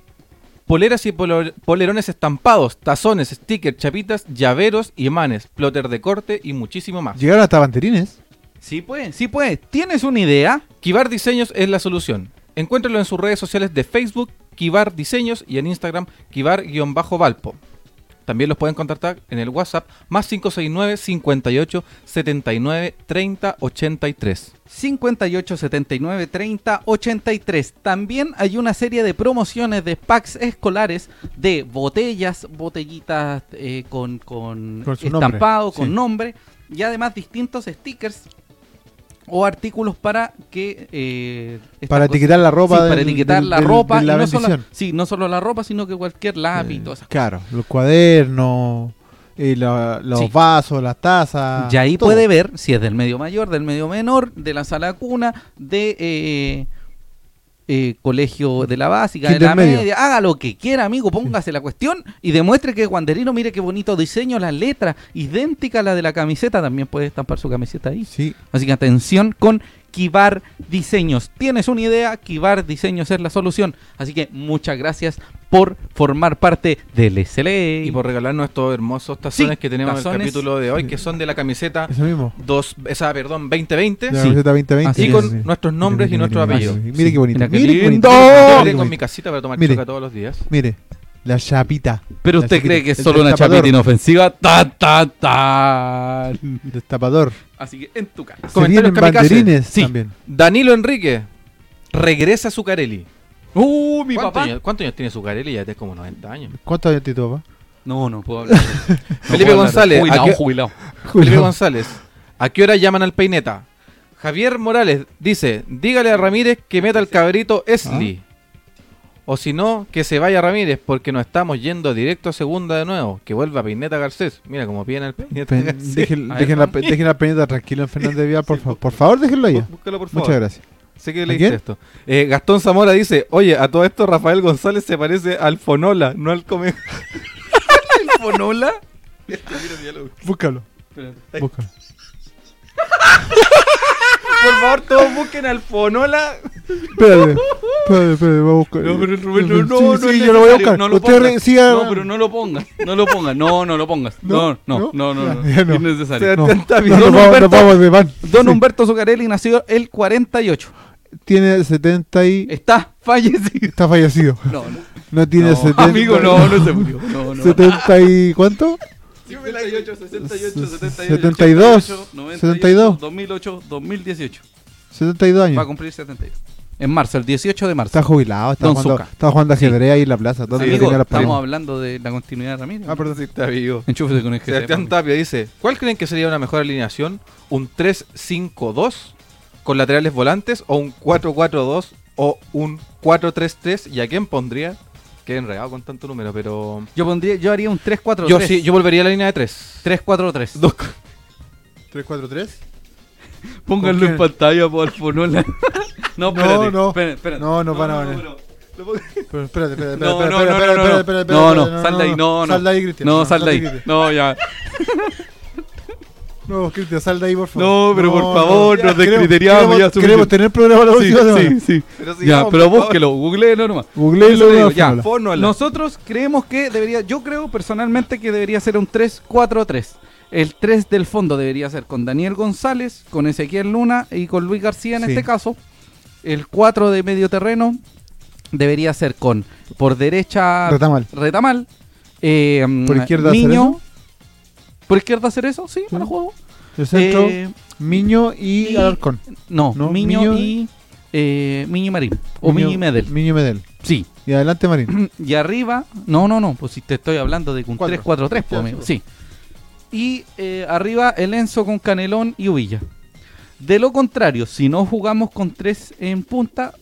C: Poleras y polo- polerones estampados, tazones, stickers, chapitas, llaveros, imanes, plotter de corte y muchísimo más.
A: Llegaron hasta banderines.
B: Sí, pues, sí, pues. ¿Tienes una idea?
C: Kibar Diseños es la solución. Encuéntralo en sus redes sociales de Facebook, Kibar Diseños, y en Instagram, Kibar-Valpo. También los pueden contactar en el WhatsApp más 569 58 79 30 83.
B: 58 79 30 83. También hay una serie de promociones de packs escolares de botellas, botellitas eh, con, con,
A: Con su nombre,
B: estampado, con
A: sí.
B: nombre y además distintos stickers o artículos para que eh, estas
A: Para
B: cosas-
A: etiquetar la ropa.
B: Sí, para
A: del-
B: etiquetar
A: del-
B: la
A: del-
B: ropa
A: de la
B: y no solo, Ah,
A: bendición.
B: sí, no solo la ropa sino que cualquier lápiz y todas esas
A: Claro, los cuadernos, eh, la- los
B: Sí.
A: vasos, las tazas.
B: Y ahí
A: Ah, todo.
B: puede ver si es del medio mayor, del medio menor, de la sala cuna, de eh, eh, colegio de la básica, de la
A: Intermedio.
B: media. Haga lo que quiera, amigo, póngase la cuestión y demuestre que es Guanderino, mire qué bonito diseño, las letras, idéntica a la de la camiseta, también puede estampar su camiseta ahí.
A: Sí,
B: Así que atención con Kibar Diseños. ¿Tienes una idea? Kibar Diseños es la solución. Así que muchas gracias por formar parte del E. SLA.
C: Y por regalarnos estos hermosos
B: Sí,
C: tazones que tenemos en
B: tazones.
C: el capítulo de hoy, que son de la camiseta
A: Eso mismo.
C: dos, esa, perdón, 2020.
A: De la
B: Ah. Sí.
A: receta 2020.
B: Así
A: Sí,
B: con
A: sí, sí.
C: nuestros nombres y nuestros
A: mire,
C: apellidos.
A: Mire, mire
B: Sí.
A: qué bonito.
B: Mira qué
A: Mire qué bonito.
B: lindo.
C: Yo
A: Mire
C: hablé
A: qué
C: con mi
A: bonito.
C: casita para tomar
A: Oh. Mire.
C: choca todos los días.
A: Mire, la chapita.
B: Pero
A: La
B: usted cree
A: chapita.
B: que es
A: El
B: solo una
A: destapador.
B: chapita inofensiva. Ta, ta, ta.
A: Destapador.
B: Así que en tu cara.
A: Se
C: Comentarios
A: vienen
C: kamikaze.
A: banderines
C: Sí.
A: también.
C: Danilo Enrique. Regresa Zucarelli.
B: Uh, mi
C: ¿Cuántos
B: papá.
C: años, cuántos años tiene Zucarelli? Ya tiene como 90 años.
A: ¿Cuántos años tiene tu papá?
B: No, no puedo hablar.
C: Felipe González. ¿a
B: Jubilado,
C: qué-
B: jubilado.
A: Pues
C: Felipe González. ¿A qué hora llaman al peineta? Javier Morales dice, dígale a Ramírez que meta al cabrito Esli.
A: Ah.
C: O si no, que se vaya Ramírez, porque nos estamos yendo directo a segunda de nuevo. Que vuelva Peineta Garcés. Mira cómo piden al Peineta
A: Pen-
C: Garcés.
A: dejen,
B: A ver,
A: dejen la, pe- dejen la peñita tranquila en Fernández Vial, por, favor. por favor, déjenlo
C: Bú-
A: allá.
C: Búscalo, por favor.
A: Muchas gracias.
C: Sé que
A: ¿A
C: leíste
A: quién?
C: esto. Eh, Gastón Zamora dice, oye, a todo esto Rafael González se parece al Fonola, no al Come.
B: ¿Fonola?
A: Búscalo. Búscalo.
C: Por favor, todos busquen al Fonola.
A: Espérate. Espérate, espérate, voy a buscar.
B: No, pero Rubén, no,
A: Sí,
B: no,
A: sí,
B: no es
A: yo lo voy a
B: necesario,
A: buscar.
B: no lo
A: Usted re-
B: pongas.
A: siga.
B: No, pero no lo pongas, no lo pongas, no, no lo pongas. No, no, no, no, no,
A: Ya, ya no.
B: innecesario.
A: No,
C: Sebastián Tapia,
A: no, nos
C: Don
A: vamos,
C: Humberto.
A: nos vamos de van.
B: Don Humberto Zuccarelli nació el 48.
A: Tiene 70 y
B: Está fallecido.
A: está fallecido.
B: No, no.
A: No tiene
B: No,
A: 70.
B: Amigo, no, no se murió. No, no.
A: 70 y ¿cuánto?
B: 58, 68, 78,
A: 72,
B: 98,
A: 72.
B: 2008, 2018.
A: 72
B: Va a
A: años.
B: cumplir 72. En marzo, el 18 de marzo.
A: Está jubilado, está
B: Don
A: jugando,
B: Zucca.
A: está jugando ajedrez ahí en la plaza. ¿Dónde
B: Amigo,
A: tenía la
B: estamos
A: pared?
B: hablando de la continuidad de Ramírez.
C: Ah, perdón, sí, está vivo.
B: Enchúfese con el GC,
C: Sebastián
B: papi.
C: Tapia dice, ¿cuál creen que sería una mejor alineación? ¿Un 3-5-2 con laterales volantes o un 4-4-2 o un 4-3-3? ¿Y a quién pondría? Qué enredado con tanto número, pero...
B: Yo pondría, yo haría un 3-4-3.
C: Yo sí, yo volvería a la línea de 3.
B: 3-4-3.
A: 343.
B: Pónganlo
A: ¿Con quién?
B: en pantalla, por favor. No, la- no, espérate,
A: no.
B: espérate, espérate.
A: No, no van a ver.
B: no,
A: Pero espérate, espérate, espérate,
B: No, no,
A: espérate, espérate,
B: no, no, no.
A: espérate, espérate, espérate,
B: No, no,
A: espérate,
B: sal de ahí, no, no.
A: Sal de ahí, Cristian.
B: No, sal de ahí.
A: Cristian.
B: No, ya.
A: No, Cristian, sal de ahí, por favor.
B: No, pero por favor,
A: ya,
B: nos
A: queremos-
B: descriteriamos, ya,
A: Queremos,
B: suficiente.
A: queremos tener programa la
B: Sí,
A: próxima semana.
B: sí, sí.
C: Pero
B: Ya,
C: sigamos,
B: pero
C: por favor.
B: búsquelo, googleenlo nomás.
A: Googleelo,
B: Por eso te digo,
A: una
B: ya,
A: fórmula.
C: Fonola.
B: Nosotros creemos que debería, yo creo personalmente que debería ser un 3-4-3. El 3 del fondo debería ser con Daniel González, con Ezequiel Luna y con Luis García en
A: Sí.
B: este caso. El 4 de medio terreno debería ser con por derecha
A: Retamal.
B: Retamal, eh,
A: Por izquierda
B: Miño.
A: Cerezo.
B: ¿Por izquierda hacer eso? Sí, para
A: Sí.
B: juego.
A: El centro,
B: Eh,
A: Miño y
B: y-
A: Alarcón.
B: no,
A: No,
B: Miño,
A: Miño-
B: y eh, Miño y Marín. O Miño, y Medel.
A: Miño y Medel.
B: Sí.
A: Y adelante Marín.
B: Y arriba, no, no, no, pues si te estoy hablando de un
A: Cuatro.
B: 3-4-3,
A: Ya,
B: pues, amigo,
A: sí,
B: sí. Y eh, arriba el Enzo con Canelón y Uvilla. De lo contrario, si no jugamos con 3 en punta,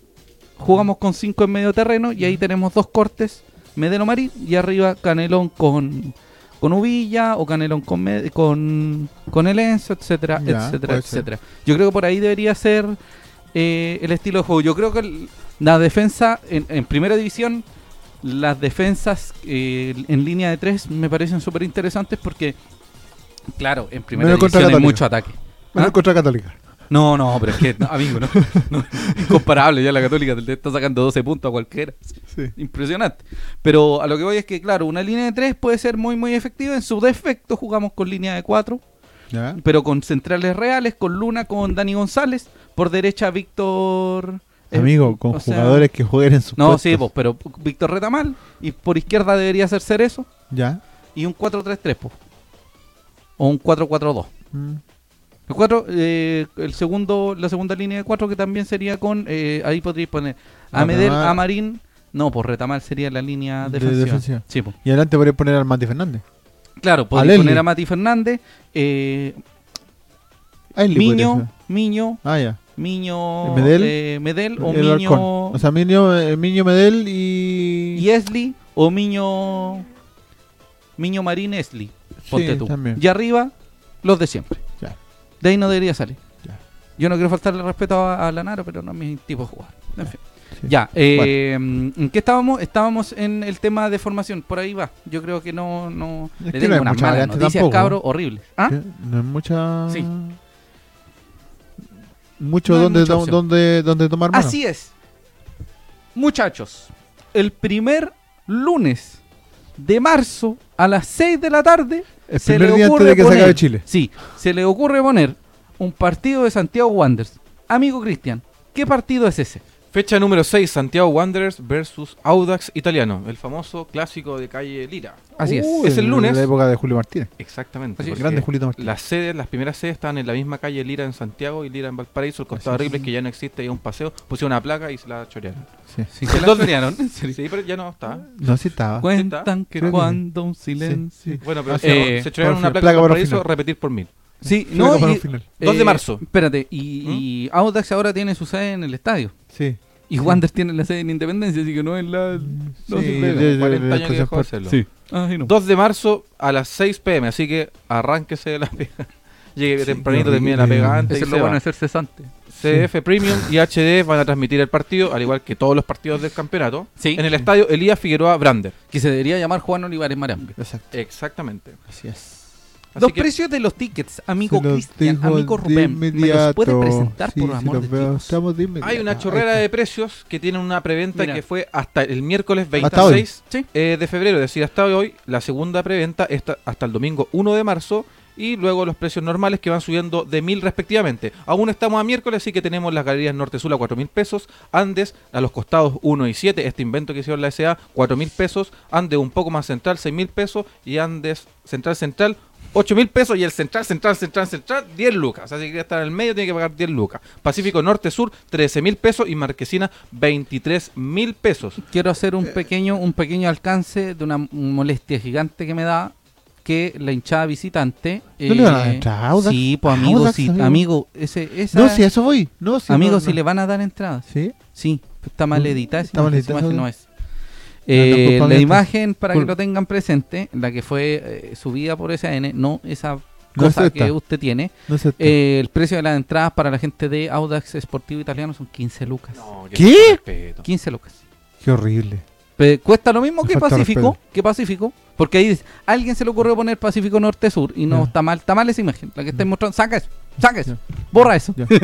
B: jugamos con 5 en medio terreno y ahí tenemos dos cortes, Medelo Marín y arriba Canelón con, con Uvilla o Canelón con, Med- con, con el Enzo, etcétera,
A: Ya,
B: etcétera,
A: puede ser.
B: etcétera. Yo creo que por ahí debería ser eh, el estilo de juego. Yo creo que el- la defensa en, en primera división, las defensas eh, en línea de tres me parecen súper interesantes porque, claro, en primera
A: Menos contra
B: división hay
A: Católica.
B: mucho ataque.
A: Menos
B: ¿Ah?
A: contra Católica.
B: No, no, pero es que, no, amigo, no, no, incomparable. Ya la Católica te está sacando 12 puntos a cualquiera.
A: Sí.
B: Impresionante. Pero a lo que voy es que, claro, una línea de tres puede ser muy, muy efectiva. En su defecto jugamos con línea de cuatro
A: Ya.
B: pero con centrales reales, con Luna, con Dani González, por derecha Víctor... eh,
A: Amigo, con
B: o sea,
A: jugadores que jueguen en sus
B: No,
A: puestos.
B: sí, pues, pero Víctor Retamal, y por izquierda debería ser Cerezo,
A: Ya.
B: y un 4-3-3, pues. O un 4-4-2.
A: Mm.
B: El, cuatro, eh, el segundo, la segunda línea de cuatro que también sería con, eh, ahí podríais poner a Medel,
A: Retamal.
B: a Marín, no, pues Retamal sería la línea
A: De
B: defensiva.
A: defensiva.
B: Sí, pues.
A: Y adelante podría poner al Mati Fernández.
B: Claro, podría
A: Leslie.
B: poner a Mati Fernández, eh,
A: A él le podría
B: Miño,
A: ser.
B: Miño,
A: Ah, ya.
B: Miño
A: Medel.
B: eh, Medel o
A: el
B: Miño
A: Alarcón. O sea, Miño, eh, Miño Medel y...
B: y Esli o Miño Miño Marín Esli. Ponte
A: Sí,
B: tú.
A: también.
B: Y arriba los de siempre.
A: Ya.
B: De ahí no debería salir.
A: Ya.
B: Yo no quiero faltarle respeto a, a Lanaro, pero no es mi tipo de jugar. En fin.
A: Sí.
B: Ya, eh, ¿en qué estábamos? Estábamos en el tema de formación, por ahí va. Yo creo que no, no
A: Es
B: le
A: que
B: tengo
A: no hay
B: unas
A: mucha
B: malas
A: variante
B: noticias,
A: tampoco.
B: cabro, horribles. ¿Ah?
A: ¿Qué? No es mucha...
B: Sí.
A: mucho
B: No hay
A: donde,
B: mucha
A: to-
B: opción.
A: donde, donde tomar mano.
B: Así es. Muchachos, el primer lunes de marzo a las 6 de la tarde
A: El primer día antes de que se acabe Chile.
B: Sí, se le ocurre poner un partido de Santiago Wanderers. Amigo Cristian, ¿qué partido es ese?
C: Fecha número 6, Santiago Wanderers versus Audax Italiano, el famoso clásico de calle Lira.
B: Así es.
A: Uh,
C: Es el
A: en
C: lunes.
A: la época de Julio Martínez.
C: Exactamente.
B: Así es.
C: porque
A: Grande Julito Martínez.
C: Las sedes, las primeras sedes estaban en la misma calle Lira en Santiago y Lira en Valparaíso, el costado
A: Así es.
C: horrible que ya no existe, ya un paseo, pusieron una placa y se la chorearon.
A: Sí.
B: Sí,
C: Se la chorearon. Sí, pero ya no está.
A: No, sí estaba.
B: Cuentan
A: Sí,
B: que
A: sí.
B: cuando un
A: Sí,
B: silencio.
A: sí.
C: Bueno, pero
A: Ah,
C: se-
B: eh,
C: se chorearon
A: para
C: una
A: fin-
C: placa,
A: placa
C: en
A: para
C: Valparaíso,
A: final.
C: repetir por mil.
B: Sí,
A: Fue
B: no,
A: como para
B: y-
A: el final.
C: Dos de marzo.
B: Eh, Espérate, y, y Audax ahora tiene su sede en el estadio.
A: Sí.
B: Y Wander tiene la sede en Independencia, así que no es la. No
A: Sí,
B: sirve de
A: de- de-
C: 40
A: de-
C: años que
A: de-
C: dejó de
A: de-
C: hacerlo.
B: Sí. Ay, no.
C: 2 de marzo a las 6 pm, así que arránquese de la pega. Llegue tempranito,
A: qué
C: termine la
A: horrible.
C: pega antes.
B: Eso
C: y
B: lo
C: se
B: van
C: va.
B: a hacer cesante.
C: CF Premium y HD van a transmitir el partido, al igual que todos los partidos del campeonato,
B: Sí.
C: en el estadio Elías Figueroa Brander.
B: Que se debería llamar Juan Olivares Marambio.
A: Exacto.
C: Exactamente.
A: Así es.
C: Así
B: los
C: que-
B: precios de los tickets, amigo
A: Se los
B: Cristian,
A: digo
B: amigo
A: de
B: Rubén, ¿me los puede
A: inmediato.
B: presentar
A: Sí,
B: por
A: sí,
B: amor
A: los
B: de
A: veo.
B: Dios?
A: Estamos de inmediato. Ah,
C: Hay una
A: Ahí
C: chorrera
A: está.
C: de precios que tienen una preventa
B: Mira.
C: que fue hasta el miércoles
A: Hasta hoy.
C: 26
B: Sí.
C: eh, de febrero, es decir, hasta hoy. La segunda preventa está hasta el domingo 1 de marzo y luego los precios normales que van subiendo de 1000 respectivamente. Aún estamos a miércoles, así que tenemos las galerías Norte-Sur a 4000 pesos, Andes a los costados 1 y 7, este invento que hicieron la SA 4000 pesos, Andes un poco más central 6000 pesos y Andes Central Central 8000 pesos y el Central Central Central Central 10 lucas, así que está en el medio tiene que pagar 10 lucas. Pacífico Norte Sur 13000 pesos y Marquesina 23000 pesos.
B: Quiero hacer
A: Eh,
B: un pequeño, un pequeño alcance de una molestia gigante que me da que la hinchada visitante. eh,
A: ¿No le van a entrar a Audax?
B: Sí, pues amigo,
A: Audax,
B: sí,
A: amigo.
B: amigo, ese, esa,
A: No, si a eso voy. No, si
B: amigo,
A: no,
B: si
A: no.
B: le van a dar entradas.
A: Sí.
B: Sí, está mal editada.
A: Está mal editada,
B: No
A: ¿no?
B: es. Eh,
A: culpa
B: la
A: mía,
B: imagen, para que
A: Cul-
B: lo tengan presente, la que fue eh, subida por SN, no esa
A: No es
B: cosa que
A: esta.
B: usted tiene.
A: No sé.
B: Eh, el precio de las entradas para la gente de Audax Sportivo Italiano son 15 lucas.
A: ¿Qué?
B: 15 lucas.
A: Qué horrible.
B: Pe- cuesta lo mismo
A: Me
B: que
A: falta
B: Pacífico,
A: respeto.
B: que Pacífico, porque ahí dice, alguien se le ocurrió poner Pacífico Norte Sur y no
A: Ya.
B: está mal, está mal esa imagen, la que estáis mostrando, saca eso, saca eso,
A: Ya.
B: borra eso.
A: Ya. Sí.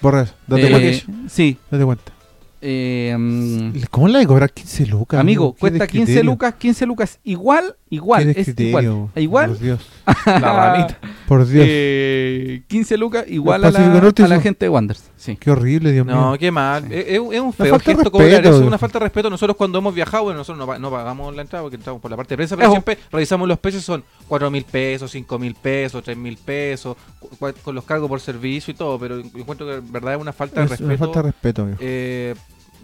A: Borra eso. Date
B: Eh,
A: cuenta.
B: sí.
A: Date cuenta.
B: eh, mm,
A: ¿Cómo le de cobrar 15 lucas?
B: Amigo,
A: Qué
B: cuesta 15
A: descriterio.
B: lucas, 15 lucas igual, igual,
A: Qué
B: es
A: descriterio.
B: igual. Igual,
A: Por Dios.
C: La ranita.
A: Por Dios.
B: eh, 15 lucas igual a
A: Pacífico
B: la,
A: Norte
B: a la
A: hizo-
B: gente de Wanderers. Sí.
A: Qué horrible, Dios
C: No,
A: mío.
C: qué mal.
B: Sí.
C: Es, es un- es un
A: Una
C: feo
A: falta de
C: gesto cobrar
A: respeto,
C: eso,
A: güey.
C: una falta de respeto. Nosotros cuando hemos viajado, bueno, nosotros no, pa- no pagamos la entrada porque entramos por la parte de prensa, pero
B: Ojo.
C: siempre revisamos los precios, son 4 mil pesos, 5 mil pesos, 3 mil pesos, cu- cu- con los cargos por servicio y todo, pero en- encuentro que en verdad es una falta de
A: Es
C: respeto.
A: una falta de respeto, amigo.
C: Eh,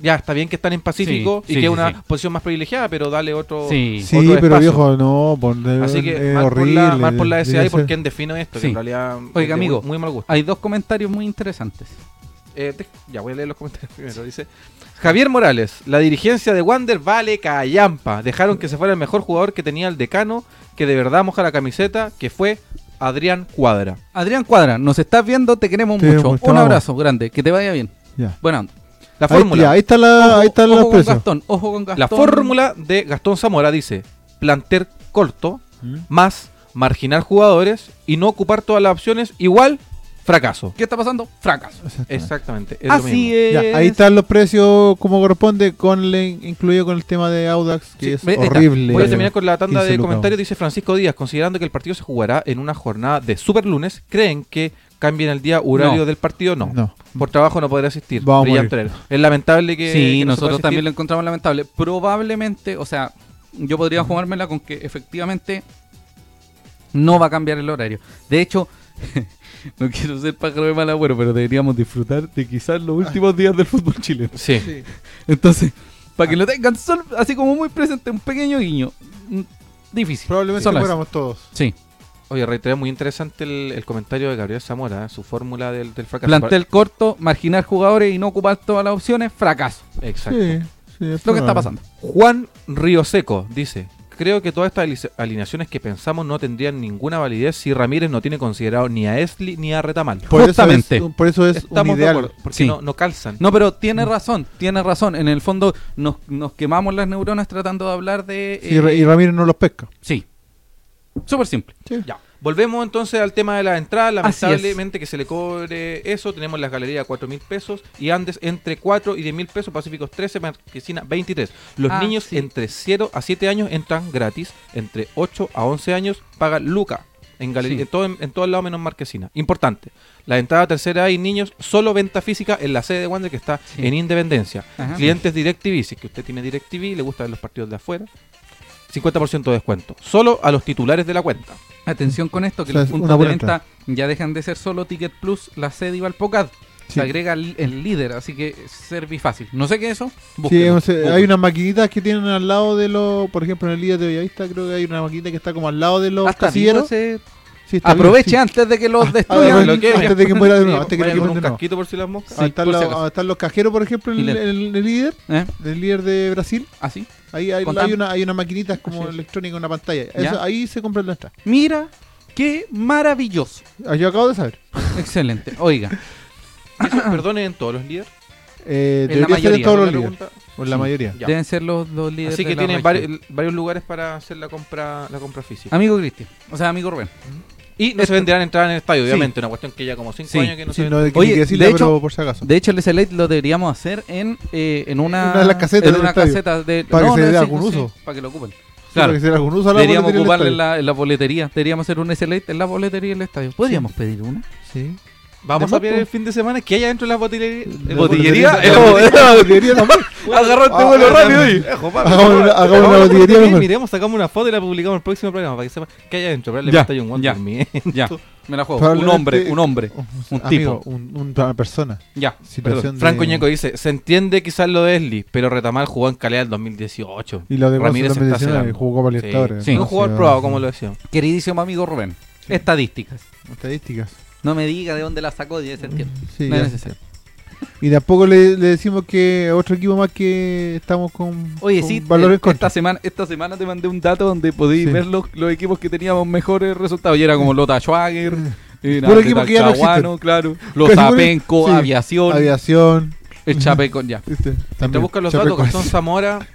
C: ya, está bien que están en Pacífico
B: Sí,
C: y
B: sí,
C: que
B: sí,
C: es una
B: sí.
C: posición más privilegiada, pero dale otro...
B: Sí.
A: Sí,
C: otro
A: pero
C: espacio.
A: viejo, no. pon-
C: Así que
A: es
C: mal, por
A: horrible.
C: la, mal por la
A: debería
C: SDA y por
A: ser-
C: quién defino esto,
B: Sí.
C: que en realidad es de
B: Oiga, amigo.
C: muy, muy mal gusto.
B: Hay dos comentarios muy interesantes.
C: Eh, te- ya voy a leer los comentarios primero. Dice Javier Morales, la dirigencia de Wander vale callampa. Dejaron que se fuera el mejor jugador que tenía el decano, que de verdad moja la camiseta, que fue Adrián Cuadra.
B: Adrián Cuadra, nos estás viendo, te queremos
A: Te
B: mucho.
A: queremos, te
B: Un
A: amamos.
B: abrazo grande, que te vaya bien.
A: Ya.
B: Buena onda.
C: La
A: Ahí- ya,
C: fórmula,
A: Ahí está la, ahí está
B: ojo
A: la
B: con
A: presa.
B: Gastón, ojo con Gastón.
C: la fórmula de Gastón Zamora dice planter corto
A: ¿Mm?
C: más marginar jugadores y no ocupar todas las opciones igual fracaso.
B: ¿Qué está pasando? Fracaso.
C: Exactamente. es lo mismo.
B: Así es.
A: Ya, ahí están los precios como corresponde, con le- incluido con el tema de Audax, que
B: Sí,
A: es
B: ve- está.
A: horrible.
C: Voy a terminar con la tanda
A: 15
C: de
A: lucas.
C: comentarios. Dice Francisco Díaz, considerando que el partido se jugará en una jornada de super lunes, ¿creen que cambien el día horario
B: No.
C: del partido? No.
A: No.
C: Por trabajo no podrá asistir.
A: Vamos a
C: Brillante él. Es lamentable que...
B: Sí,
C: que no se pueda
B: nosotros
C: asistir.
B: también lo encontramos lamentable. Probablemente, o sea, yo podría jugármela con que efectivamente no va a cambiar el horario. De hecho, no quiero ser pájaro de mal agüero, pero deberíamos disfrutar de quizás los últimos días del fútbol chileno.
C: Sí.
B: Entonces, para que lo tengan sol- así como muy presente, un pequeño guiño. Mm, Difícil.
A: Probablemente
B: Son las-
A: fuéramos todos.
B: Sí,
C: Oye, reitero, muy interesante el, el comentario de Gabriel Zamora, ¿eh? su fórmula del, del fracaso.
B: plantel corto, marginar jugadores y no ocupar todas las opciones, fracaso.
C: Exacto.
A: Sí, sí,
B: Es lo que está pasando.
C: Juan Rioseco dice, creo que todas estas alice- alineaciones que pensamos no tendrían ninguna validez si Ramírez no tiene considerado ni a Esli ni a Retamal.
A: Por
B: Justamente.
A: Eso es, por eso es
C: Estamos
A: un
C: de
A: ideal.
C: acuerdo, porque
B: Sí.
C: no, no calzan.
B: No, pero tiene razón, tiene razón. En el fondo nos, nos quemamos las neuronas tratando de hablar de...
A: Sí, Ra- y
B: eh,
A: Ramírez no los pesca.
B: sí. Súper simple.
A: Sí.
C: Ya. Volvemos entonces al tema de la entrada.
B: Así es.
C: Lamentablemente que se le cobre eso. Tenemos las galerías a 4 mil pesos y Andes entre 4 y 10 mil pesos. Pacíficos 13, Marquesina 23. Los
B: Ah,
C: niños
B: sí.
C: entre 0 a 7 años entran gratis. Entre 8 a 11 años pagan Luca. En, galería,
A: Sí.
C: en, todo, en, todo lado menos Marquesina. Importante. La entrada tercera y niños, solo venta física en la sede de Wander que está
B: Sí.
C: en Independencia.
B: Ajá.
C: Clientes DirecTV, si es que usted tiene DirecTV y le gusta ver los partidos de afuera, 50% de descuento. Solo a los titulares de la cuenta.
B: Atención con esto, que
A: O sea,
B: los
A: es
B: puntos
A: una
B: de
A: buena
B: venta ya dejan de ser solo Ticket Plus, la sede y Valpocat.
A: Sí.
B: Se agrega el, el líder, así que serví fácil. No sé qué es eso.
A: Sí,
B: búsquenlo.
A: o sea, hay unas maquinitas que tienen al lado de los, por ejemplo, en el líder de Bellavista creo que hay una maquinita que está como al lado de los
B: Hasta
A: casilleros.
B: ese-
A: Sí, está bien,
B: Aproveche
A: sí.
B: antes de que los
A: Ah, bueno,
B: destruyan.
C: lo que-
A: antes de que muera de nuevo,
C: Sí,
A: antes de que
C: vaya
A: lo
C: con
A: quemen
C: un
A: de nuevo.
C: casquito por si las moscas.
A: Ah, están,
B: por si
A: la-
B: acaso.
A: ah, están los cajeros, por ejemplo, en
B: Y
A: el,
B: lente.
A: en el líder,
B: ¿Eh?
A: del líder de Brasil.
B: Así.
A: Ahí hay,
B: Con
A: hay
B: tam-
A: una, hay unas maquinitas como
B: Así es.
A: electrónica, una pantalla.
B: Ya.
A: Eso, ahí se compran las entradas.
B: Mira, qué maravilloso.
A: Ah, Yo acabo de saber.
B: Excelente. Oiga,
C: Eso, perdonen en todos los líderes.
A: Eh,
B: En la
A: debería ser en
B: mayoría,
A: todos
C: Una
A: los líderes.
C: pregunta.
A: O en la
B: Sí.
A: mayoría.
C: Ya.
B: deben ser los, los líderes.
C: Así
B: de
C: que
B: la
C: tienen
B: región.
C: vari- varios lugares para hacer la compra la compra física.
B: Amigo Cristian, o sea, amigo Rubén.
C: Y no se venderán entradas en el estadio, obviamente. Una cuestión que ya como 5
B: Sí.
C: años que no
A: Sí,
C: se
A: no
C: vende.
A: de- quería
B: Oye,
A: decirla,
B: de hecho-
A: pero por si acaso.
B: De hecho, el SLA lo deberíamos hacer en, eh, en una,
A: Una de las casetas
B: en
A: del
B: una
A: estadio.
B: caseta de,
A: Para que se le dé
B: sí,
A: algún
B: sí,
A: uso.
B: para que lo ocupen.
C: claro.
A: Porque si era con uso, la
B: Deberíamos
A: boletería del
B: ocuparle en
A: estadio.
B: la, en la boletería. Deberíamos hacer un SLA en la boletería del estadio. ¿Podríamos pedir una?
A: Sí.
C: Vamos
B: de
C: a ver
B: moto.
C: el fin de semana que haya dentro de las botillerías.
A: La
C: ¿Botillería?
A: boletería- La botillería también.
C: Agarró
A: Ah, ah,
C: ahí.
A: Hagamos una- hagamos
C: ah,
A: una botillería mejor.
C: Miremos, sacamos una foto y la publicamos en el próximo programa para que sepa que hay adentro.
B: Ya,
C: Probablemente hay un
B: ya.
C: Wonder Me.
B: Ya, me la juego. Un
A: Probablemente-
B: hombre, un hombre. Un
A: Amigo, un- un- una persona.
B: Ya.
A: Situación
C: Perdón.
A: de-
C: Franco Ñeco dice, se entiende quizás lo de Esli, pero Retamar jugó en Calera del 2018.
A: Y lo de
C: Ramírez
A: Ramírez
C: está
A: Medicina
C: cerrando.
A: jugó para
C: Sí.
A: Libertadores.
B: Sí.
C: un
A: entonces,
C: jugador
A: ah,
C: probado, como lo decíamos.
B: Queridísimo amigo Rubén,
A: Sí.
B: estadísticas.
A: Estadísticas.
B: No me diga de dónde la sacó y ese tiempo.
A: Sí,
B: no es
A: ya.
B: necesario.
A: Y tampoco le, le decimos que a otro equipo más que estamos con,
B: Oye,
A: con
B: sí,
A: valor
B: eh,
A: en contra.
B: esta semana, esta semana te mandé un dato donde podí
A: Sí.
B: ver los, los equipos que teníamos mejores resultados. Y era como Lota Schwager, y
A: Puro equipo que ya no
B: Talcahuano, claro. Los
A: Casi puro-
B: Apenco,
A: sí.
B: Aviación,
A: Aviación.
B: el Chapeco, ya.
A: Este,
C: Te
A: también.
C: buscan los
A: Chapecoense.
C: datos, Gastón Zamora.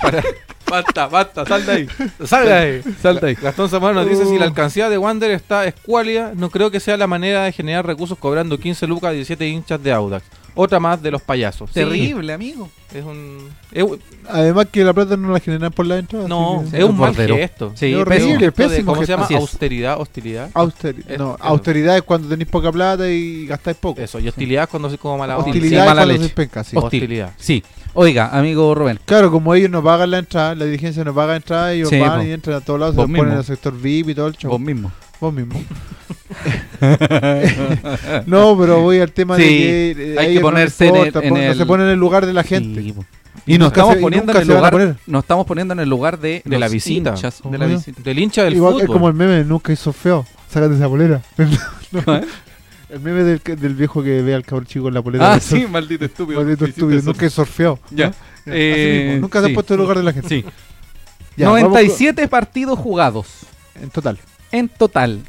C: Para- Basta, basta, sal de ahí. Sal de
B: Salta
C: ahí.
B: ahí, salta ahí.
C: Gastón Zamora nos dice si la alcancía de Wander está escuálida, no creo que sea la manera de generar recursos cobrando 15 lucas a 17 hinchas de Audax. Otra más de los payasos. Sí,
B: amigo.
C: es un es un-
A: Además que la plata no la generan por la entrada.
C: no,
A: así que-
C: es un mal
B: Bordero.
C: gesto.
A: Es
B: Sí, pésimo.
A: horrible,
C: Esto de-
A: pésimo
C: ¿Cómo se
A: gesto. Ah,
C: llama?
B: Así es.
C: Austeridad, hostilidad.
A: Austeri-
C: Es-
A: no,
C: es-
A: austeridad es cuando tenéis poca plata y gastáis poco.
C: Eso, y hostilidad es cuando se como mala onda.
A: Hostilidad
B: sí,
A: es
B: mala
A: cuando
B: leche.
A: se penca, sí.
B: Hostil.
C: Hostilidad.
B: Sí. Oiga, amigo Rubén.
A: Claro, como ellos no pagan la entrada, la dirigencia no paga entrada, ellos
B: Sí,
A: van
B: po.
A: y entran a todos lados, se
B: Vos
A: los ponen
B: mismo.
A: al sector VIP y todo el show.
B: Vos mismo.
A: Vos mismo. no, pero voy al tema de
B: Sí,
A: que eh,
B: hay que
A: ellos no
B: ponerse
A: les
B: en
A: importa,
B: el- en
A: pon- no
B: el-
A: se ponen en el lugar de la gente.
B: Sí, po. y nos
A: nunca
B: estamos
A: se- y
B: poniendo en
A: nunca
B: el
A: se van a
B: lugar,
A: poner.
B: nos estamos poniendo en el lugar de,
C: De la
B: los
C: visita.
B: hinchas de la
A: Obvio.
B: visita.
C: Del hincha del
A: Igual
C: fútbol.
A: es como el meme, nunca hizo feo. Sácate esa polera. No, El meme del, que- del viejo que ve al cabrón chico en la polera.
B: Ah,
A: del sol.
B: sí, maldito estúpido.
A: Maldito
B: Hiciste
A: estúpido,
B: eso.
A: nunca es sorfeo.
B: Ya.
A: Así mismo,
B: Eh,
A: nunca se
B: sí.
A: ha puesto en el lugar de la gente.
B: Sí.
A: Ya, vamos
B: 97 partidos jugados
A: con- en total,
B: en total.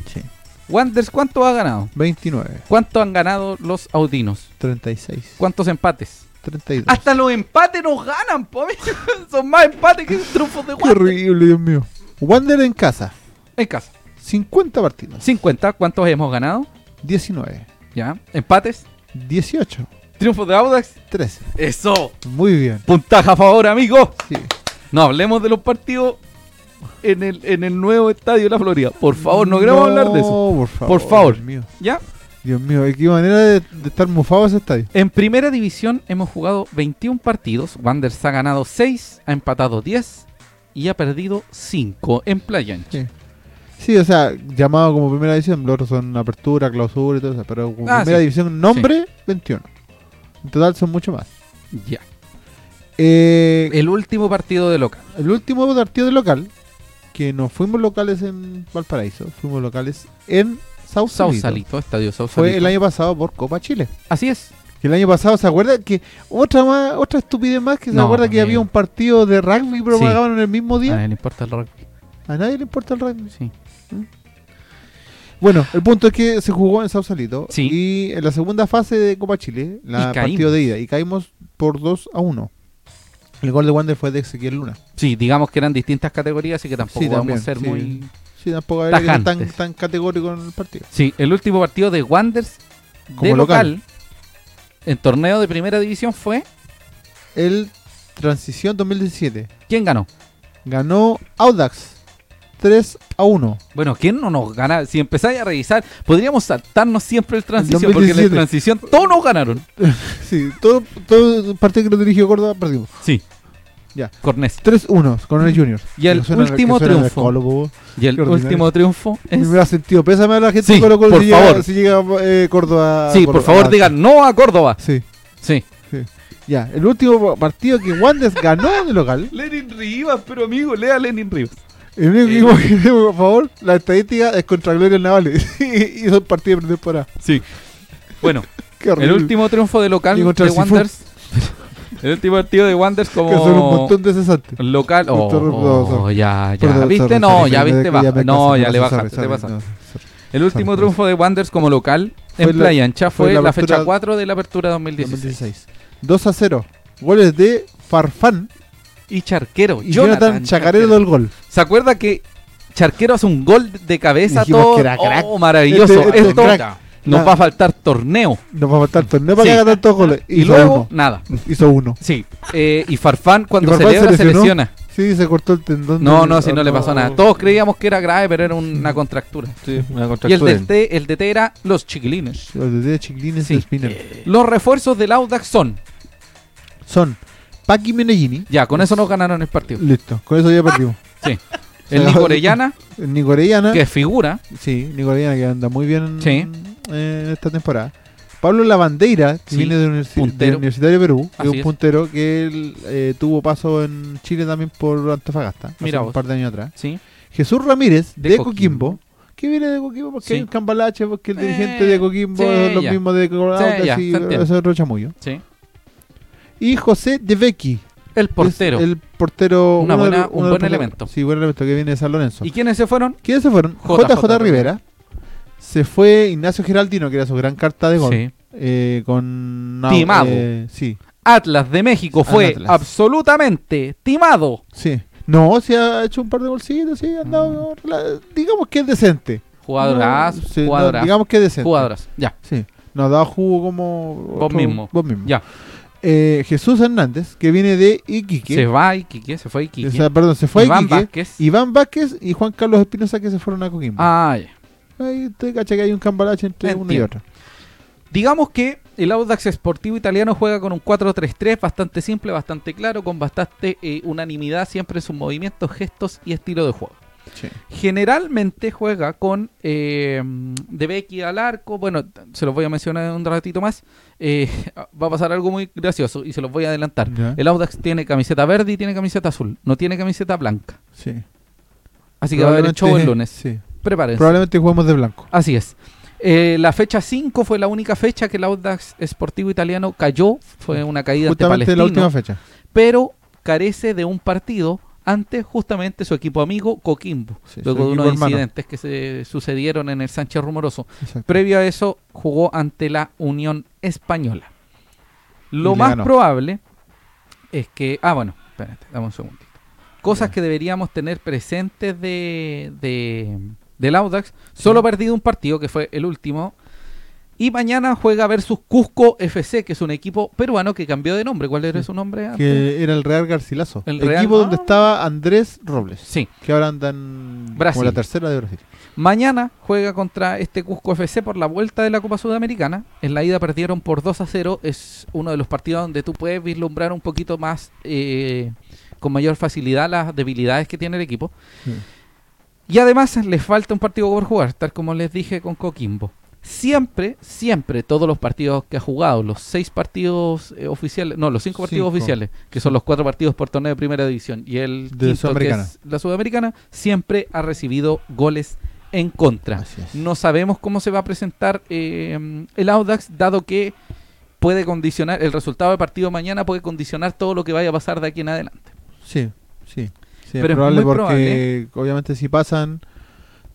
B: Wanders, ¿cuánto ha ganado?
A: 29,
B: ¿Cuánto han ganado los audinos?
A: 36,
B: ¿Cuántos empates?
A: 32.
B: Hasta los empates nos ganan, po. amigo. Son más empates que triunfos de
A: Qué
B: Wander.
A: horrible, Dios mío. Wander en casa,
B: En casa.
A: 50 partidos,
B: 50, ¿cuántos hemos ganado?
A: 19,
B: Ya. Empates.
A: 18,
B: Triunfos de Audax.
A: 13.
B: Eso.
A: Muy bien,
B: Puntaje a favor, amigo.
A: sí.
B: No hablemos de los partidos en el, en el nuevo estadio de la Florida. Por favor, no queremos hablar de eso.
A: No, Por favor.
B: Por favor.
A: Dios mío.
B: Ya.
A: Dios mío, de qué manera de, de estar mufado ese estadio.
B: En primera división hemos jugado 21 partidos. Wanderers ha ganado 6, ha empatado 10 y ha perdido 5 en Playa Ancha.
A: Sí. Sí, o sea, llamado como primera división, los otros son apertura, clausura y todo eso, pero como
B: Ah,
A: primera
B: sí.
A: división nombre, 21. En total son mucho más.
B: Ya.
A: Eh,
B: El último partido de local.
A: el último partido de local, que no fuimos locales en Valparaíso, fuimos locales en Sausalito.
B: Sausalito, Estadio Sausalito.
A: Fue el año pasado por Copa Chile.
B: Así es.
A: Que el año pasado, ¿se acuerda? que Otra más, otra estupidez más que se
B: No,
A: acuerda que
B: amigo.
A: había un partido de rugby promulgado en el mismo
B: A
A: día.
B: nadie le importa el rugby.
A: A nadie le importa el rugby.
B: Sí.
A: Bueno, el punto es que se jugó en Sausalito
B: Sí.
A: y en la segunda fase de Copa Chile, la
B: Y caímos.
A: partido de ida, y caímos por 2 a 1. El gol de Wander fue de Ezequiel Luna.
B: Sí, digamos que eran distintas categorías, así que tampoco
A: Sí,
B: vamos
A: también,
B: a ser
A: sí.
B: muy.
A: Sí, Sí, tampoco habría que ser tan,
B: Tajantes.
A: tan categórico en el partido.
B: Sí, el último partido de Wanders de
A: Como local.
B: local, en torneo de primera división fue.
A: El Transición 2017
B: ¿Quién ganó?
A: ganó Audax 3 a 1.
B: Bueno, ¿quién no nos gana? Si empezáis a revisar, podríamos saltarnos siempre el transición, porque en
A: 2017.
B: la transición todos nos ganaron.
A: Sí, todo, todo partido que lo dirigió Córdoba perdimos.
B: Sí.
A: Ya.
B: Cornés.
A: 3-1 con el Junior.
B: Y el
A: Que suena- que
B: último
A: suena de
B: triunfo.
A: Colo, po.
B: Y el
A: Qué ordinario.
B: último triunfo
A: Me
B: es.
A: hubiera sentido pésame a la gente
B: Sí,
A: de Colo Colo
B: por
A: si llega-
B: favor.
A: si llega, eh, Córdoba.
B: Sí,
A: Córdoba.
B: por favor, digan no a Córdoba.
A: Sí,
B: Sí.
A: ya. El último partido que Wanderers ganó de local.
B: Lenin Rivas, pero amigo, lea Lenin Rivas.
A: El único equipo que tenemos, por favor, la estadística es contra Gloria Navales. y son partidos de pretemporada.
B: Sí. Bueno,
A: Qué horrible.
B: el último triunfo de local
A: Y contra
B: de
A: el Cifú.
B: Wanderers. El último partido de Wanderers como.
A: Que son un montón de cesantes.
B: Local. Oh,
A: Doctor-
B: oh,
A: doctor-
B: ya, ya.
A: Perdón,
B: ¿Viste?
A: sorry,
B: no,
A: sorry,
B: ya
A: me-
B: viste.
A: me-
B: baja.
A: me
B: no,
A: casé,
B: ya
A: me pasé,
B: le bajaste.
A: sorry,
B: te
A: sorry,
B: pasaste.
A: no, sorry.
B: El último
A: Sorry,
B: triunfo de Wanderers como local
A: Fue
B: en
A: la-
B: Playa Ancha fue,
A: fue la
B: la, fecha
A: apertura-
B: 4 de la apertura 2016.
A: 2016. 2 a 0. Goles de Farfán
B: Y Charquero.
A: y Jonathan, Chacarero del gol.
B: ¿Se acuerda que Charquero hace un gol de cabeza
A: Dijimos
B: todo?
A: que era crack.
B: Oh, maravilloso.
A: Este- este
B: Esto
A: crack.
B: nos
A: Nada.
B: va a faltar torneo.
A: Nos va a faltar torneo para
B: Sí.
A: que haga tantos goles.
B: Y,
A: Hizo
B: luego,
A: uno.
B: nada.
A: Hizo uno.
B: Sí. Eh, y Farfán cuando
A: Y Farfán
B: celebra
A: se
B: se
A: lesionó.
B: lesiona.
A: Sí, se cortó el tendón.
B: No,
A: del-
B: no, si no le pasó
A: Oh.
B: nada. Todos creíamos que era grave, pero era una contractura. Y el DT, el DT era los chiquilines.
A: Los de Chiquilines
B: Sí.
A: de Spinner.
B: Los refuerzos del Audax son.
A: Son Paki Menellini.
B: Ya, con eso nos ganaron el partido.
A: Listo, con
B: Ah.
A: eso ya partimos.
B: Sí. El Nico Orellana,
A: El Nico Orellana.
B: que figura.
A: Sí, Nico Orellana que anda muy bien
B: Sí.
A: en esta temporada. Pablo Lavandeira, que
B: Sí,
A: viene de, Universi-
B: puntero.
A: de Universitario de Perú, que es
B: Así
A: un
B: es.
A: puntero que él eh, tuvo paso en Chile también por Antofagasta, hace
B: Mira vos.
A: un par de años atrás.
B: Sí.
A: Jesús Ramírez,
B: De
A: de,
B: Coquimbo.
A: Coquimbo. que viene de Coquimbo porque
B: Sí.
A: hay un cambalache, porque el
B: Eh,
A: dirigente de Coquimbo
B: sí,
A: es lo
B: ya.
A: mismo de Colorado,
B: Sí, ya,
A: así,
B: se entiende.
A: eso es otro chamullo.
B: Sí.
A: Y José De Vecchi,
B: El portero.
A: es El portero.
B: Una
A: uno de
B: buena-
A: los-
B: un
A: uno de los
B: buen
A: porteros.
B: elemento.
A: Sí, buen elemento que viene de San Lorenzo.
B: ¿Y quiénes se fueron?
A: ¿Quiénes se fueron?
B: JJ
A: JJ, Rivera. Se fue Ignacio Geraldino, que era su gran carta de gol.
B: Sí.
A: Eh, con. no,
B: Timado.
A: eh, sí,
B: Atlas de México fue
A: Atlas.
B: absolutamente timado.
A: sí. No, se ha hecho un par de bolsillos, sí, ha andado. rela- Digamos que es decente.
B: Mm. Jugadorazo,
A: No, sí, no,
B: jugadorazo,
A: digamos que es decente.
B: jugadorazo. Ya,
A: Sí. Nos da jugo como.
B: Vos mismo.
A: Vos mismo.
B: ya.
A: Eh, Jesús Hernández, que viene de Iquique.
B: Se va Iquique, se fue Iquique.
A: O sea, perdón, se fue a
B: Iván
A: Iquique.
B: Vázquez.
A: Iván Vázquez y Juan Carlos Espinosa que se fueron a Coquimbo.
B: Ah, ya.
A: Ahí te cacha que hay un cambalache entre uno y
B: Entiendo.
A: otro.
B: Digamos que el Audax Sportivo Italiano juega con un 4-3-3 bastante simple, bastante claro, con bastante eh, unanimidad siempre en sus movimientos, gestos y estilo de juego. Generalmente juega con eh, De Becchi al arco. Bueno, t- se los voy a mencionar un ratito más. Eh, va a pasar algo muy gracioso y se los voy a adelantar.
A: Ya.
B: El Audax tiene camiseta verde y tiene camiseta azul. No tiene camiseta blanca.
A: Sí.
B: Así que va a haber
A: Probablemente-
B: show el lunes.
A: Sí.
B: Prepárense.
A: Probablemente juguemos de blanco.
B: Así es. Eh, la fecha 5 fue la única fecha que el Audax Sportivo Italiano cayó. Fue una caída ante
A: Justamente la última
B: Palestino.
A: fecha.
B: Pero carece de un partido ante justamente su equipo amigo Coquimbo.
A: Sí,
B: luego
A: su
B: de
A: equipo
B: unos
A: hermano.
B: incidentes que se sucedieron en el Sánchez Rumoroso.
A: Exacto.
B: Previo a eso jugó ante la Unión Española. Lo
A: Y le
B: más
A: ganó.
B: probable es que... Ah, bueno, espérate, dame un segundito. Cosas que deberíamos tener presentes de, de- del Audax. Solo ha perdido un partido, que fue el último. Y mañana juega versus Cusco FC, que es un equipo peruano que cambió de nombre. ¿Cuál era
A: Sí.
B: su nombre? antes?
A: Que era el Real Garcilaso.
B: ah, El
A: El
B: Real-
A: equipo donde
B: Ah.
A: estaba Andrés Robles.
B: Sí.
A: Que ahora andan
B: Brasil.
A: como la tercera de Brasil.
B: Mañana juega contra este Cusco FC por la vuelta de la Copa Sudamericana. En la ida perdieron por 2 a 0. Es uno de los partidos donde tú puedes vislumbrar un poquito más, eh, con mayor facilidad, las debilidades que tiene el equipo.
A: Sí.
B: Y además les falta un partido por jugar, tal como les dije con Coquimbo. Siempre, siempre, todos los partidos que ha jugado, los seis partidos eh, oficiales, no, los cinco partidos
A: Cinco.
B: oficiales, que son los cuatro partidos por torneo de primera división y
A: De
B: el quinto, que
A: Sudamericana.
B: es la sudamericana, siempre ha recibido goles en contra.
A: Así es.
B: No sabemos cómo se va a presentar eh, el Audax, dado que puede condicionar, el resultado del partido mañana puede condicionar todo lo que vaya a pasar de aquí en adelante.
A: Sí, sí. sí
B: Pero es
A: es probable
B: muy
A: porque
B: probable. ¿eh?
A: obviamente si pasan,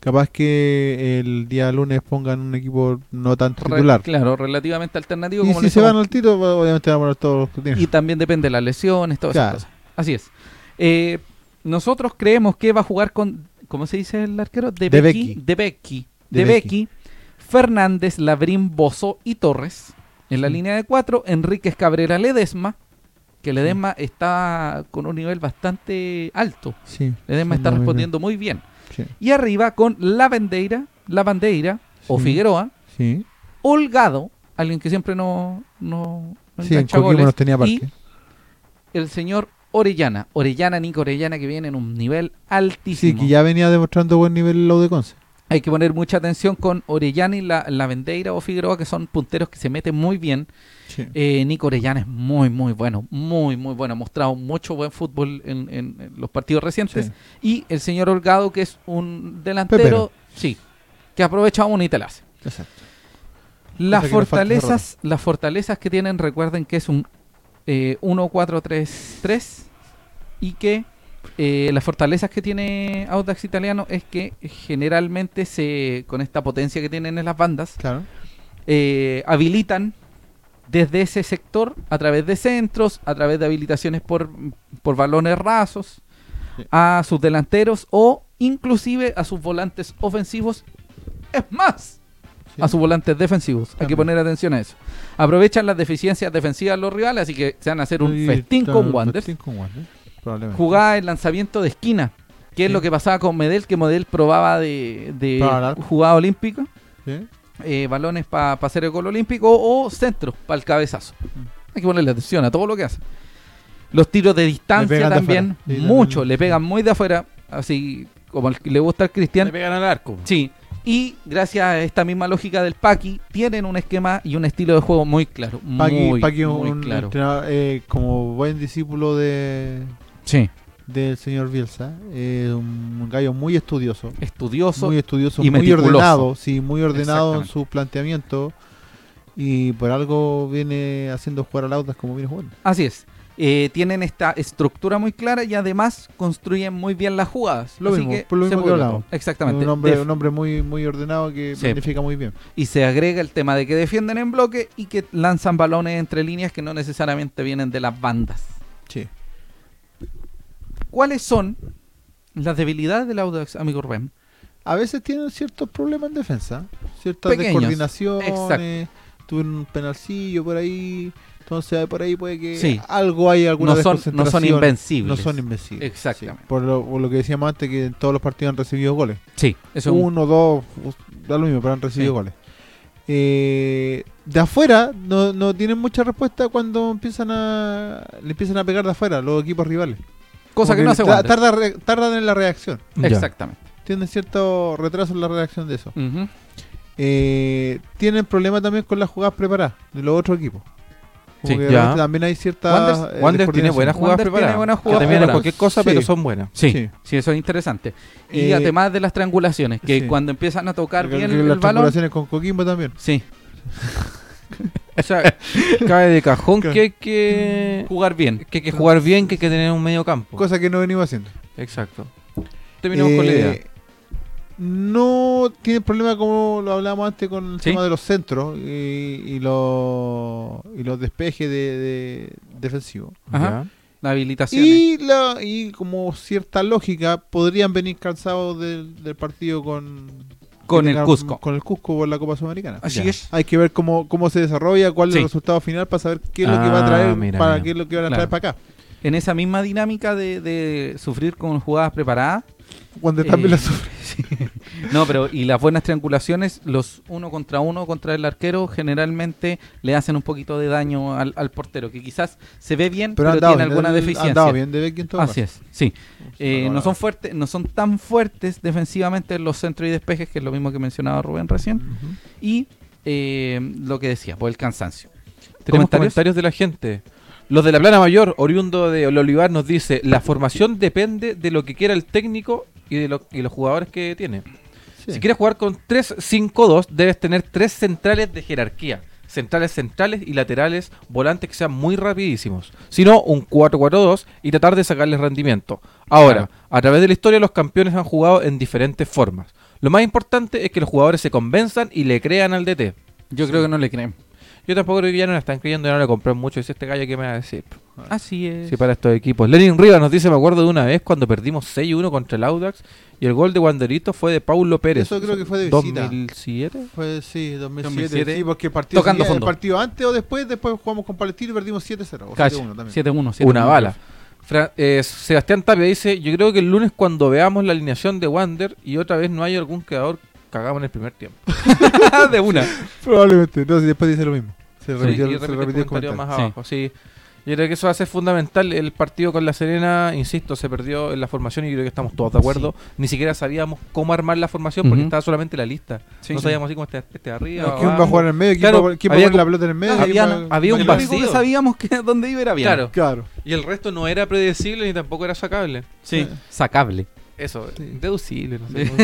A: capaz que el día lunes pongan un equipo no tan
B: Re-
A: titular.
B: claro, relativamente alternativo.
A: Y
B: como
A: si
B: le
A: se
B: somos-
A: van al tiro, obviamente van a poner todos los que tienen.
B: Y también depende de las lesiones, todas
A: Claro.
B: esas cosas. Así es. Eh, nosotros creemos que va a jugar con, ¿cómo se dice el arquero? De,
A: De
B: Becky.
A: Becchi.
B: De Becky.
A: De
B: De Becky. Fernández, Labrín, Bozo y Torres. En la
A: Sí.
B: línea de cuatro, Enríquez Cabrera Ledesma, que Ledesma está con un nivel bastante alto.
A: Sí.
B: Ledesma
A: Sí,
B: está
A: no, no, no.
B: respondiendo muy bien.
A: Sí.
B: Y arriba con Lavandeira, Lavandeira o
A: Sí.
B: Figueroa,
A: Sí.
B: Holgado, alguien que siempre no, no, no
A: Sí, en
B: engancha
A: Coquimbo
B: goles,
A: nos tenía
B: y
A: parque.
B: el señor Orellana, Orellana, Nico Orellana, que viene en un nivel
A: Sí,
B: altísimo.
A: que ya venía demostrando buen nivel la de Conce.
B: Hay que poner mucha atención con Orellana y la, Lavandeira o Figueroa, que son punteros que se meten muy bien.
A: Sí.
B: Eh, Nico Orellana es muy, muy bueno, muy, muy bueno. Ha mostrado mucho buen fútbol en, en- en los partidos recientes.
A: Sí.
B: Y el señor Holgado, que es un delantero, sí, que aprovecha una y te la hace.
A: Exacto. Cosa
B: Las
A: que nos falta hacer
B: fortalezas, las fortalezas que tienen, recuerden que es un eh, 1-4-3-3 y que eh, las fortalezas que tiene Audax Italiano es que generalmente se, con esta potencia que tienen en las bandas,
A: Claro.
B: eh, habilitan desde ese sector a través de centros, a través de habilitaciones por, por balones rasos
A: Sí.
B: a sus delanteros o inclusive a sus volantes ofensivos. Es más,
A: Sí.
B: a sus volantes defensivos. Hay que
A: También.
B: poner atención a eso. Aprovechan las deficiencias defensivas de los rivales, así que se van a hacer un
A: Sí,
B: festín
A: claro,
B: con Wander.
A: Festín con Wander. Probablemente.
B: Jugaba el lanzamiento de esquina, que es
A: Sí.
B: lo que pasaba con Medel, que Medel probaba de, de
A: Para el arco.
B: jugada olímpica,
A: Sí.
B: eh, balones para hacer el gol olímpico o centros para el cabezazo. Hay que ponerle atención a todo lo que hace. Los tiros de
A: Le
B: distancia
A: pegan de
B: también,
A: afuera. Sí,
B: mucho,
A: también.
B: le pegan muy de afuera, así como al que le gusta al Cristian.
C: Le pegan al arco.
B: Sí. Y gracias a esta misma lógica del Paki, tienen un esquema y un estilo de juego muy claro.
A: Paqui,
B: muy,
A: Paqui
B: muy
A: un
B: claro.
A: entrenador, eh, como buen discípulo de
B: Sí.
A: del señor Bielsa, eh, un gallo muy estudioso,
B: Estudioso.
A: muy estudioso,
B: y
A: muy
B: meticuloso.
A: ordenado, sí, muy ordenado en
B: Exactamente.
A: su planteamiento y por algo viene haciendo jugar a laudas como viene jugando.
B: Así es. Eh, tienen esta estructura muy clara y además construyen muy bien las jugadas.
A: Lo
B: Así
A: mismo,
B: que
A: por lo
B: se
A: mismo que
B: puede-
A: hablamos.
B: Exactamente.
A: Un hombre,
B: Def-
A: un hombre muy muy ordenado que
B: Sí.
A: planifica muy bien.
B: Y se agrega el tema de que defienden en bloque y que lanzan balones entre líneas que no necesariamente vienen de las bandas.
A: Sí.
B: ¿Cuáles son las debilidades del Audax, amigo Rubén?
A: A veces tienen ciertos problemas en defensa, ciertas
B: Pequeños,
A: descoordinaciones,
B: exacto.
A: tuvieron un penalcillo por ahí, entonces por ahí puede que
B: Sí.
A: algo hay alguna
B: No son, no son
A: desconcentración.
B: invencibles.
A: No son invencibles.
B: Exactamente.
A: sí. Por, lo, por lo que decíamos antes, que en todos los partidos han recibido goles.
B: Sí, eso es un-
A: Uno, dos, u- da lo mismo, pero han recibido
B: Sí.
A: goles. Eh, de afuera no, no tienen mucha respuesta cuando empiezan a le empiezan a pegar de afuera los equipos rivales.
B: cosa
A: Como
B: que no hace
A: ta-
B: Wander.
A: tarda re- Tardan en la reacción.
B: Exactamente.
A: Tienen cierto retraso en la reacción de eso.
B: Ujú.
A: Eh, tienen problema también con las jugadas preparadas de los otros equipos. Como
C: Sí,
A: que
C: ya.
A: de repente también hay cierta. eh,
B: Wander-
C: Wander tiene
A: descoordinación.
C: buenas jugadas
B: Wander tiene
C: preparadas.
B: buenas
C: que
B: jugadas
C: terminan
B: preparadas.
C: cualquier cosa, pero
A: Sí.
C: son buenas.
B: Sí,
A: Sí.
B: sí, eso es interesante. Y
A: Eh,
B: además de las triangulaciones, que
A: sí.
B: cuando empiezan a tocar
A: Porque
B: bien
A: creo Eh, que
B: el,
A: las
B: balón.
A: triangulaciones con Coquimbo también.
B: Sí,
C: O sea, cae de cajón que hay que,
B: jugar bien.
C: que hay que jugar bien, que hay que tener un medio campo.
A: Cosa que no venimos haciendo.
C: Exacto. Terminamos con la
A: Eh,
C: idea.
A: No tiene problema como lo hablábamos antes con el
C: Sí.
A: tema de los centros y, y los, y los despejes de, de- defensivos.
B: Ajá.
C: Ya.
B: La habilitación.
A: Y, la, y como cierta lógica, podrían venir cansados del, del partido con,
B: Con
A: que
B: el
A: tengan-
B: Cusco.
A: Con el Cusco por la Copa Sudamericana.
B: Así
C: Ya.
B: es.
A: Hay que ver cómo, cómo se desarrolla, cuál es
B: Sí.
A: el resultado final para saber qué es lo que
C: Ah,
A: va a traer,
C: mira,
A: para
C: mira.
A: qué es lo que van a
B: Claro.
A: traer para acá.
B: En esa misma dinámica de, de sufrir con jugadas preparadas.
A: Cuando
B: eh,
A: también la sufre.
B: sí. No, pero y las buenas triangulaciones, los uno contra uno contra el arquero, generalmente le hacen un poquito de daño al, al portero, que quizás se ve bien, pero,
A: han dado
B: tiene alguna deficiencia.
A: Han dado bien de Becky en todo
B: Así
A: caso.
B: es, sí. Eh,
A: Ahora-
B: no son fuertes, no son tan fuertes defensivamente en los centros y despejes, que es lo mismo que mencionaba Rubén recién.
A: Ujú.
B: Y eh, lo que decía, por el cansancio.
C: Tenemos
B: ¿Comentarios?
C: comentarios? de la gente. Los de la Plana Mayor, oriundo de Olivar, nos dice, la formación depende de lo que quiera el técnico y de lo- y los jugadores que tiene.
A: Sí.
C: Si quieres jugar con 3-5-2, debes tener tres centrales de jerarquía. Centrales centrales y laterales, volantes que sean muy rapidísimos. Si no, un 4-4-2 y tratar de sacarles rendimiento. Ahora, a través de la historia los campeones han jugado en diferentes formas. Lo más importante es que los jugadores se convenzan y le crean al DT.
B: Yo creo que no le creen.
C: Yo tampoco creo que ya no la están creyendo, ya no la compré mucho. Dice este gallo que me va a decir.
B: Así es.
C: Sí, para estos equipos. Lenin Rivas nos dice, me acuerdo de una vez cuando perdimos 6-1 contra el Audax y el gol de Wanderito fue de Paulo Pérez.
A: Eso creo que fue de visita.
C: 2007.
A: Pues sí, 2007.
B: 2007.
A: Sí, porque el partido,
B: Tocando
A: seguía- el
B: fondo.
A: partido antes o después, después jugamos con Palestino y perdimos 7-0. O
B: Cacha,
A: 7-1 también.
B: 7-1, 7-1.
C: Una bala. Fra- eh, Sebastián Tapia dice, yo creo que el lunes cuando veamos la alineación de Wander y otra vez no hay algún creador, cagamos en el primer tiempo.
B: de una.
A: Probablemente. No, si después dice lo mismo. Se
C: Sí,
A: repitió,
C: y
A: se
C: repite el
A: repitió el comentario.
C: comentario más
B: Sí.
C: abajo, sí. Yo creo que eso va a ser fundamental. El partido con La Serena, insisto, se perdió en la formación y creo que estamos todos de acuerdo. Ni siquiera sabíamos cómo armar la formación porque
B: Ujú.
C: estaba solamente la lista.
B: Sí,
C: no
B: sí.
C: sabíamos así cómo este, este arriba.
A: ¿Quién va a
C: abajo.
A: jugar en el medio? ¿Quién
C: Claro,
A: va, a- quién va a
C: había
A: poner la pelota en el medio?
C: había-
A: ¿Quién va-
C: había un
A: quién va a-
B: Lo único que
C: Vacío.
B: sabíamos que dónde iba era bien.
C: Claro.
A: Claro.
C: Y el resto no era predecible ni tampoco era sacable.
B: Sí. Sacable.
C: Eso,
A: Sí.
C: deducible. No sé
B: Sí.
C: cómo-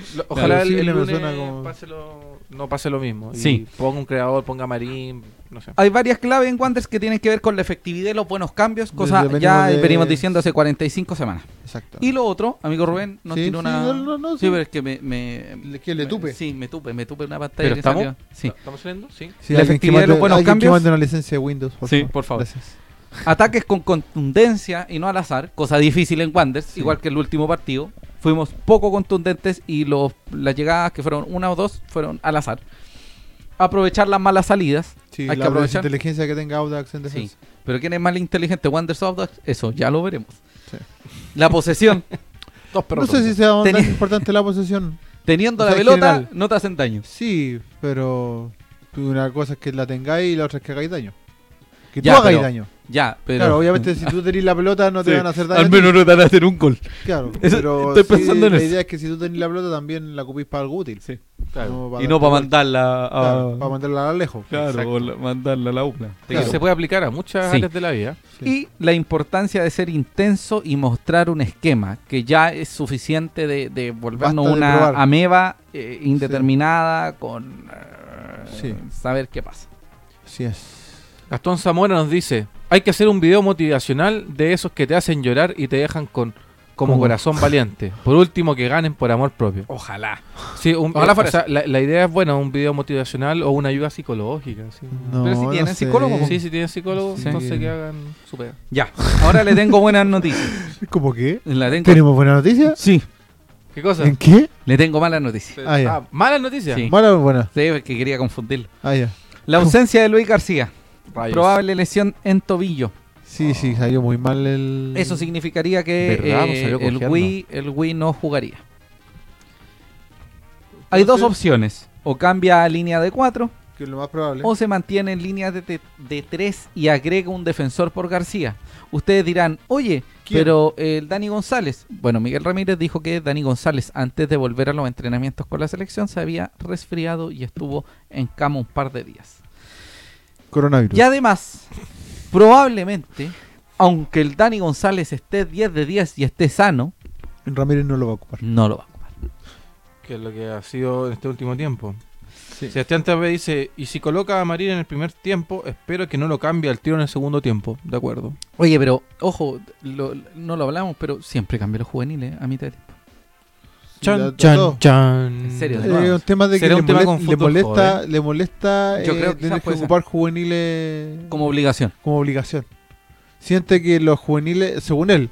C: Lo- Ojalá el,
A: Deducible
C: el
A: me
C: lunes
A: suena como-
C: pase lo- no pase lo mismo. y
B: Sí.
C: ponga un creador, ponga Marín, no sé.
B: Hay varias claves en Wanderers que tienen que ver con la efectividad y los buenos cambios, cosa
A: Desde
B: ya
A: venimos de-
B: venimos diciendo hace 45 semanas.
A: Exacto.
B: Y lo otro, amigo Rubén, nos
A: Sí,
B: tiene
A: sí,
B: una...
A: no, no, no,
B: sí,
A: sí.
B: pero es que me... me-
A: Le- que le
B: me-
A: tupe.
B: Sí, me tupe, me tupe una pantalla
C: ¿Pero
B: que
C: estamos?
B: salió. Sí.
C: ¿Estamos saliendo? Sí.
A: Sí,
B: la
A: alguien que
B: efectividad de los
A: mande-
B: buenos
A: alguien
B: cambios.
A: Que mande una licencia de Windows, por
B: Sí,
A: favor.
B: por favor.
A: Gracias.
B: Ataques con contundencia y no al azar, cosa difícil en Wanderers, igual que el último partido. Fuimos poco contundentes y los, las llegadas que fueron una o dos fueron al azar. Aprovechar las malas salidas.
A: Sí,
B: hay que
A: la
B: aprovechar.
A: inteligencia que tenga Audax en
B: Sí.
A: defensa.
B: Pero ¿quién es más inteligente? Wanderers o Audax? Eso ya lo veremos.
A: Sí.
B: La posesión.
C: Dos
A: No
C: perros.
A: sé si sea tan
B: Tenía-
A: importante la posesión.
B: Teniendo
A: O
B: la
A: sea, en
B: pelota,
A: general.
B: no te hacen daño.
A: Sí, pero una cosa es que la tengáis y la otra es que hagáis daño. Que
B: Ya,
A: tú hagáis
B: pero-
A: daño.
B: Ya, pero.
A: Claro, obviamente si tú tenés la pelota no te
B: Sí,
A: van a hacer daño. a ti.
B: no te van a hacer un gol.
A: Claro,
B: Eso-
A: pero
B: estoy
A: sí,
B: pensando en
A: la
B: eso.
A: idea es que si tú tenés la pelota también la ocupís para algo útil.
B: Y no para
A: mandar
B: mandarla a.
A: para mandarla al lejos.
B: Claro,
C: Exacto.
B: o la- mandarla a la UPLA.
C: De que
A: Claro.
C: se puede aplicar a muchas
B: Sí.
C: áreas de la vida.
A: Sí.
B: Y la importancia de ser intenso y mostrar un esquema, que ya es suficiente de, de volvernos
A: Basta de
B: una
A: probar.
B: ameba eh, indeterminada con eh,
A: Sí.
B: saber qué pasa.
A: Así es.
C: Gastón Zamora nos dice, hay que hacer un video motivacional de esos que te hacen llorar y te dejan con como
A: Como-
C: corazón valiente. Por último, que ganen por amor propio.
B: Ojalá.
C: Sí, un- eh,
B: Ojalá
C: o
B: fuera
C: sea, la, la idea es buena, un video motivacional o una ayuda psicológica. sí.
A: No,
B: Pero si
A: no
B: tienen
A: sé.
B: psicólogo,
C: Sí, si tienen psicólogo,
A: Sí.
C: entonces que hagan su pega.
B: Ya. Ahora le tengo buenas noticias.
A: ¿Cómo qué?
B: La tengo-
A: ¿Tenemos buenas noticias?
B: Sí,
C: ¿Qué cosa?
A: ¿En qué?
B: le tengo malas noticias.
A: Ah, ya.
C: Ah, ¿Malas noticias?
B: Sí.
A: ¿Mala o buena?
B: Sí, que quería confundirlo.
A: Ah, ya.
B: La ausencia de Luis García.
C: Rayos.
B: Probable lesión en tobillo.
A: Sí, sí, salió muy mal el...
B: Ah. Eso significaría que
C: Mm. Verdad,
B: eh,
C: lo salió
B: el,
C: cojeando.
B: Wii, el Wii no jugaría. Hay dos
A: Entonces-
B: opciones. O cambia a línea de 4
A: Que es lo más probable.
B: o se mantiene en línea de, de, 3 y agrega un defensor por García. Ustedes dirán, oye,
A: ¿Quién?
B: pero eh, el Dani González. Bueno, Miguel Ramírez dijo que Dani González antes de volver a los entrenamientos con la selección se había resfriado y estuvo en cama un par de días.
A: Coronavirus.
B: Y además, probablemente, aunque el Dani González esté 10 de 10 y esté sano,
A: Ramírez no lo va a ocupar.
B: no lo va a ocupar.
C: Que es lo que ha sido en este último tiempo.
A: Sí.
C: Sebastián Tapia dice, y si coloca a Marín en el primer tiempo, espero que no lo cambie al tiro en el segundo tiempo. De acuerdo.
B: Oye, pero, ojo, lo- no lo hablamos, pero siempre cambia los juveniles a mitad de tiempo.
A: Chan,
C: Chan, chan, chan.
B: En serio,
A: Eh, un tema de que
C: Será
A: le,
C: un tema
A: molest-
C: con
A: le
C: fútbol
A: molesta, le molesta
B: Yo
A: eh,
B: creo que quizás
A: tener que
B: puede ser.
A: ocupar juveniles como,
B: Como obligación.
A: obligación. Siente que los juveniles, según él,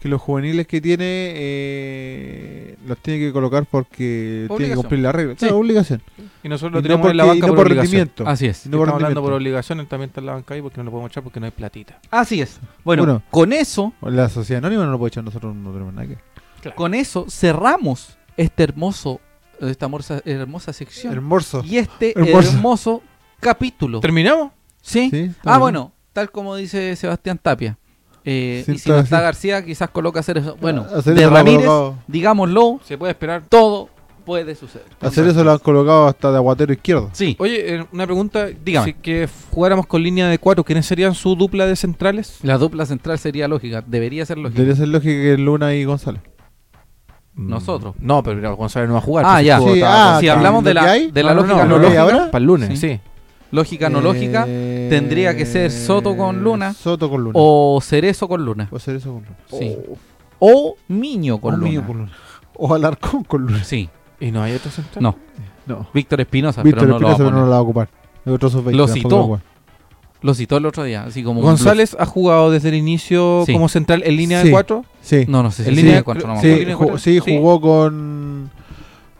A: que los juveniles que tiene eh, los tiene que colocar porque tiene que
B: Obligación.
A: cumplir la regla.
B: Sí.
A: Claro, obligación.
C: Y nosotros
A: Y
C: lo
A: no,
C: tenemos
A: porque-
C: en la
A: y
C: banca
A: no
C: por,
A: por
C: obligación.
A: rendimiento.
B: Así es.
A: Y no
C: Estamos
A: por
C: hablando por
A: rendimiento.
C: obligación, él también está en la banca ahí porque no lo podemos echar porque no hay platita.
B: Así es. Bueno,
A: Bueno.
B: con eso,
A: La sociedad anónima no lo puede echar, nosotros no tenemos nada que.
B: con eso cerramos este hermoso, esta hermosa, hermosa sección.
A: Hermoso.
B: y este
A: Hermoso.
B: hermoso capítulo.
C: ¿Terminamos?
B: ¿Sí?
A: Sí, está
B: ah,
A: bien.
B: bueno, tal como dice Sebastián Tapia. Eh,
A: Sí,
B: y si no
A: está
B: está
A: así.
B: García, quizás coloca hacer eso. Bueno,
A: Ah, Hacer
B: de
A: eso lo ha
B: Ramírez,
A: colocado.
B: digámoslo,
C: Se puede esperar.
B: todo puede suceder.
A: Hacer eso lo han colocado hasta de aguatero izquierdo.
B: Sí.
C: Oye, eh, una pregunta.
B: Dígame.
C: Si que jugáramos con línea de cuatro, ¿quiénes serían su dupla de centrales?
B: La dupla central sería lógica, debería ser lógica.
A: Debería ser lógico que Luna y González.
B: Nosotros.
C: No, pero mira, González no va a jugar.
B: Ah,
C: pues,
B: ya.
C: estuvo-
A: Sí, ah,
C: estaba-
B: si
A: sí,
B: hablamos
A: lo
B: de la,
A: que hay.
B: de la
C: No, no,
B: lógica no,
C: no,
A: lo que hay
B: lógica,
A: ahora?
C: Para el lunes, sí.
B: lógica no lógica,
A: Eh,
B: tendría que ser Soto con Luna.
A: Soto con Luna.
B: o Cerezo con Luna.
A: O hacer eso con Luna.
B: Sí. O Miño con
A: Oh. O
B: Luna.
A: mío con Luna. O Alarcón con Luna.
B: Sí,
C: ¿Y no hay otro central?
B: No.
A: No.
B: Víctor Espinosa, pero
A: Víctor
B: no lo va a
A: Espinosa no
B: poner.
A: la va a ocupar. De otro sub-20,
B: Lo
A: tampoco
B: citó.
A: me acuerdo.
B: Lo citó el otro día, así como... un
C: González ha jugado desde el inicio
B: Sí.
C: como central en línea
A: Sí.
C: de 4.
A: Sí.
B: bluff. No, no sé si
C: En
B: sí,
C: línea-
B: cuatro, no me
A: Sí,
B: acuerdo.
C: línea
A: ju-
C: cuatro?
A: sí,
C: Sí.
A: jugó con,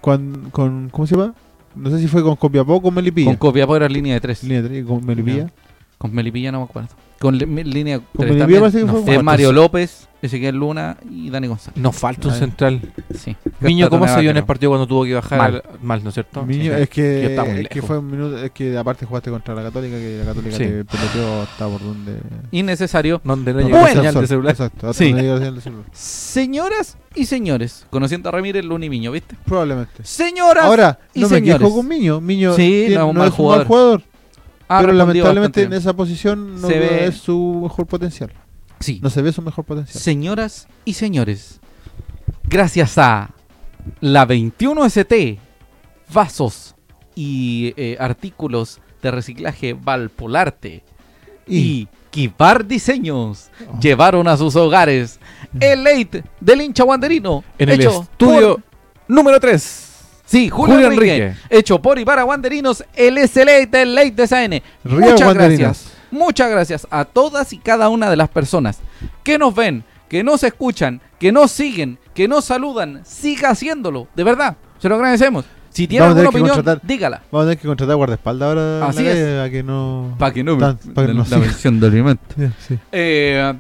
A: con, con- ¿Cómo se llama? No sé si fue con Copiapó o con
B: Con
A: Melipilla.
B: Copiapó era línea de tres.
A: Línea tres, con Melipilla.
B: Con Melipilla no me acuerdo. Con le- me- línea
A: Con
B: tres
A: Melipilla
B: también.
A: parece que fue
B: No,
A: cuatro.
B: es Mario López, Ezequiel Luna y Dani González.
C: Nos falta un
A: Ay.
C: central.
B: Sí.
C: Miño, ¿cómo se vio en el
B: Gastato
C: partido cuando tuvo que bajar?
B: Mal.
C: Mal, ¿no es cierto?
A: Miño,
C: Sí.
A: es
C: que está muy
A: que, es que
C: lejos.
A: fue un minuto, es que aparte jugaste contra la Católica, que la Católica
C: Sí.
A: te peloteó hasta por donde...
B: Innecesario.
C: Donde no
A: donde
C: llega
A: no llega
C: la
A: el
C: señal
A: sol.
C: de celular.
A: Exacto, hasta
B: Sí.
A: donde llega la señal de celular.
B: Señoras y señores, conociendo a Ramírez Luni Miño, ¿viste?
A: Probablemente.
B: Señoras
A: Ahora,
B: y
A: no me
B: señores.
A: quejo con Miño. Miño
B: Sí,
A: tiene-
B: no es
A: no,
B: un mal
A: es un mal
B: jugador.
A: jugador,
B: ha
A: pero
B: respondido
A: lamentablemente en
B: bastante
A: esa posición no
B: Se ve-
A: es su mejor potencial.
B: bien. Sí.
A: No se ve su mejor potencial.
B: Señoras y señores, gracias a la 21ST, vasos y eh, artículos de reciclaje Valpolarte
A: Y,
B: y Kibar Diseños llevaron a sus hogares el late del hincha guanderino.
C: En el
B: hecho
C: estudio
B: por-
C: número 3.
B: sí, Julio,
C: Julio
B: Enrique,
C: Enrique.
B: Hecho por y para guanderinos, el SLate del late de SN.
A: Río
B: Muchas
A: Guanderinos.
B: gracias. Muchas gracias a todas y cada una de las personas que nos ven, que nos escuchan, que nos siguen, que nos saludan. Siga haciéndolo, de verdad. Se lo agradecemos. Si tiene
A: Vamos a tener
B: alguna
A: que
B: opinión,
A: contratar-
B: dígala.
A: Vamos a tener que contratar guardaespaldas ahora en la
B: Así
A: calle,
B: es.
A: a que no...
B: Para que no
A: Tan- pa' que no siga.
B: de alimento.
A: Sí, sí.
B: Eh,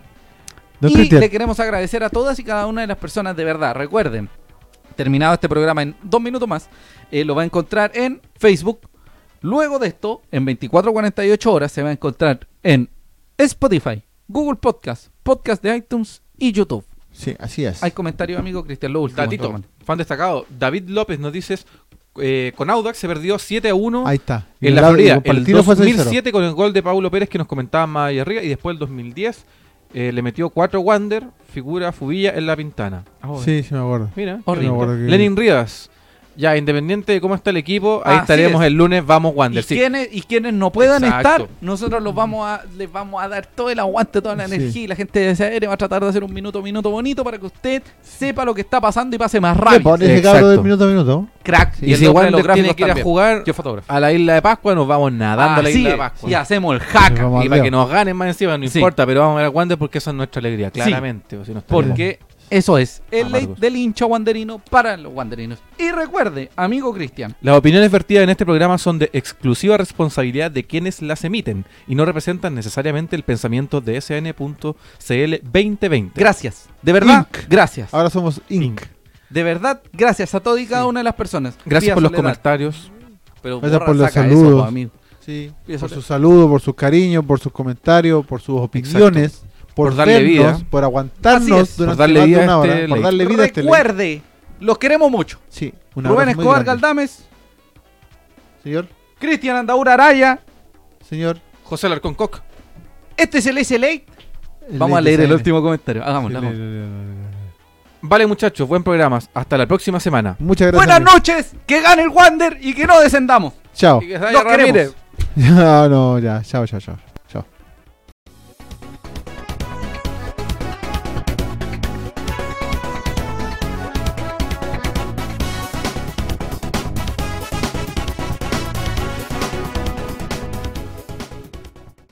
A: No
B: y
A: Cristian.
B: le queremos agradecer a todas y cada una de las personas de verdad. Recuerden, terminado este programa en dos minutos más, eh, lo va a encontrar en Facebook. Luego de esto, en 24 a 48 horas, se va a encontrar en Spotify, Google Podcast, Podcast de iTunes y YouTube.
A: Sí, así es.
B: Hay comentarios, amigo Cristian, lo último.
C: Datito,
B: hermano.
C: fan destacado. David López nos dices, eh, con Audax se perdió 7 a 1
A: Ahí está. Y
C: en la
A: lado-
C: Florida.
A: y
C: El
A: partido fue 6-0.
C: 2007 con el gol de Paulo Pérez que nos comentaban más allá arriba y después el 2010 eh, le metió 4 Wander, figura Fubilla en la pintana.
A: Sí, sí me acuerdo.
C: Mira,
B: Horrible.
A: Me acuerdo que-
C: Lenin Rivas. Ya, independiente de cómo está el equipo, ahí
B: Ah, Así
C: estaremos
B: es.
C: el lunes, vamos
B: Y,
C: Wander. Sí.
B: quienes, y quienes no puedan
C: Exacto.
B: estar, nosotros los vamos a, les vamos a dar todo el aguante, toda la
A: Sí.
B: energía y la gente de SAR va a tratar de hacer un minuto, minuto bonito para que usted sepa lo que está pasando y pase más
A: Le
B: rápido.
A: pones ese
C: Exacto.
A: cabro de minuto a minuto.
B: Crack.
C: Y
B: el
C: si
B: doble de los
C: Wander tiene
B: gráficos
C: que ir a
B: también.
C: jugar
B: Yo fotógrafo.
C: a la isla de Pascua, nos vamos nadando a la
B: Ah, Así
C: isla de
B: es.
C: Pascua.
B: Y hacemos el hack.
A: Nos vamos
C: Y
A: al
C: para
A: Leo.
C: que nos ganen más encima, no
B: Sí.
C: importa, pero vamos a ver a Wander porque esa es nuestra alegría,
B: Sí.
C: claramente. o si no está bien.
B: Porque eso es el
C: Amargos.
B: late del hincha wanderino para los wanderinos. Y recuerde, amigo Cristian,
C: Las opiniones vertidas en este programa son de exclusiva responsabilidad de quienes las emiten y no representan necesariamente el pensamiento de SN.cl 2020.
B: gracias. De verdad, gracias.
A: Ahora somos Inc.
B: De verdad, gracias a todas y cada una de las personas.
C: Gracias
B: Pía
C: por los
B: Soledad,
C: comentarios.
B: Pero
A: Gracias
B: borra,
A: por los
B: saca eso,
A: saludos.
B: po, amigo.
A: Sí.
B: Pía
A: Por
B: Soledad.
A: sus saludos, por sus cariños, por sus comentarios, por sus opiniones. Por,
C: Por darle
A: vernos,
C: vida.
A: por
B: Así
A: aguantarnos
B: es.
A: durante
C: Por darle
A: más de
C: vida
A: una
C: a
A: hora,
C: este
A: por
C: ley.
A: darle vida a este ley.
B: Recuerde, los queremos mucho.
A: Sí, un
B: Rubén
A: abrazo muy
B: Escobar
A: grande.
B: Galdames,
A: Señor,
B: Cristian Andaura Araya.
A: señor.
C: José Alarcón Koch.
B: Este es el S Late.
A: el
B: Vamos a
A: ley
B: leer
A: de
B: el
A: CN.
B: último comentario.
A: Sí,
B: Hagámoslo.
A: le-
B: hagámoslo.
A: le- le- le- le-
C: Vale muchachos, buen programa. Hasta la próxima semana.
A: Muchas gracias.
B: Buenas
A: amigo.
B: noches, que gane el Wander y que no descendamos.
A: Chao.
C: Y que
B: Los queremos.
A: No, no, ya. Chao, chao, chao.